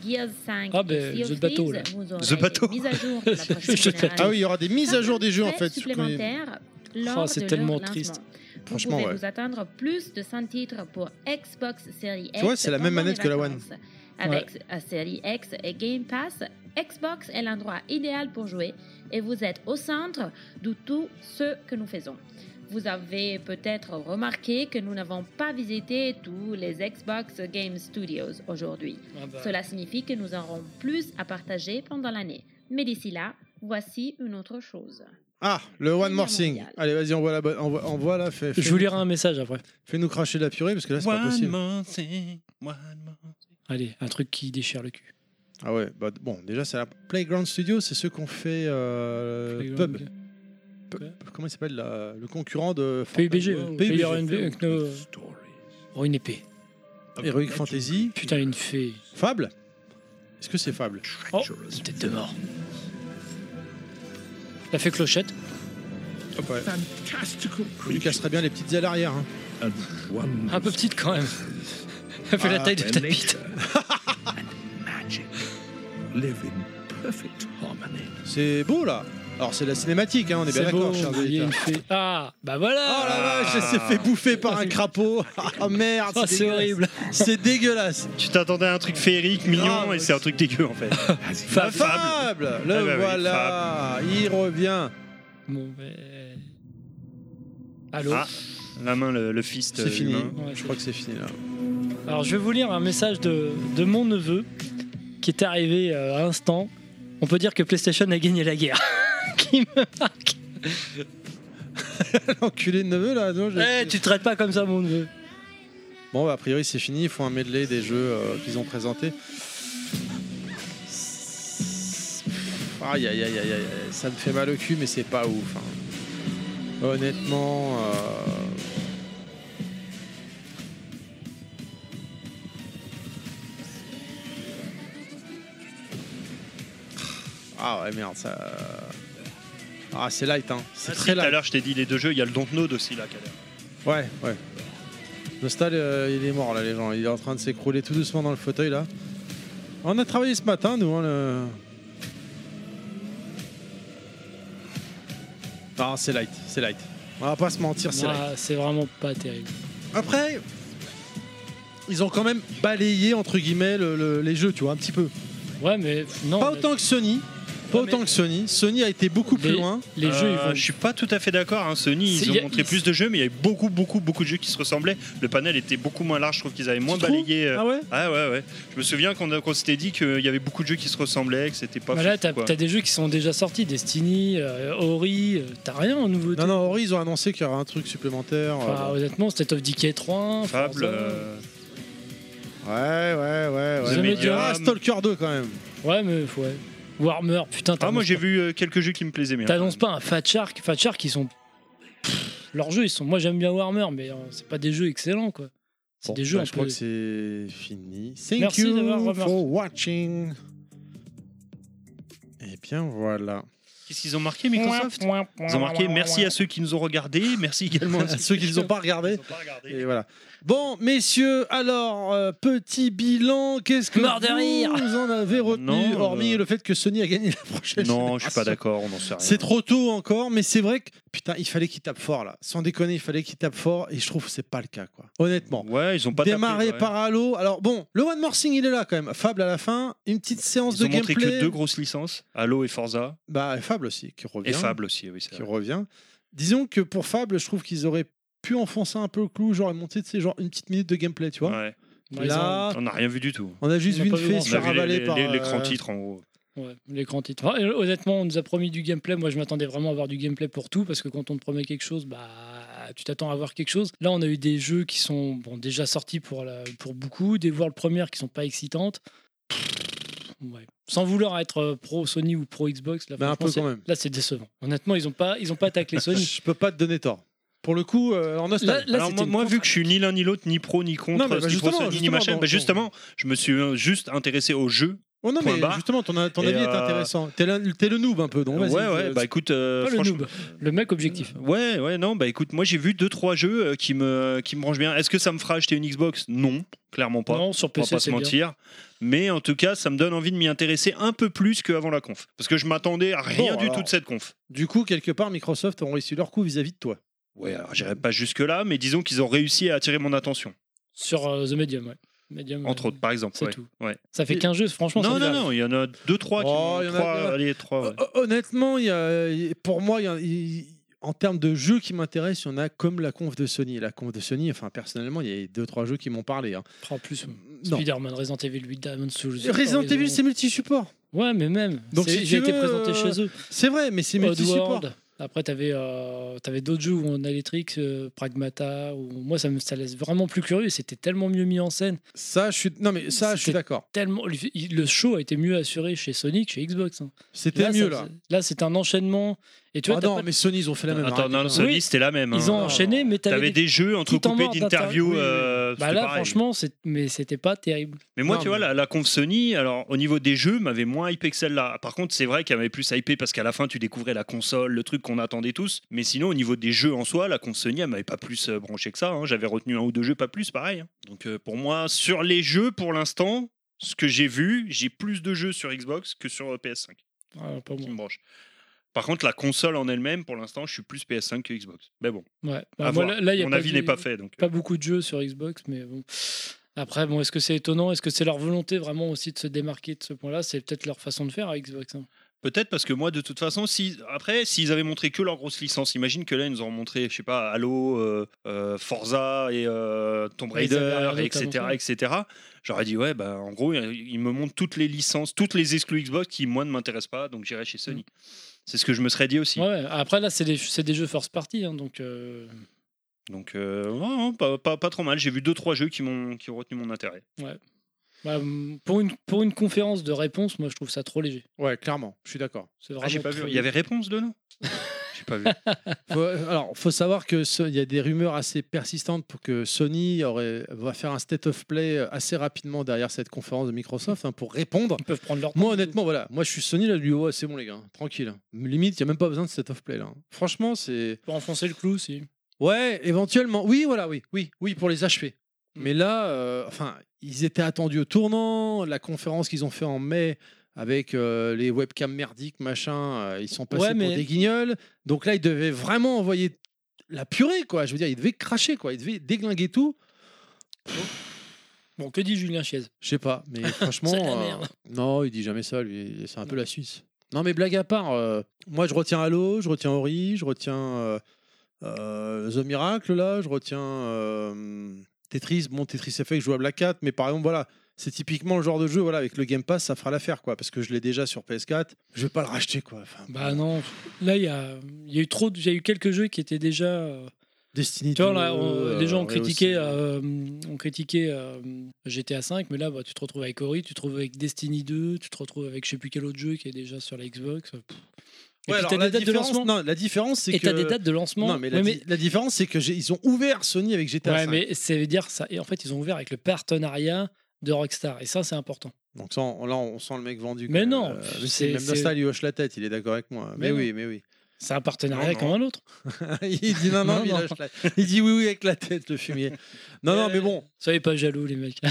S8: Gears 5
S3: Ah,
S8: et
S3: ben,
S8: Sea of
S3: The Bateau,
S8: Thieves,
S3: là.
S8: vous aurez
S1: The Bateau.
S8: des mises à jour de la prochaine génération.
S1: Ah oui, il y aura des mises à jour des jeux en fait. sur-
S8: supplémentaires lors
S1: Oh, c'est
S8: de
S1: tellement
S8: leur lancement.
S1: triste.
S8: Vous
S1: Franchement,
S8: pouvez
S1: ouais.
S8: vous attendre plus de 100 titres pour Xbox Series X.
S1: Tu vois, c'est la même
S8: pendant
S1: manette
S8: les
S1: que la
S8: vacances.
S1: One.
S8: Avec la Series X et Game Pass, Xbox est l'endroit idéal pour jouer et vous êtes au centre de tout ce que nous faisons. Vous avez peut-être remarqué que nous n'avons pas visité tous les Xbox Game Studios aujourd'hui.
S3: Ah bah.
S8: Cela signifie que nous aurons plus à partager pendant l'année. Mais d'ici là, voici une autre chose.
S1: Ah, le One More Thing. Allez, vas-y, envoie la bonne. Envoie, envoie la fais,
S3: Je vous lirai un message après.
S1: Fais-nous cracher de la purée parce que là, c'est pas possible.
S3: Allez, un truc qui déchire le cul.
S1: Ah ouais, bah, bon, déjà, c'est la Playground Studio, c'est ceux qu'on fait euh,
S3: Playground,
S1: Pub. Pub- Comment il s'appelle la- le concurrent de
S3: PUBG.
S1: Fantasy-
S3: PUBG.
S1: PUBG.
S3: Oh, une épée.
S1: Ah, Heroic Fantasy.
S3: Putain, une fée.
S1: Fable Est-ce que c'est Fable
S3: Oh, tête de mort. La fée clochette.
S1: Hop, ouais. Je lui cacherais bien les petites ailes arrière. hein.
S3: Un peu petite quand même. Elle fait la
S1: Ah,
S3: taille de
S1: ben,
S3: ta
S1: mais-
S3: bite.
S16: Magic. Live in perfect harmony.
S1: C'est beau là Alors c'est la cinématique, hein, on est bien
S3: C'est beau,
S1: d'accord, chers
S3: il y a
S1: auditeurs.
S3: une fée. Ah, bah voilà
S1: Oh la vache, elle s'est fait bouffer par un crapaud. Oh merde,
S3: Oh, c'est
S1: dégueulasse.
S3: horrible.
S1: C'est dégueulasse.
S2: Tu t'attendais à un truc féerique, mignon,
S1: Grave.
S2: et c'est un truc dégueu en fait.
S1: Ah, Fable, le
S2: Ah bah oui,
S1: voilà, il revient.
S3: Bon, ben. Allô
S2: Ah, la main, le, le fist.
S1: C'est
S2: euh,
S1: fini.
S2: humain.
S1: Je crois que c'est fini là.
S3: Alors, je vais vous lire un message de, de mon neveu qui est arrivé euh, à l'instant. On peut dire que PlayStation a gagné la guerre. qui me marque.
S1: L'enculé de neveu là. Non,
S3: Eh,
S1: j'ai-
S3: tu traites pas comme ça, mon neveu.
S1: Bon, bah, a priori c'est fini. Il faut un medley des jeux euh, qu'ils ont présentés. Aïe aïe aïe aïe aïe, aïe. ça me fait mal au cul, mais c'est pas ouf. hein. Honnêtement. euh, Ah ouais, merde, ça. Ah, c'est light, hein. C'est
S2: Ah, si,
S1: très
S2: Tout à
S1: light.
S2: l'heure, je t'ai dit les deux jeux, il y a le Dontnod aussi là. qui a l'air.
S1: Ouais, ouais. Nostal, euh, il est mort là, les gens. Il est en train de s'écrouler tout doucement dans le fauteuil là. On a travaillé ce matin, nous. hein, le... Non, Ah, c'est light, c'est light. On va pas se mentir, Ah, c'est
S3: Moi,
S1: light.
S3: Ah, C'est vraiment pas terrible.
S1: Après, ils ont quand même balayé entre guillemets le- le- les jeux, tu vois, un petit peu.
S3: Ouais, mais non.
S1: pas
S3: mais-
S1: autant que Sony. Pas
S3: Ouais, mais-
S1: autant que Sony. Sony a été beaucoup plus
S3: Les-
S1: loin.
S3: Les
S2: Euh,
S3: jeux, ils vont.
S2: Je suis pas tout à fait d'accord. hein. Sony,
S3: C'est-
S2: ils
S3: y a-
S2: ont montré
S3: ils-
S2: plus de jeux, mais il y avait beaucoup, beaucoup, beaucoup de jeux qui se ressemblaient. Le panel était beaucoup moins large. Je trouve qu'ils avaient moins
S1: trouves
S2: balayé. euh,
S1: Ah ouais
S2: Ah ouais, ouais. Je me souviens qu'on a- qu'on s'était dit qu'il y avait beaucoup de jeux qui se ressemblaient, que c'était pas.
S3: Bah là,
S2: fou,
S3: t'as
S2: quoi.
S3: t'as des jeux qui sont déjà sortis, Destiny, euh, Ori, euh, t'as rien en nouveauté.
S1: Non, non, Ori, ils ont annoncé qu'il y aura un truc supplémentaire. euh,
S3: Enfin, Bah, honnêtement, State of Decay 3,
S2: Oh Fable.
S3: Forza.
S2: euh,
S1: Ouais, ouais, ouais. ouais.
S3: The
S1: Mais
S3: Medium.
S1: Ah, Stalker 2 quand même.
S3: Ouais, mais ouais. Warmer, putain.
S2: Ah, moi
S3: t'annonces
S2: j'ai
S3: pas-
S2: vu euh, quelques jeux qui me plaisaient bien.
S3: T'annonces pas un Fat Shark. Fat Shark, ils sont. Pff, leurs jeux, ils sont. Moi, j'aime bien Warmer, mais euh, c'est pas des jeux excellents, quoi. C'est
S1: Bon,
S3: des jeux
S1: bah,
S3: un
S1: Je crois
S3: peu.
S1: que c'est fini. Thank
S3: Merci d'avoir
S1: you
S3: remarqué.
S1: for watching. Et bien voilà.
S2: Qu'est-ce qu'ils ont marqué Microsoft Ils ont marqué merci à
S3: Bah,
S2: ceux qui nous ont regardés, merci également
S1: À ceux qui ne ont pas regardé. Et voilà. Bon, messieurs, alors, euh, petit bilan. Qu'est-ce que
S3: Mort de
S1: vous
S3: rire.
S1: en avez retenu,
S2: Non, euh,
S1: hormis le fait que Sony a gagné la prochaine
S2: Non, je suis
S3: Ah,
S2: pas
S1: génération
S2: d'accord, on n'en sait rien.
S1: C'est trop tôt encore, mais c'est vrai que putain, il fallait qu'il tape fort là. Sans déconner, il fallait qu'il tape fort et je trouve que c'est pas le cas quoi. Honnêtement.
S2: Ouais, ils ont pas
S1: Démarré
S2: tapé, ouais.
S1: par Halo. Alors bon, le One More Thing, il est là quand même. Fable à la fin, une petite séance
S2: Ils
S1: de
S2: ont montré
S1: gameplay.
S2: que deux grosses licences, Halo et Forza,
S1: Bah Fable aussi qui revient.
S2: et Fable aussi, oui, c'est
S1: qui
S2: vrai.
S1: revient. Disons que pour Fable, je trouve qu'ils auraient pu enfoncer un peu le clou, genre et monter, tu sais, genre une petite minute de gameplay, tu vois.
S2: Ouais.
S1: Là,
S2: on n'a rien vu du tout.
S1: on a juste
S2: On
S1: vu
S2: n'a
S1: une
S2: pas
S1: fée
S2: grand-
S1: se
S2: on a
S1: faire
S2: vu les-
S1: avaler
S2: les-
S1: Ah. par.
S2: L'écran
S1: euh,
S2: titre en gros.
S3: Ouais, les grands titres. Enfin, euh, honnêtement, on nous a promis du gameplay. Moi, je m'attendais vraiment à avoir du gameplay pour tout parce que quand on te promet quelque chose, bah, tu t'attends à avoir quelque chose. Là, on a eu des jeux qui sont bon, déjà sortis pour, la- pour beaucoup, des World Premières qui sont pas excitantes. Ouais. Sans vouloir être euh, pro Sony ou pro Xbox, là,
S1: Mais un
S3: franchement,
S1: peu
S3: c'est-
S1: quand même.
S3: là c'est décevant. Honnêtement, ils ont pas, ils ont pas attaqué les Sony.
S1: Je peux pas te donner tort. Pour le coup, euh, en nostalgie.
S2: Alors moi, moi, vu que je suis ni l'un ni l'autre, ni pro ni contre,
S1: Non, mais bah,
S2: ni pro
S1: justement,
S2: Sony, ni
S1: justement,
S2: machin,
S1: dans-
S2: bah, justement, je me suis euh, juste intéressé au jeu.
S1: Oh non,
S2: point
S1: mais
S2: barre.
S1: justement, ton, ton
S2: Et,
S1: avis est
S2: euh,
S1: intéressant. T'es le, t'es le noob un peu, donc
S2: Ouais,
S1: vas-y.
S2: ouais,
S1: euh,
S2: bah écoute, euh,
S3: Pas le
S2: franchement. euh,
S3: noob, le mec objectif.
S2: Ouais, ouais, non, bah écoute, moi j'ai vu deux trois jeux euh, qui me qui me branchent bien. Est-ce que ça me fera acheter une Xbox Non, clairement pas.
S3: Non, sur
S2: on va
S3: PC,
S2: pas se
S3: c'est bien.
S2: mentir. Mais en tout cas, ça me donne envie de m'y intéresser un peu plus qu'avant la conf, parce que je m'attendais à rien
S1: Bon,
S2: du
S1: alors.
S2: tout de cette conf.
S1: Du coup, quelque part, Microsoft ont réussi leur coup vis-à-vis de toi.
S2: Ouais, alors j'irai pas jusque là, mais disons qu'ils ont réussi à attirer mon attention,
S3: Sur euh, The Medium, ouais. Medium,
S2: entre
S3: euh,
S2: autres, par exemple.
S3: c'est
S2: ouais.
S3: tout.
S2: Ouais.
S3: Ça fait 15 jeux, franchement. ça
S2: Non,
S3: me
S2: non,
S3: va.
S2: non, il y en a deux trois qui
S1: Oh, il y en a-
S2: trois,
S1: il y en a-
S2: allez,
S3: Oh,
S2: trois, ouais.
S1: Hon- Honnêtement, il y a- il- pour moi, il y a- il- en termes de jeux qui m'intéressent, il y en a comme la conf de Sony. La conf de Sony, enfin, personnellement, il y a deux, trois jeux qui m'ont parlé. hein.
S3: Prends Oh, plus. ouais.
S1: Non.
S3: Spider-Man, Resident Evil 8, Diamond Souls.
S1: Resident Evil, c'est multi-support.
S3: Ouais, mais même.
S1: Donc,
S3: Donc
S1: si
S3: j'ai
S1: tu
S3: été
S1: veux,
S3: présenté
S1: euh,
S3: chez eux.
S1: C'est vrai, mais c'est multi-support.
S3: Oddworld. Après, t'avais euh, t'avais d'autres jeux où on a les tricks, euh, Pragmata. Où... Moi, ça me ça laisse vraiment plus curieux. C'était tellement mieux mis en scène.
S1: Ça, je suis. Non, mais ça, je suis
S3: C'était
S1: d'accord.
S3: Tellement... Le le show a été mieux assuré chez Sony que chez Xbox. hein.
S1: C'était
S3: ça
S1: mieux,
S3: faisait-
S1: là.
S3: Là, c'était un enchaînement. Et tu vois,
S1: Ah
S3: t'as
S1: non,
S3: pas-
S1: mais Sony, ils ont fait la même.
S2: Attends,
S1: arrête,
S2: non,
S1: putain.
S2: Sony,
S3: Oui.
S2: c'était la même.
S3: ils ont
S2: hein.
S3: enchaîné, mais t'avais
S2: T'avais
S3: des
S2: des jeux
S3: temps
S2: entrecoupés
S3: morts d'interview.
S2: d'interviews.
S3: Oui, oui, oui.
S2: euh,
S3: Bah
S2: c'était
S3: là,
S2: pareil.
S3: franchement, c'est- mais c'était pas terrible.
S2: Mais moi,
S1: Non,
S2: tu vois,
S1: mais-
S2: la, la conf Sony, alors au niveau des jeux, m'avait moins hypé que celle-là. Par contre, c'est vrai qu'elle m'avait plus hypé parce qu'à la fin, tu découvrais la console, le truc qu'on attendait tous. Mais sinon, au niveau des jeux en soi, la conf Sony, elle m'avait pas plus euh, branché que ça. hein. J'avais retenu un ou deux jeux, pas plus, pareil. hein. Donc euh, pour moi, sur les jeux, pour l'instant, ce que j'ai vu, j'ai plus de jeux sur Xbox que sur euh, PS5
S3: Ah, pas
S2: qui
S3: bon.
S2: me branche. Par contre, la console en elle-même, pour l'instant, je suis plus PS5 que Xbox. Mais bon,
S3: Ouais.
S2: à
S3: Bah, moi,
S2: voir.
S3: là- là, y a
S2: mon
S3: pas
S2: avis
S3: du-
S2: n'est pas fait. Donc. euh.
S3: pas beaucoup de jeux sur Xbox, mais bon. Après, bon, est-ce que c'est étonnant Est-ce que c'est leur volonté vraiment aussi de se démarquer de ce point-là C'est peut-être leur façon de faire à Xbox. hein.
S2: Peut-être parce que moi, de toute façon, si après, s'ils avaient montré que leur grosse licence, imagine que là, ils nous ont montré, je sais pas, Halo, euh, euh, Forza et euh, Tomb
S3: Ouais, ils avaient
S2: Raider,
S3: rien d'autre
S2: etc.,
S3: à montrer.
S2: etc. J'aurais dit ouais, bah en gros, ils me montrent toutes les licences, toutes les exclus Xbox qui moi ne m'intéressent pas, donc j'irai chez Sony. C'est ce que je me serais dit aussi.
S3: Mm. Ouais, ouais. Après, là, c'est des, c'est des jeux first party, hein, donc euh,
S2: Donc euh, non, non, pas, pas, pas trop mal. J'ai vu deux trois jeux qui m'ont qui ont retenu mon intérêt. Ah,
S3: bah, hum, pour, une, pour une conférence de réponse, moi, je trouve ça trop léger.
S1: Ouais, clairement, je suis d'accord.
S3: C'est vraiment
S2: Ah, j'ai pas vu.
S3: trop
S2: Il y avait réponse dedans. J'ai pas vu.
S1: Faut- alors, faut savoir que ce- il y a des rumeurs assez persistantes pour que Sony aurait, va faire un state of play euh, assez rapidement derrière cette conférence de Microsoft hein, pour répondre.
S3: Ils peuvent prendre leur temps.
S1: Moi, honnêtement, voilà, moi je suis Sony là, je lui dis, ouais, c'est bon les gars, tranquille. Limite, il y a même pas besoin de state of play là. Franchement, c'est
S3: Pour enfoncer le clou, si.
S1: ouais, éventuellement, oui, voilà, oui, oui, oui, pour les achever.
S3: Mm.
S1: Mais là, euh, enfin, ils étaient attendus au tournant. La conférence qu'ils ont fait en mai avec euh, les webcams merdiques, machin, euh, ils sont passés
S3: Ouais, mais-
S1: pour des guignols. Donc là, ils devaient vraiment envoyer la purée, quoi. Je veux dire, ils devaient cracher, quoi. Ils devaient déglinguer tout.
S3: Bon, que dit Julien Chiez
S1: Je sais pas, mais franchement,
S3: C'est la
S1: euh,
S3: merde.
S1: non, il dit jamais ça. Lui, c'est un peu la Suisse. Non, mais blague à part, euh, moi je retiens Halo, je retiens Ori, je retiens euh, euh, The Miracle là, je retiens euh, Tetris. Bon, Tetris Effect, je joue à Black Hat, mais par exemple, voilà, c'est typiquement le genre de jeu. Voilà, avec le Game Pass, ça fera l'affaire, quoi, parce que je l'ai déjà sur PS4. Je vais pas le racheter, quoi. Enfin,
S3: Bah non, là, il y a, il y a eu trop, de- il y a eu quelques jeux qui étaient déjà. euh,
S1: Destiny.
S3: Tu vois,
S1: 2,
S3: là, on-
S1: euh,
S3: les gens ont
S1: ouais,
S3: critiqué,
S1: aussi.
S3: euh, ont critiqué euh, GTA V, mais là, bah, tu te retrouves avec Ori, tu te retrouves avec Destiny 2, tu te retrouves avec je sais plus quel autre jeu qui est déjà sur la Xbox. euh, Pff. Et
S1: Ouais,
S3: puis,
S1: alors,
S3: t'as
S1: la
S3: des dates de
S1: différence-
S3: lancement.
S1: Non, la différence, c'est
S3: Et
S1: que.
S3: t'as des dates de lancement.
S1: Non, mais la,
S3: Ouais,
S1: di- la différence, c'est que j'ai- ils ont ouvert Sony avec GTA.
S3: ouais,
S1: 5.
S3: mais ça veut dire ça. Et en fait, ils ont ouvert avec le partenariat de Rockstar, et ça, c'est important.
S1: Donc ça, on- là, on sent le mec vendu.
S3: Mais
S1: quand même.
S3: non,
S1: Euh,
S3: c'est-
S1: mais c'est même
S3: c'est-
S1: Nostal, il hoche la tête, il est d'accord avec moi. Mais,
S3: Mais
S1: oui, mais oui.
S3: C'est un partenariat
S2: Non, non.
S3: comme un autre.
S1: il dit non, non,
S3: Non,
S1: mais il
S3: non.
S1: hoche la- Il dit oui, oui avec la tête, le fumier. Non, non, mais bon,
S3: Soyez pas jaloux, les mecs.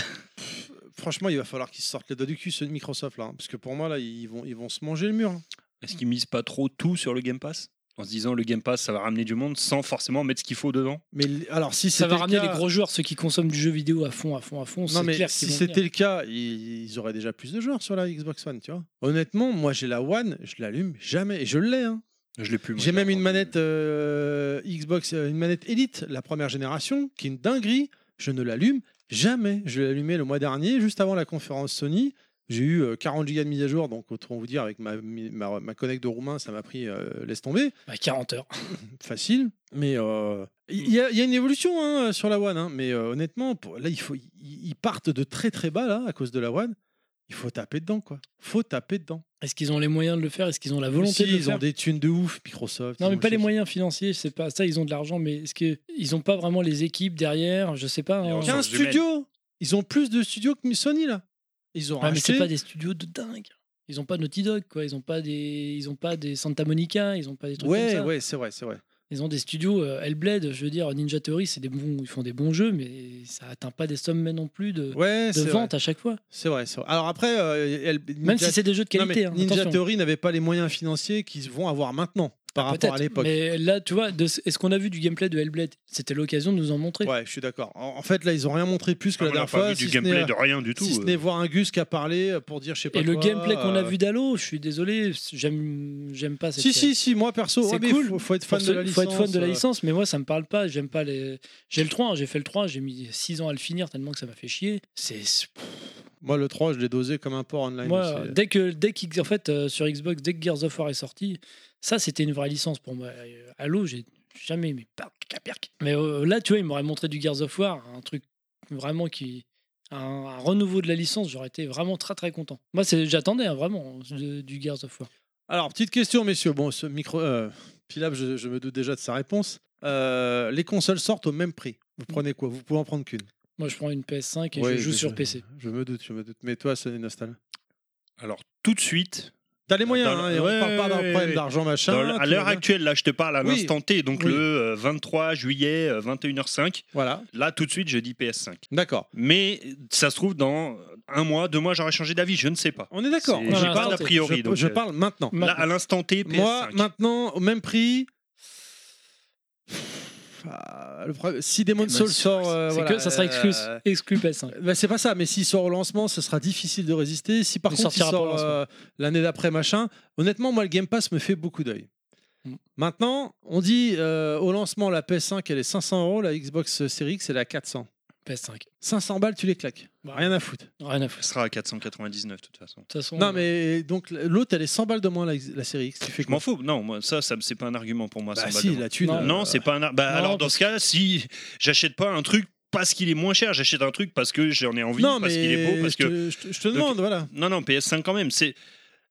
S1: franchement, il va falloir qu'ils se sortent les doigts du cul ceux de Microsoft là, hein, parce que pour moi là, ils vont, ils vont se manger le mur. hein.
S2: Est-ce qu'ils misent pas trop tout sur le Game Pass En se disant le Game Pass, ça va ramener du monde sans forcément mettre ce qu'il faut dedans
S1: Mais l- alors si
S3: ça
S1: c'était
S3: va
S1: le
S3: ramener
S1: cas-
S3: les gros joueurs, ceux qui consomment du jeu vidéo à fond, à fond, à fond.
S1: Non
S3: C'est
S1: mais
S3: clair
S1: si
S3: qu'ils vont
S1: c'était
S3: venir.
S1: le cas, ils ils auraient déjà plus de joueurs sur la Xbox One, tu vois. Honnêtement, moi j'ai la One, je l'allume jamais et je l'ai. hein.
S2: Je l'ai plus. moi,
S1: J'ai
S2: je
S1: même
S2: l'ai
S1: une manette euh, Xbox, euh, une manette Elite, la première génération, qui est une dinguerie. Je ne l'allume jamais. Je l'ai allumée le mois dernier, juste avant la conférence Sony. J'ai eu euh, 40 gigas de mise à jour, donc autant vous dire, avec ma, mi- ma, ma connect de Roumain, ça m'a pris, euh, laisse tomber,
S3: Bah, 40 heures.
S1: facile. Mais euh, il y, a- il y a une évolution hein, sur la One, hein, mais euh, honnêtement, pour- là, il faut, ils- ils partent de très très bas, là, à cause de la One. Il faut taper dedans, quoi. faut taper dedans.
S3: Est-ce qu'ils ont les moyens de le faire Est-ce qu'ils ont la volonté
S1: Si,
S3: de le
S1: ils
S3: faire
S1: ont des thunes de ouf, Microsoft.
S3: Non,
S1: ils
S3: mais
S1: ont
S3: pas
S1: le
S3: les
S1: chef.
S3: moyens financiers, c'est pas ça, ils ont de l'argent, mais est-ce qu'ils ont pas vraiment les équipes derrière Je sais pas. hein.
S1: Qu'un studio Ils ont plus de studios que Sony, là. Ils ont
S3: Ouais, mais
S1: racheté-
S3: c'est pas des studios de dingue. Ils ont pas Naughty Dog, quoi. Ils ont pas des, ils ont pas des Santa Monica, ils ont pas des trucs comme
S1: Ouais,
S3: ça.
S1: ouais, c'est vrai, c'est vrai.
S3: Ils ont des studios euh, Hellblade, je veux dire Ninja Theory, c'est des bons, ils font des bons jeux, mais ça atteint pas des sommes non plus de,
S1: Ouais,
S3: de
S1: c'est
S3: vente
S1: vrai.
S3: à chaque fois.
S1: C'est vrai, c'est vrai. Alors après, euh, elle-
S3: Même si c'est des jeux de
S1: Non,
S3: qualité,
S1: mais
S3: hein,
S1: Ninja
S3: attention. Ah,
S1: Theory n'avait pas les moyens financiers qu'ils vont avoir maintenant par rapport
S3: Peut-être,
S1: à l'époque.
S3: Mais là, tu vois, de, ce- est-ce qu'on a vu du gameplay de Hellblade C'était l'occasion de nous en montrer.
S1: Ouais, je suis d'accord. En, en fait, là, ils ont rien montré plus
S2: Ah,
S1: que la
S2: on n'a
S1: dernière
S2: pas
S1: fois.
S2: vu du
S1: si ce n'est,
S2: gameplay
S1: euh,
S2: de rien du tout,
S1: Si ce
S2: euh.
S1: n'est voir un Gus qui a parlé euh, pour dire je sais pas
S3: Et le
S1: quoi,
S3: gameplay qu'on
S1: euh,
S3: a vu d'Halo, je suis désolé, j'aime, j'aime pas cette
S1: Si,
S3: série.
S1: si, si, moi perso,
S3: C'est
S1: ouais, mais
S3: cool.
S1: faut, faut être fan
S3: Pour
S1: de
S3: ce-
S1: la licence.
S3: faut être fan de la
S1: euh,
S3: licence, mais moi ça me parle pas. J'aime pas les. J'ai le 3, hein, j'ai fait le 3, j'ai mis 6 ans à le finir tellement que ça m'a fait chier. C'est
S1: euh. Moi, le 3, je l'ai dosé comme un port online.
S3: moi,
S1: c'est-
S3: dès que dès qu'X- en fait euh, sur Xbox, dès que Gears of War est sorti, ça c'était une vraie licence pour moi. Euh, Halo, j'ai jamais aimé. Perk, perk. Mais euh, là, tu vois, ils m'auraient montré du Gears of War, un truc vraiment qui un, un renouveau de la licence, j'aurais été vraiment très très content. Moi, c'est j'attendais hein, vraiment de- du Gears of War.
S1: Alors, petite question, messieurs. Bon, ce micro. euh, Pilab, je, je me doute déjà de sa réponse. Euh, les consoles sortent au même prix. Vous prenez quoi Vous pouvez en prendre qu'une.
S3: Moi, je prends une PS5 et
S1: Ouais,
S3: je joue
S1: je-
S3: sur PC.
S1: Je me doute, je me doute. Mais toi, Sony Nostal
S2: Alors, tout de suite.
S1: T'as les moyens,
S2: Dans
S1: hein,
S2: le-
S1: et on
S2: Ouais,
S1: parle pas d'un
S2: ouais,
S1: problème
S2: ouais.
S1: d'argent, machin.
S2: Dans le- à
S1: tout
S2: l'heure
S1: va bien.
S2: actuelle, là, je te parle à
S1: Oui.
S2: l'instant T, donc
S1: Oui.
S2: le euh, 23 juillet, euh, 21h05.
S1: Voilà.
S2: Là, tout de suite, je dis PS5.
S1: D'accord.
S2: Mais ça se trouve, dans un mois, deux mois, j'aurais changé d'avis, je ne sais pas.
S1: On est d'accord.
S2: C'est-
S1: Non,
S2: J'ai
S1: non,
S2: pas
S1: attends,
S2: d'a priori.
S1: je-
S2: donc,
S1: je
S2: euh,
S1: parle maintenant.
S2: Là, à l'instant T, PS5.
S1: Moi, maintenant, au même prix. Ah, le problème- si Demon Souls sort. euh,
S3: C'est
S1: voilà,
S3: que ça sera exclu,
S1: euh,
S3: exclu PS5.
S1: Bah, c'est pas ça, mais s'il sort au lancement, ce sera difficile de résister. Si par
S3: Il
S1: contre il
S3: sortira pas au
S1: sort euh, l'année d'après, machin, honnêtement, moi le Game Pass me fait beaucoup d'œil.
S2: Mm.
S1: Maintenant, on dit euh, au lancement la PS5 elle est 500 euros, la Xbox Series X elle est à 400.
S3: PS5.
S1: 500 balles, tu les claques.
S2: Bah,
S1: Rien à foutre.
S3: Rien à foutre.
S2: Elle sera à 499 de toute façon.
S1: non,
S3: euh,
S1: mais donc l'autre elle est 100 balles de moins la, la série X. Tu fais
S2: Je m'en fous. Non, moi, ça, ça c'est pas un argument pour moi.
S1: Bah
S2: 100 balles
S1: si,
S2: de moins.
S1: la thune,
S2: Non,
S1: euh,
S2: non, c'est pas un. ar- Bah,
S1: Non,
S2: alors dans ce cas, si j'achète pas un truc parce qu'il est moins cher, j'achète un truc parce que j'en ai envie,
S1: Non,
S2: parce
S1: mais
S2: qu'il est beau, parce
S1: je te-
S2: que.
S1: je te- je te demande, voilà.
S2: Non, non, PS5 quand même. C'est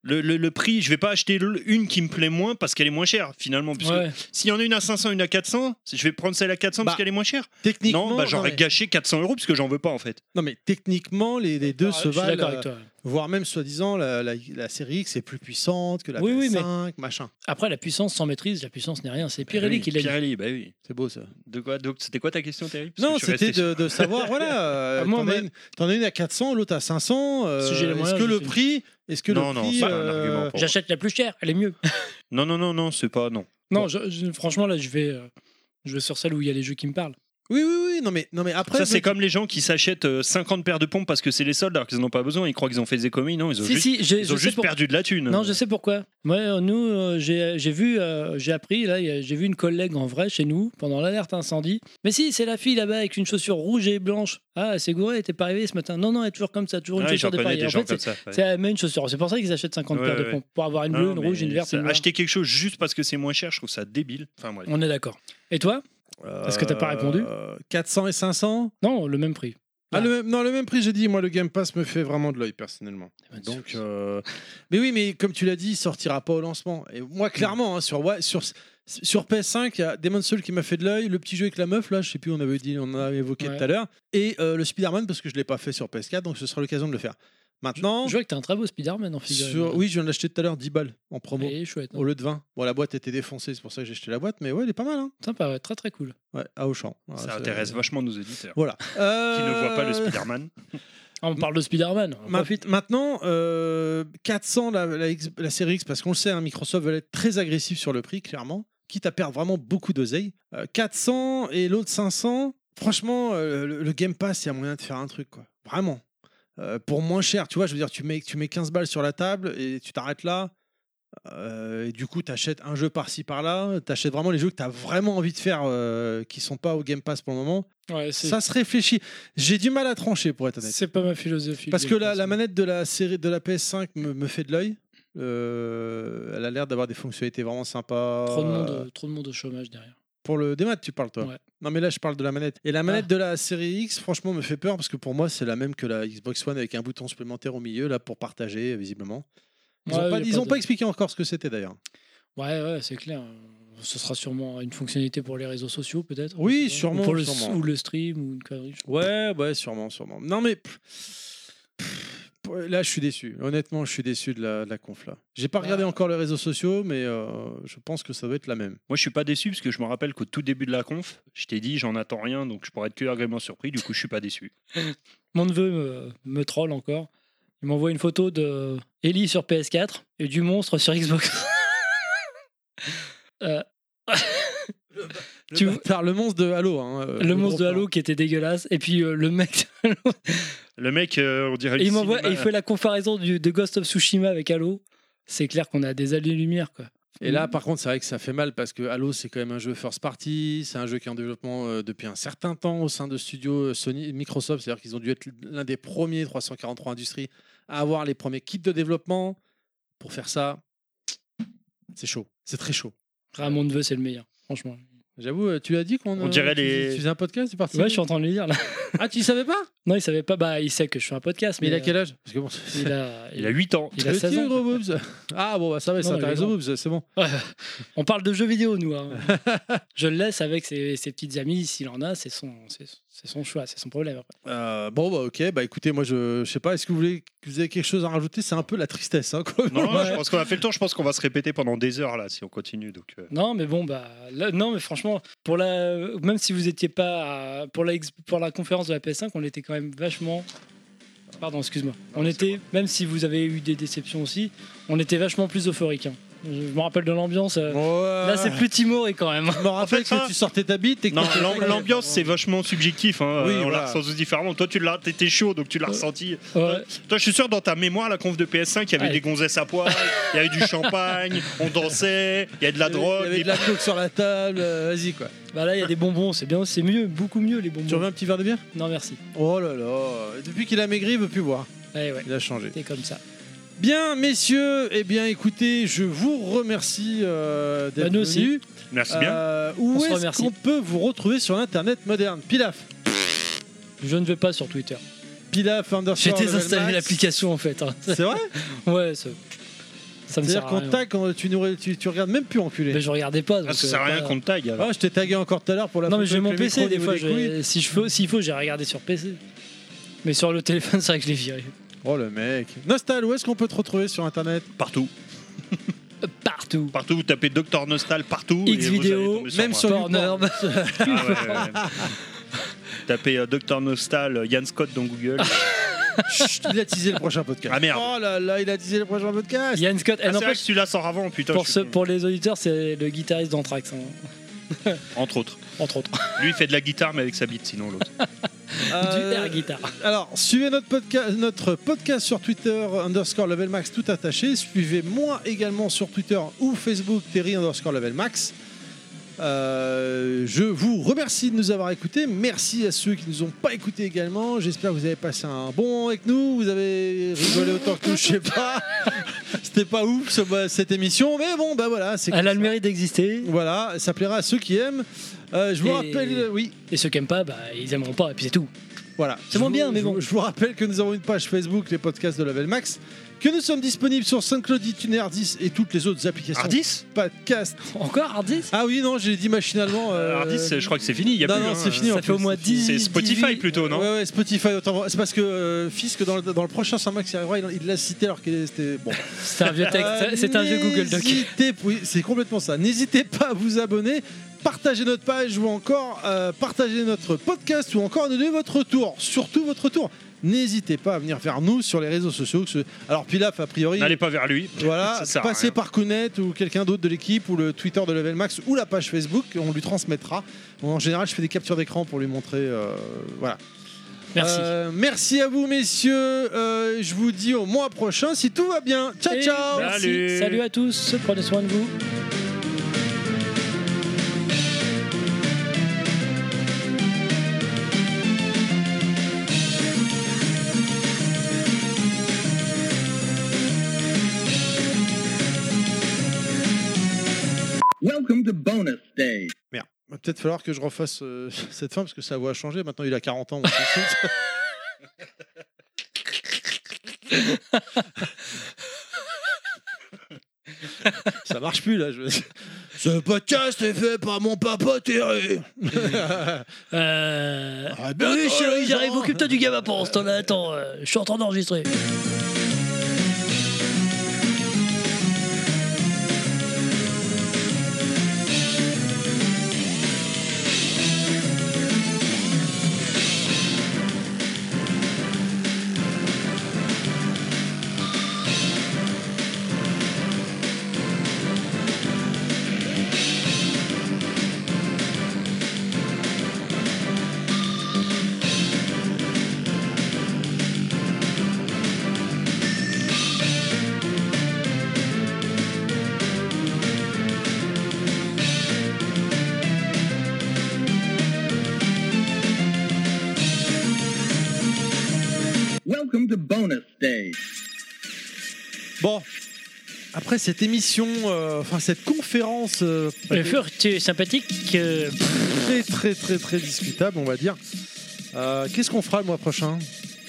S2: le, le- le prix. Je vais pas acheter le- une qui me plaît moins parce qu'elle est moins chère finalement. Parce que
S3: Ouais.
S2: s'il y en a une à 500, une à 400, je vais prendre celle à 400
S1: Bah,
S2: parce qu'elle est moins chère.
S1: techniquement,
S2: non, bah,
S1: non,
S2: j'aurais
S1: mais-
S2: gâché 400 euros parce que j'en veux pas en fait.
S1: Non, mais techniquement, les, les deux
S2: Ah,
S1: se
S2: je suis
S1: valent.
S2: d'accord avec
S1: euh,
S2: toi, ouais.
S1: Voire même, soi-disant, la, la- la série X est plus puissante que la
S3: Oui, oui, mais-
S1: PS5, machin.
S3: Après, la puissance sans maîtrise, la puissance n'est rien. C'est Pirelli
S2: oui,
S3: qui l'a dit.
S2: Pirelli, bah oui.
S1: C'est beau ça.
S2: De quoi Donc c'était quoi ta question, Terry Parce
S1: Non,
S2: que je suis
S1: c'était
S2: resté
S1: de,
S2: sur-
S1: de savoir, voilà, euh,
S2: Ah, moi,
S1: t'en
S2: moi-
S1: as une- t'en as une à 400, l'autre à 500. euh,
S2: Si j'ai les
S1: est-ce
S2: moyens,
S1: que
S2: je
S1: le
S2: fais.
S1: prix Est-ce que
S2: Non,
S1: le
S2: non,
S1: prix euh,
S2: c'est pas un argument pour moi.
S3: J'achète la plus chère, elle est mieux.
S2: Non, non, non, non, c'est pas non.
S3: non, je- je- franchement, là, je vais, euh, je vais sur celle où il y a les jeux qui me parlent.
S1: Oui, oui, oui, non, mais, non, mais après.
S2: ça,
S1: je-
S2: c'est comme les gens qui s'achètent euh, 50 paires de pompes parce que c'est les soldes alors qu'ils n'en ont pas besoin. Ils croient qu'ils ont fait des économies. Non, ils ont
S3: Si,
S2: juste,
S3: si, j'ai-
S2: ils ont
S3: je sais
S2: juste
S3: pour-
S2: perdu de la thune.
S3: Non, je sais pourquoi. Moi, euh, nous, euh, j'ai j'ai vu, euh, j'ai appris, là, il y a- j'ai vu une collègue en vrai chez nous pendant l'alerte incendie. Mais si, c'est la fille là-bas avec une chaussure rouge et blanche. Ah, c'est gourée, elle était pas arrivée ce matin. Non, non, elle est toujours comme ça, toujours une
S2: Ouais, j'en
S3: chaussure
S2: connais
S3: dépareillée.
S2: des
S3: En
S2: gens
S3: fait,
S2: comme
S3: c'est
S2: ça, ouais.
S3: c'est la même chaussure. C'est pour ça qu'ils achètent 50
S2: Ouais,
S3: paires de
S2: ouais.
S3: pompes pour avoir une
S2: Non,
S3: bleue, une
S2: mais
S3: rouge, une verte,
S2: ça-
S3: une noire.
S2: Acheter quelque chose juste parce que c'est moins cher, je trouve ça débile. Enfin, bref.
S3: On est d'accord. Et toi Est-ce que t'as pas répondu
S1: Euh, 400 et 500
S3: Non, le même prix.
S1: Ah, le même- non, le même prix, j'ai dit, moi, le Game Pass me fait vraiment de l'œil, personnellement.
S2: Eh ben,
S1: Donc, euh, mais oui, mais comme tu l'as dit, il sortira pas au lancement. Et moi, clairement, hein, sur, ouais, sur, sur PS5, il y a Demon's Souls qui m'a fait de l'œil, le petit jeu avec la meuf, là, je sais plus, on avait dit, on en avait évoqué
S3: Ouais.
S1: tout à l'heure, et euh, le Spider-Man, parce que je l'ai pas fait sur PS4, donc ce sera l'occasion de le faire. Maintenant,
S3: Je vois que t'as un très beau Spider-Man en figurine.
S1: sur, oui, Oh, je viens de l'acheter tout à l'heure, 10 balles en promo,
S3: Elle est chouette. hein.
S1: au lieu de 20. Bon, la boîte était défoncée, c'est pour ça que j'ai acheté la boîte, mais ouais, elle est pas mal, hein.
S3: Sympa, ouais, très très cool.
S1: Ouais, à Auchan. Voilà,
S2: Ça
S1: c'est-
S2: intéresse vachement nos auditeurs.
S1: Voilà.
S2: Qui ne voient pas le
S1: Euh,
S2: Spider-Man.
S3: Ah, on parle de Spider-Man. on
S1: Ma-
S3: profite.
S1: Maintenant, euh, 400 la, la X- la série X, parce qu'on le sait, hein, Microsoft veut être très agressif sur le prix, clairement, quitte à perdre vraiment beaucoup d'oseille. Euh, 400 et l'autre 500, franchement, euh, le, le Game Pass, il y a moyen de faire un truc, quoi. Vraiment. Euh, pour moins cher, tu vois, je veux dire, tu mets, tu mets 15 balles sur la table et tu t'arrêtes là. Euh, et du coup, t'achètes un jeu par-ci par-là, t'achètes vraiment les jeux que t'as vraiment envie de faire euh, qui sont pas au Game Pass pour le moment.
S3: Ouais, c'est-
S1: Ça se réfléchit. J'ai du mal à trancher pour être honnête.
S3: C'est pas ma philosophie.
S1: Parce
S3: le
S1: que
S3: Game
S1: la,
S3: Pass.
S1: la manette de la série de la PS5 me, me fait de l'œil. Euh, elle a l'air d'avoir des fonctionnalités vraiment sympas.
S3: Trop de,
S1: euh.
S3: monde, trop de monde au chômage derrière.
S1: Pour le démat, tu parles toi.
S3: Ouais.
S1: Non mais là je parle de la manette. Et la manette de la série X, franchement, me fait peur parce que pour moi c'est la même que la Xbox One avec un bouton supplémentaire au milieu là pour partager euh, visiblement. Ils
S3: Ouais,
S1: n'ont pas,
S3: y a
S1: ils
S3: pas
S1: ont
S3: de-
S1: pas expliqué encore ce que c'était d'ailleurs.
S3: Ouais, ouais, c'est clair. Ce sera sûrement une fonctionnalité pour les réseaux sociaux, peut-être.
S1: Oui,
S3: je sais pas.
S1: sûrement,
S3: Ou, pour le,
S1: sûrement.
S3: ou le stream, ou une connerie. je-
S1: Ouais, ouais, sûrement, sûrement. Non mais pff, pff, là je suis déçu. Honnêtement, je suis déçu de la, de la conf là. J'ai pas regardé encore les réseaux sociaux, mais euh, je pense que ça doit être la même.
S2: Moi, je suis pas déçu parce que je me rappelle qu'au tout début de la conf, je t'ai dit j'en attends rien, donc je pourrais être que agréablement surpris. Du coup, je suis pas déçu.
S3: Mon neveu me, me troll encore. Il m'envoie une photo de Ellie sur PS4 et du monstre sur Xbox. Euh, Tu
S1: le,
S3: vois-
S1: bâtard, le monstre de Halo. hein, euh,
S3: le monstre
S1: gros
S3: de
S1: plan.
S3: Halo qui était dégueulasse. Et puis euh, le mec.
S2: Le mec, euh, on dirait.
S3: et
S2: le
S3: il m'envoie
S2: cinéma-
S3: et il fait la comparaison du, de Ghost of Tsushima avec Halo. C'est clair qu'on a des alliés-lumière, quoi.
S1: Et là, par contre, c'est vrai que ça fait mal parce que Halo, c'est quand même un jeu first party, c'est un jeu qui est en développement euh, depuis un certain temps au sein de studios euh, Sony et Microsoft, c'est-à-dire qu'ils ont dû être l'un des premiers 343 Industries à avoir les premiers kits de développement. Pour faire ça, c'est chaud, c'est très chaud.
S3: Ah, mon neveu, c'est le meilleur, franchement.
S1: J'avoue, euh, tu l'as dit qu'on
S2: On
S1: euh,
S2: dirait
S1: tu-
S2: les-
S1: Tu faisais un podcast, c'est parti
S3: Ouais, je suis en train de le dire là.
S1: Ah, tu savais pas
S3: Non, il savait pas. Bah, il sait que je fais un podcast.
S1: Mais il a quel
S3: euh,
S1: âge Parce que bon,
S3: Il a,
S2: Il a 8 ans.
S3: il a
S1: Le
S3: 16
S1: petit
S3: ans.
S1: gros boobs. Ah bon, bah, ça va,
S3: Non,
S1: ça
S3: il
S1: intéresse
S3: est
S1: aux
S3: grand.
S1: boobs, c'est bon.
S3: Ouais. On parle de jeux vidéo, nous. hein. Je le laisse avec ses, ses petites amies, s'il en a, c'est son, c'est c'est son choix, c'est son problème. après.
S1: Euh, bon bah ok bah écoutez moi je, je sais pas est-ce que vous voulez que vous avez quelque chose à rajouter c'est un peu la tristesse hein, quoi.
S2: Non, je pense qu'on a fait le tour. Je pense qu'on va se répéter pendant des heures là si on continue. Donc, euh,
S3: Non, mais bon, bah, là- non, mais franchement, pour la, même si vous étiez pas à- pour la, ex- pour la conférence de la PS5, on était quand même vachement. Pardon, excuse-moi. On était, même si vous avez eu des déceptions aussi, on était vachement plus euphorique. hein. Je me rappelle de l'ambiance. euh, Là, c'est plus timoré quand même.
S1: Je me rappelle que
S2: ça-
S1: tu sortais ta bite et que
S2: Non,
S1: t'étais-
S2: l'am- l'ambiance c'est vachement subjectif. hein.
S1: Oui,
S2: Euh, on
S1: voilà.
S2: l'a ressenti différemment. Toi, tu l'as, t'étais chaud, donc tu
S3: Euh,
S2: l'as ressenti.
S3: Ouais.
S2: Toi, je suis sûr dans ta mémoire, la conf de PS5, il y avait
S3: Ouais.
S2: des gonzesses à poil, il y avait du champagne, on dansait, il y a de la
S1: il y avait-
S2: drogue. Mm.
S1: il y avait
S2: des-
S1: de la coke sur la table euh, vas-y quoi
S3: Bah là, il y a des bonbons, c'est bien, c'est mieux, beaucoup mieux les bonbons.
S1: tu reviens un petit verre de bière
S3: Non, merci.
S1: oh là là depuis qu'il a maigri il veut plus boire
S3: Ouais, ouais.
S1: il a changé
S3: T'es comme ça.
S1: bien messieurs eh bien écoutez je vous remercie euh, d'être
S3: Bah, nous aussi.
S1: venus.
S2: Merci bien.
S1: Euh,
S3: On
S1: où
S3: se
S1: est-ce
S3: remercie.
S1: qu'on peut vous retrouver sur l'internet moderne Pilaf
S3: Je ne vais pas sur Twitter.
S1: Pilaf
S3: J'ai
S1: underscore
S3: désinstallé
S1: level max.
S3: l'application en fait. hein.
S1: c'est vrai
S3: Ouais, ça, ça me
S1: C'est-à-dire
S3: sert à
S1: qu'on
S3: rien.
S1: tag, on- tu, nous, tu, tu regardes même plus enculé.
S3: Mais je regardais pas.
S2: Ah,
S3: donc,
S2: ça
S3: euh,
S2: sert à rien
S3: pas-
S2: qu'on te tague. alors.
S1: Ah, je t'ai tagué encore tout à l'heure pour la
S3: Non mais
S1: photo
S3: j'ai
S1: avec
S3: mon
S1: le
S3: PC
S1: micro
S3: des
S1: au
S3: fois.
S1: niveau
S3: je-
S1: couilles.
S3: Si je faut, s'il faut, j'ai regardé sur PC. Mais sur le téléphone, c'est vrai que je l'ai viré.
S1: Oh le mec. Nostal, où est-ce qu'on peut te retrouver sur internet
S2: Partout.
S3: Partout.
S2: Partout, vous tapez Docteur Nostal partout.
S3: X vidéo,
S2: vidéo,
S1: Même sur
S3: Pornhub.
S2: Ah ouais, ouais, ouais. Tapez Docteur Nostal, euh, Yann Scott dans Google.
S1: Ah, Chut, il a teasé le prochain podcast.
S2: Ah, merde.
S1: Oh là là, il a teasé le prochain podcast.
S3: Yann Scott.
S2: Ah,
S3: eh,
S2: c'est vrai
S3: n'empêche,
S2: que celui-là sort avant, putain.
S3: pour,
S2: je
S3: ce-
S2: suis con.
S3: pour les auditeurs, c'est le guitariste d'Anthrax, hein,
S2: Entre autres.
S3: entre autres.
S2: Lui, il fait de la guitare, mais avec sa bite, sinon l'autre.
S1: Euh,
S3: du air guitare.
S1: Alors, suivez notre podcast, notre podcast sur Twitter, underscore level max tout attaché. Suivez moi également sur Twitter ou Facebook, Terry underscore level max. Euh, je vous remercie de nous avoir écoutés. Merci à ceux qui nous ont pas écoutés également. J'espère que vous avez passé un bon moment avec nous. Vous avez rigolé autant que nous, je sais pas. C'était pas ouf ce- bah, cette émission, mais bon, bah voilà, c'est
S3: Elle a le mérite d'exister.
S1: voilà, ça plaira à ceux qui aiment. Euh, je vous
S3: Et-
S1: rappelle, oui,
S3: Et ceux qui aiment pas, bah, ils aimeront pas, et puis c'est tout.
S1: voilà.
S3: C'est
S1: Je
S3: moins
S1: vous-
S3: bien, mais
S1: je
S3: bon.
S1: vous- Je vous rappelle que nous avons une page Facebook, les podcasts de Level Max, que nous sommes disponibles sur SoundCloud, iTunes, Ardis et toutes les autres applications.
S2: Ardis
S1: Podcast.
S3: Encore Hardis
S1: Ah oui, non, j'ai dit machinalement. euh,
S2: Ardis, je crois que c'est fini. il Y a
S1: non,
S2: plus,
S1: non,
S2: hein.
S1: c'est fini. en
S3: Ça fait
S1: plus,
S3: au moins
S1: c'est fini.
S3: 10
S2: C'est Spotify
S3: 18.
S2: plutôt, non
S1: Ouais, ouais, Spotify, autant. C'est parce que euh, Fisk, dans le, dans le prochain saint max il il l'a cité alors qu'il était. Bon.
S3: C'est un vieux
S1: Euh,
S3: texte, c'est un vieux Google Doc.
S1: n'hésitez- oui, c'est complètement ça. N'hésitez pas à vous abonner, partager notre page ou encore euh, partager notre podcast ou encore nous donner votre retour. Surtout votre retour. N'hésitez pas à venir vers nous sur les réseaux sociaux. que ce- Alors Pilaf, a priori,
S2: N'allez pas vers lui.
S1: voilà,
S2: Ça sert à
S1: passez
S2: rien.
S1: par Kounet ou quelqu'un d'autre de l'équipe ou le Twitter de Level Max ou la page Facebook, on lui transmettra. En général, je fais des captures d'écran pour lui montrer. euh, voilà.
S3: Merci.
S1: Euh, merci à vous, messieurs. Euh, je vous dis au mois prochain si tout va bien. Ciao,
S3: Et
S1: ciao.
S3: merci. Salut. Salut à tous. Prenez soin de vous.
S19: Welcome to bonus day.
S1: Merde. Va peut-être falloir que je refasse euh, cette fin parce que sa voix a changé. Maintenant, il a 40 ans. mon petit. Ça marche plus là. je- Ce podcast est fait par mon papa Terry.
S3: Euh...
S1: bien,
S3: oui,
S1: oh,
S3: chérie,
S1: les
S3: j'arrive.
S1: gens.
S3: Occupe-toi du gamin pendant ce temps-là. Attends, euh, je suis en train d'enregistrer.
S19: Welcome to bonus day.
S1: Bon, après cette émission, euh, enfin cette conférence euh,
S3: Le fur, tu es sympathique. euh,
S1: très très très très discutable, on va dire. Euh, Qu'est-ce qu'on fera le mois prochain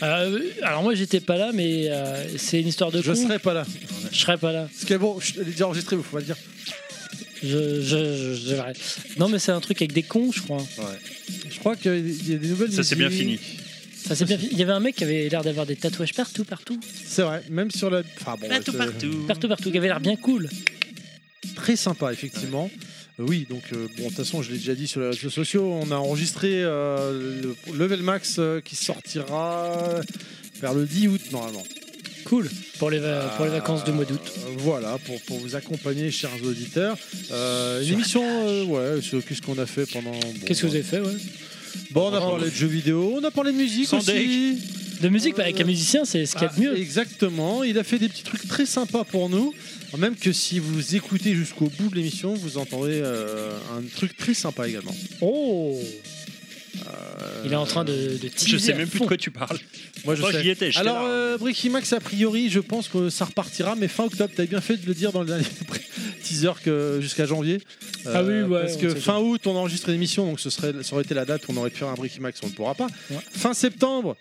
S3: euh, alors moi j'étais pas là, mais euh, c'est une histoire de
S1: Je
S3: con.
S1: serai pas là.
S3: Je serai pas là.
S1: Parce que bon, je l'ai déjà enregistré, vous faut pas le dire.
S3: Je, je, je- je l'arrête. Non mais c'est un truc avec des cons, je crois.
S1: Je crois qu'il y a des nouvelles.
S2: Ça, c'est bien fini.
S3: Ça c'est bien. fini. Il y avait un mec qui avait l'air d'avoir des tatouages partout, partout,
S1: C'est vrai, même sur la. Enfin bon,
S3: Partout,
S1: c'est-
S3: partout, partout, qui avait l'air bien cool.
S1: Très sympa, effectivement. Euh, Oui, donc euh, bon, de toute façon, je l'ai déjà dit sur les réseaux sociaux, on a enregistré euh, le Level Max euh, qui sortira vers le 10 août normalement.
S3: Cool pour les va- Euh, pour les vacances de mois d'août.
S1: Euh, Voilà, pour, pour vous accompagner, chers auditeurs. Euh, une émission, euh, ouais, sur qu'est-ce qu'on a fait pendant. bon,
S3: Qu'est-ce que vous avez Oh. fait, ouais
S1: Bon, on a parlé de jeux vidéo, on a parlé de musique
S3: Sans
S1: aussi.
S3: De musique bah, avec un musicien, c'est ce qu'il y a de
S1: Ah,
S3: mieux.
S1: Exactement, il a fait des petits trucs très sympas pour nous. Même que si vous écoutez jusqu'au bout de l'émission, vous entendrez euh, un truc très sympa également.
S3: Oh Il est en train de, de
S2: Je
S3: teaser
S2: sais
S3: à
S2: même plus de
S3: fond.
S2: quoi tu parles.
S1: Moi, je
S2: Moi,
S1: sais.
S2: j'y étais. j'étais
S1: Alors,
S2: là.
S3: hein.
S1: euh, Bricky Max, a priori, je pense que ça repartira, mais fin octobre. T'avais bien fait de le dire dans le dernier teaser que jusqu'à janvier. Euh,
S3: Ah oui, ouais,
S1: Parce
S3: on
S1: que
S3: sait
S1: fin août, on enregistre l'émission, donc ce serait, ça aurait été la date où on aurait pu faire un Bricky Max, on ne pourra pas.
S3: Ouais.
S1: Fin septembre,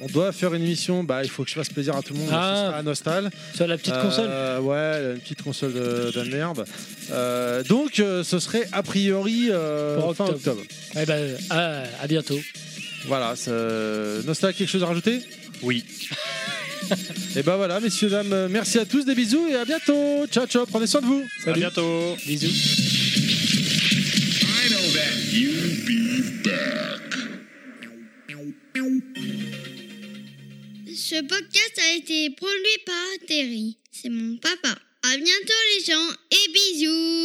S1: on doit faire une émission. Bah, il faut que je fasse plaisir à tout le monde. donc ce
S3: Ah.
S1: sera à Nostal.
S3: Sur la petite console.
S1: Euh, Ouais, une petite console de, de merde. Euh, donc, euh, ce serait a priori euh,
S3: Pour
S1: fin octobre.
S3: Eh ben, à, à bientôt.
S1: Voilà, ça- Nostal, quelque chose à rajouter
S2: Oui.
S1: Et ben voilà, messieurs, dames, euh, merci à tous, des bisous et à bientôt. Ciao, ciao, prenez soin de vous.
S2: À bientôt.
S3: Bisous.
S16: I know that you'll be back.
S20: Ce podcast a été produit par Terry. C'est mon papa. À bientôt les gens et bisous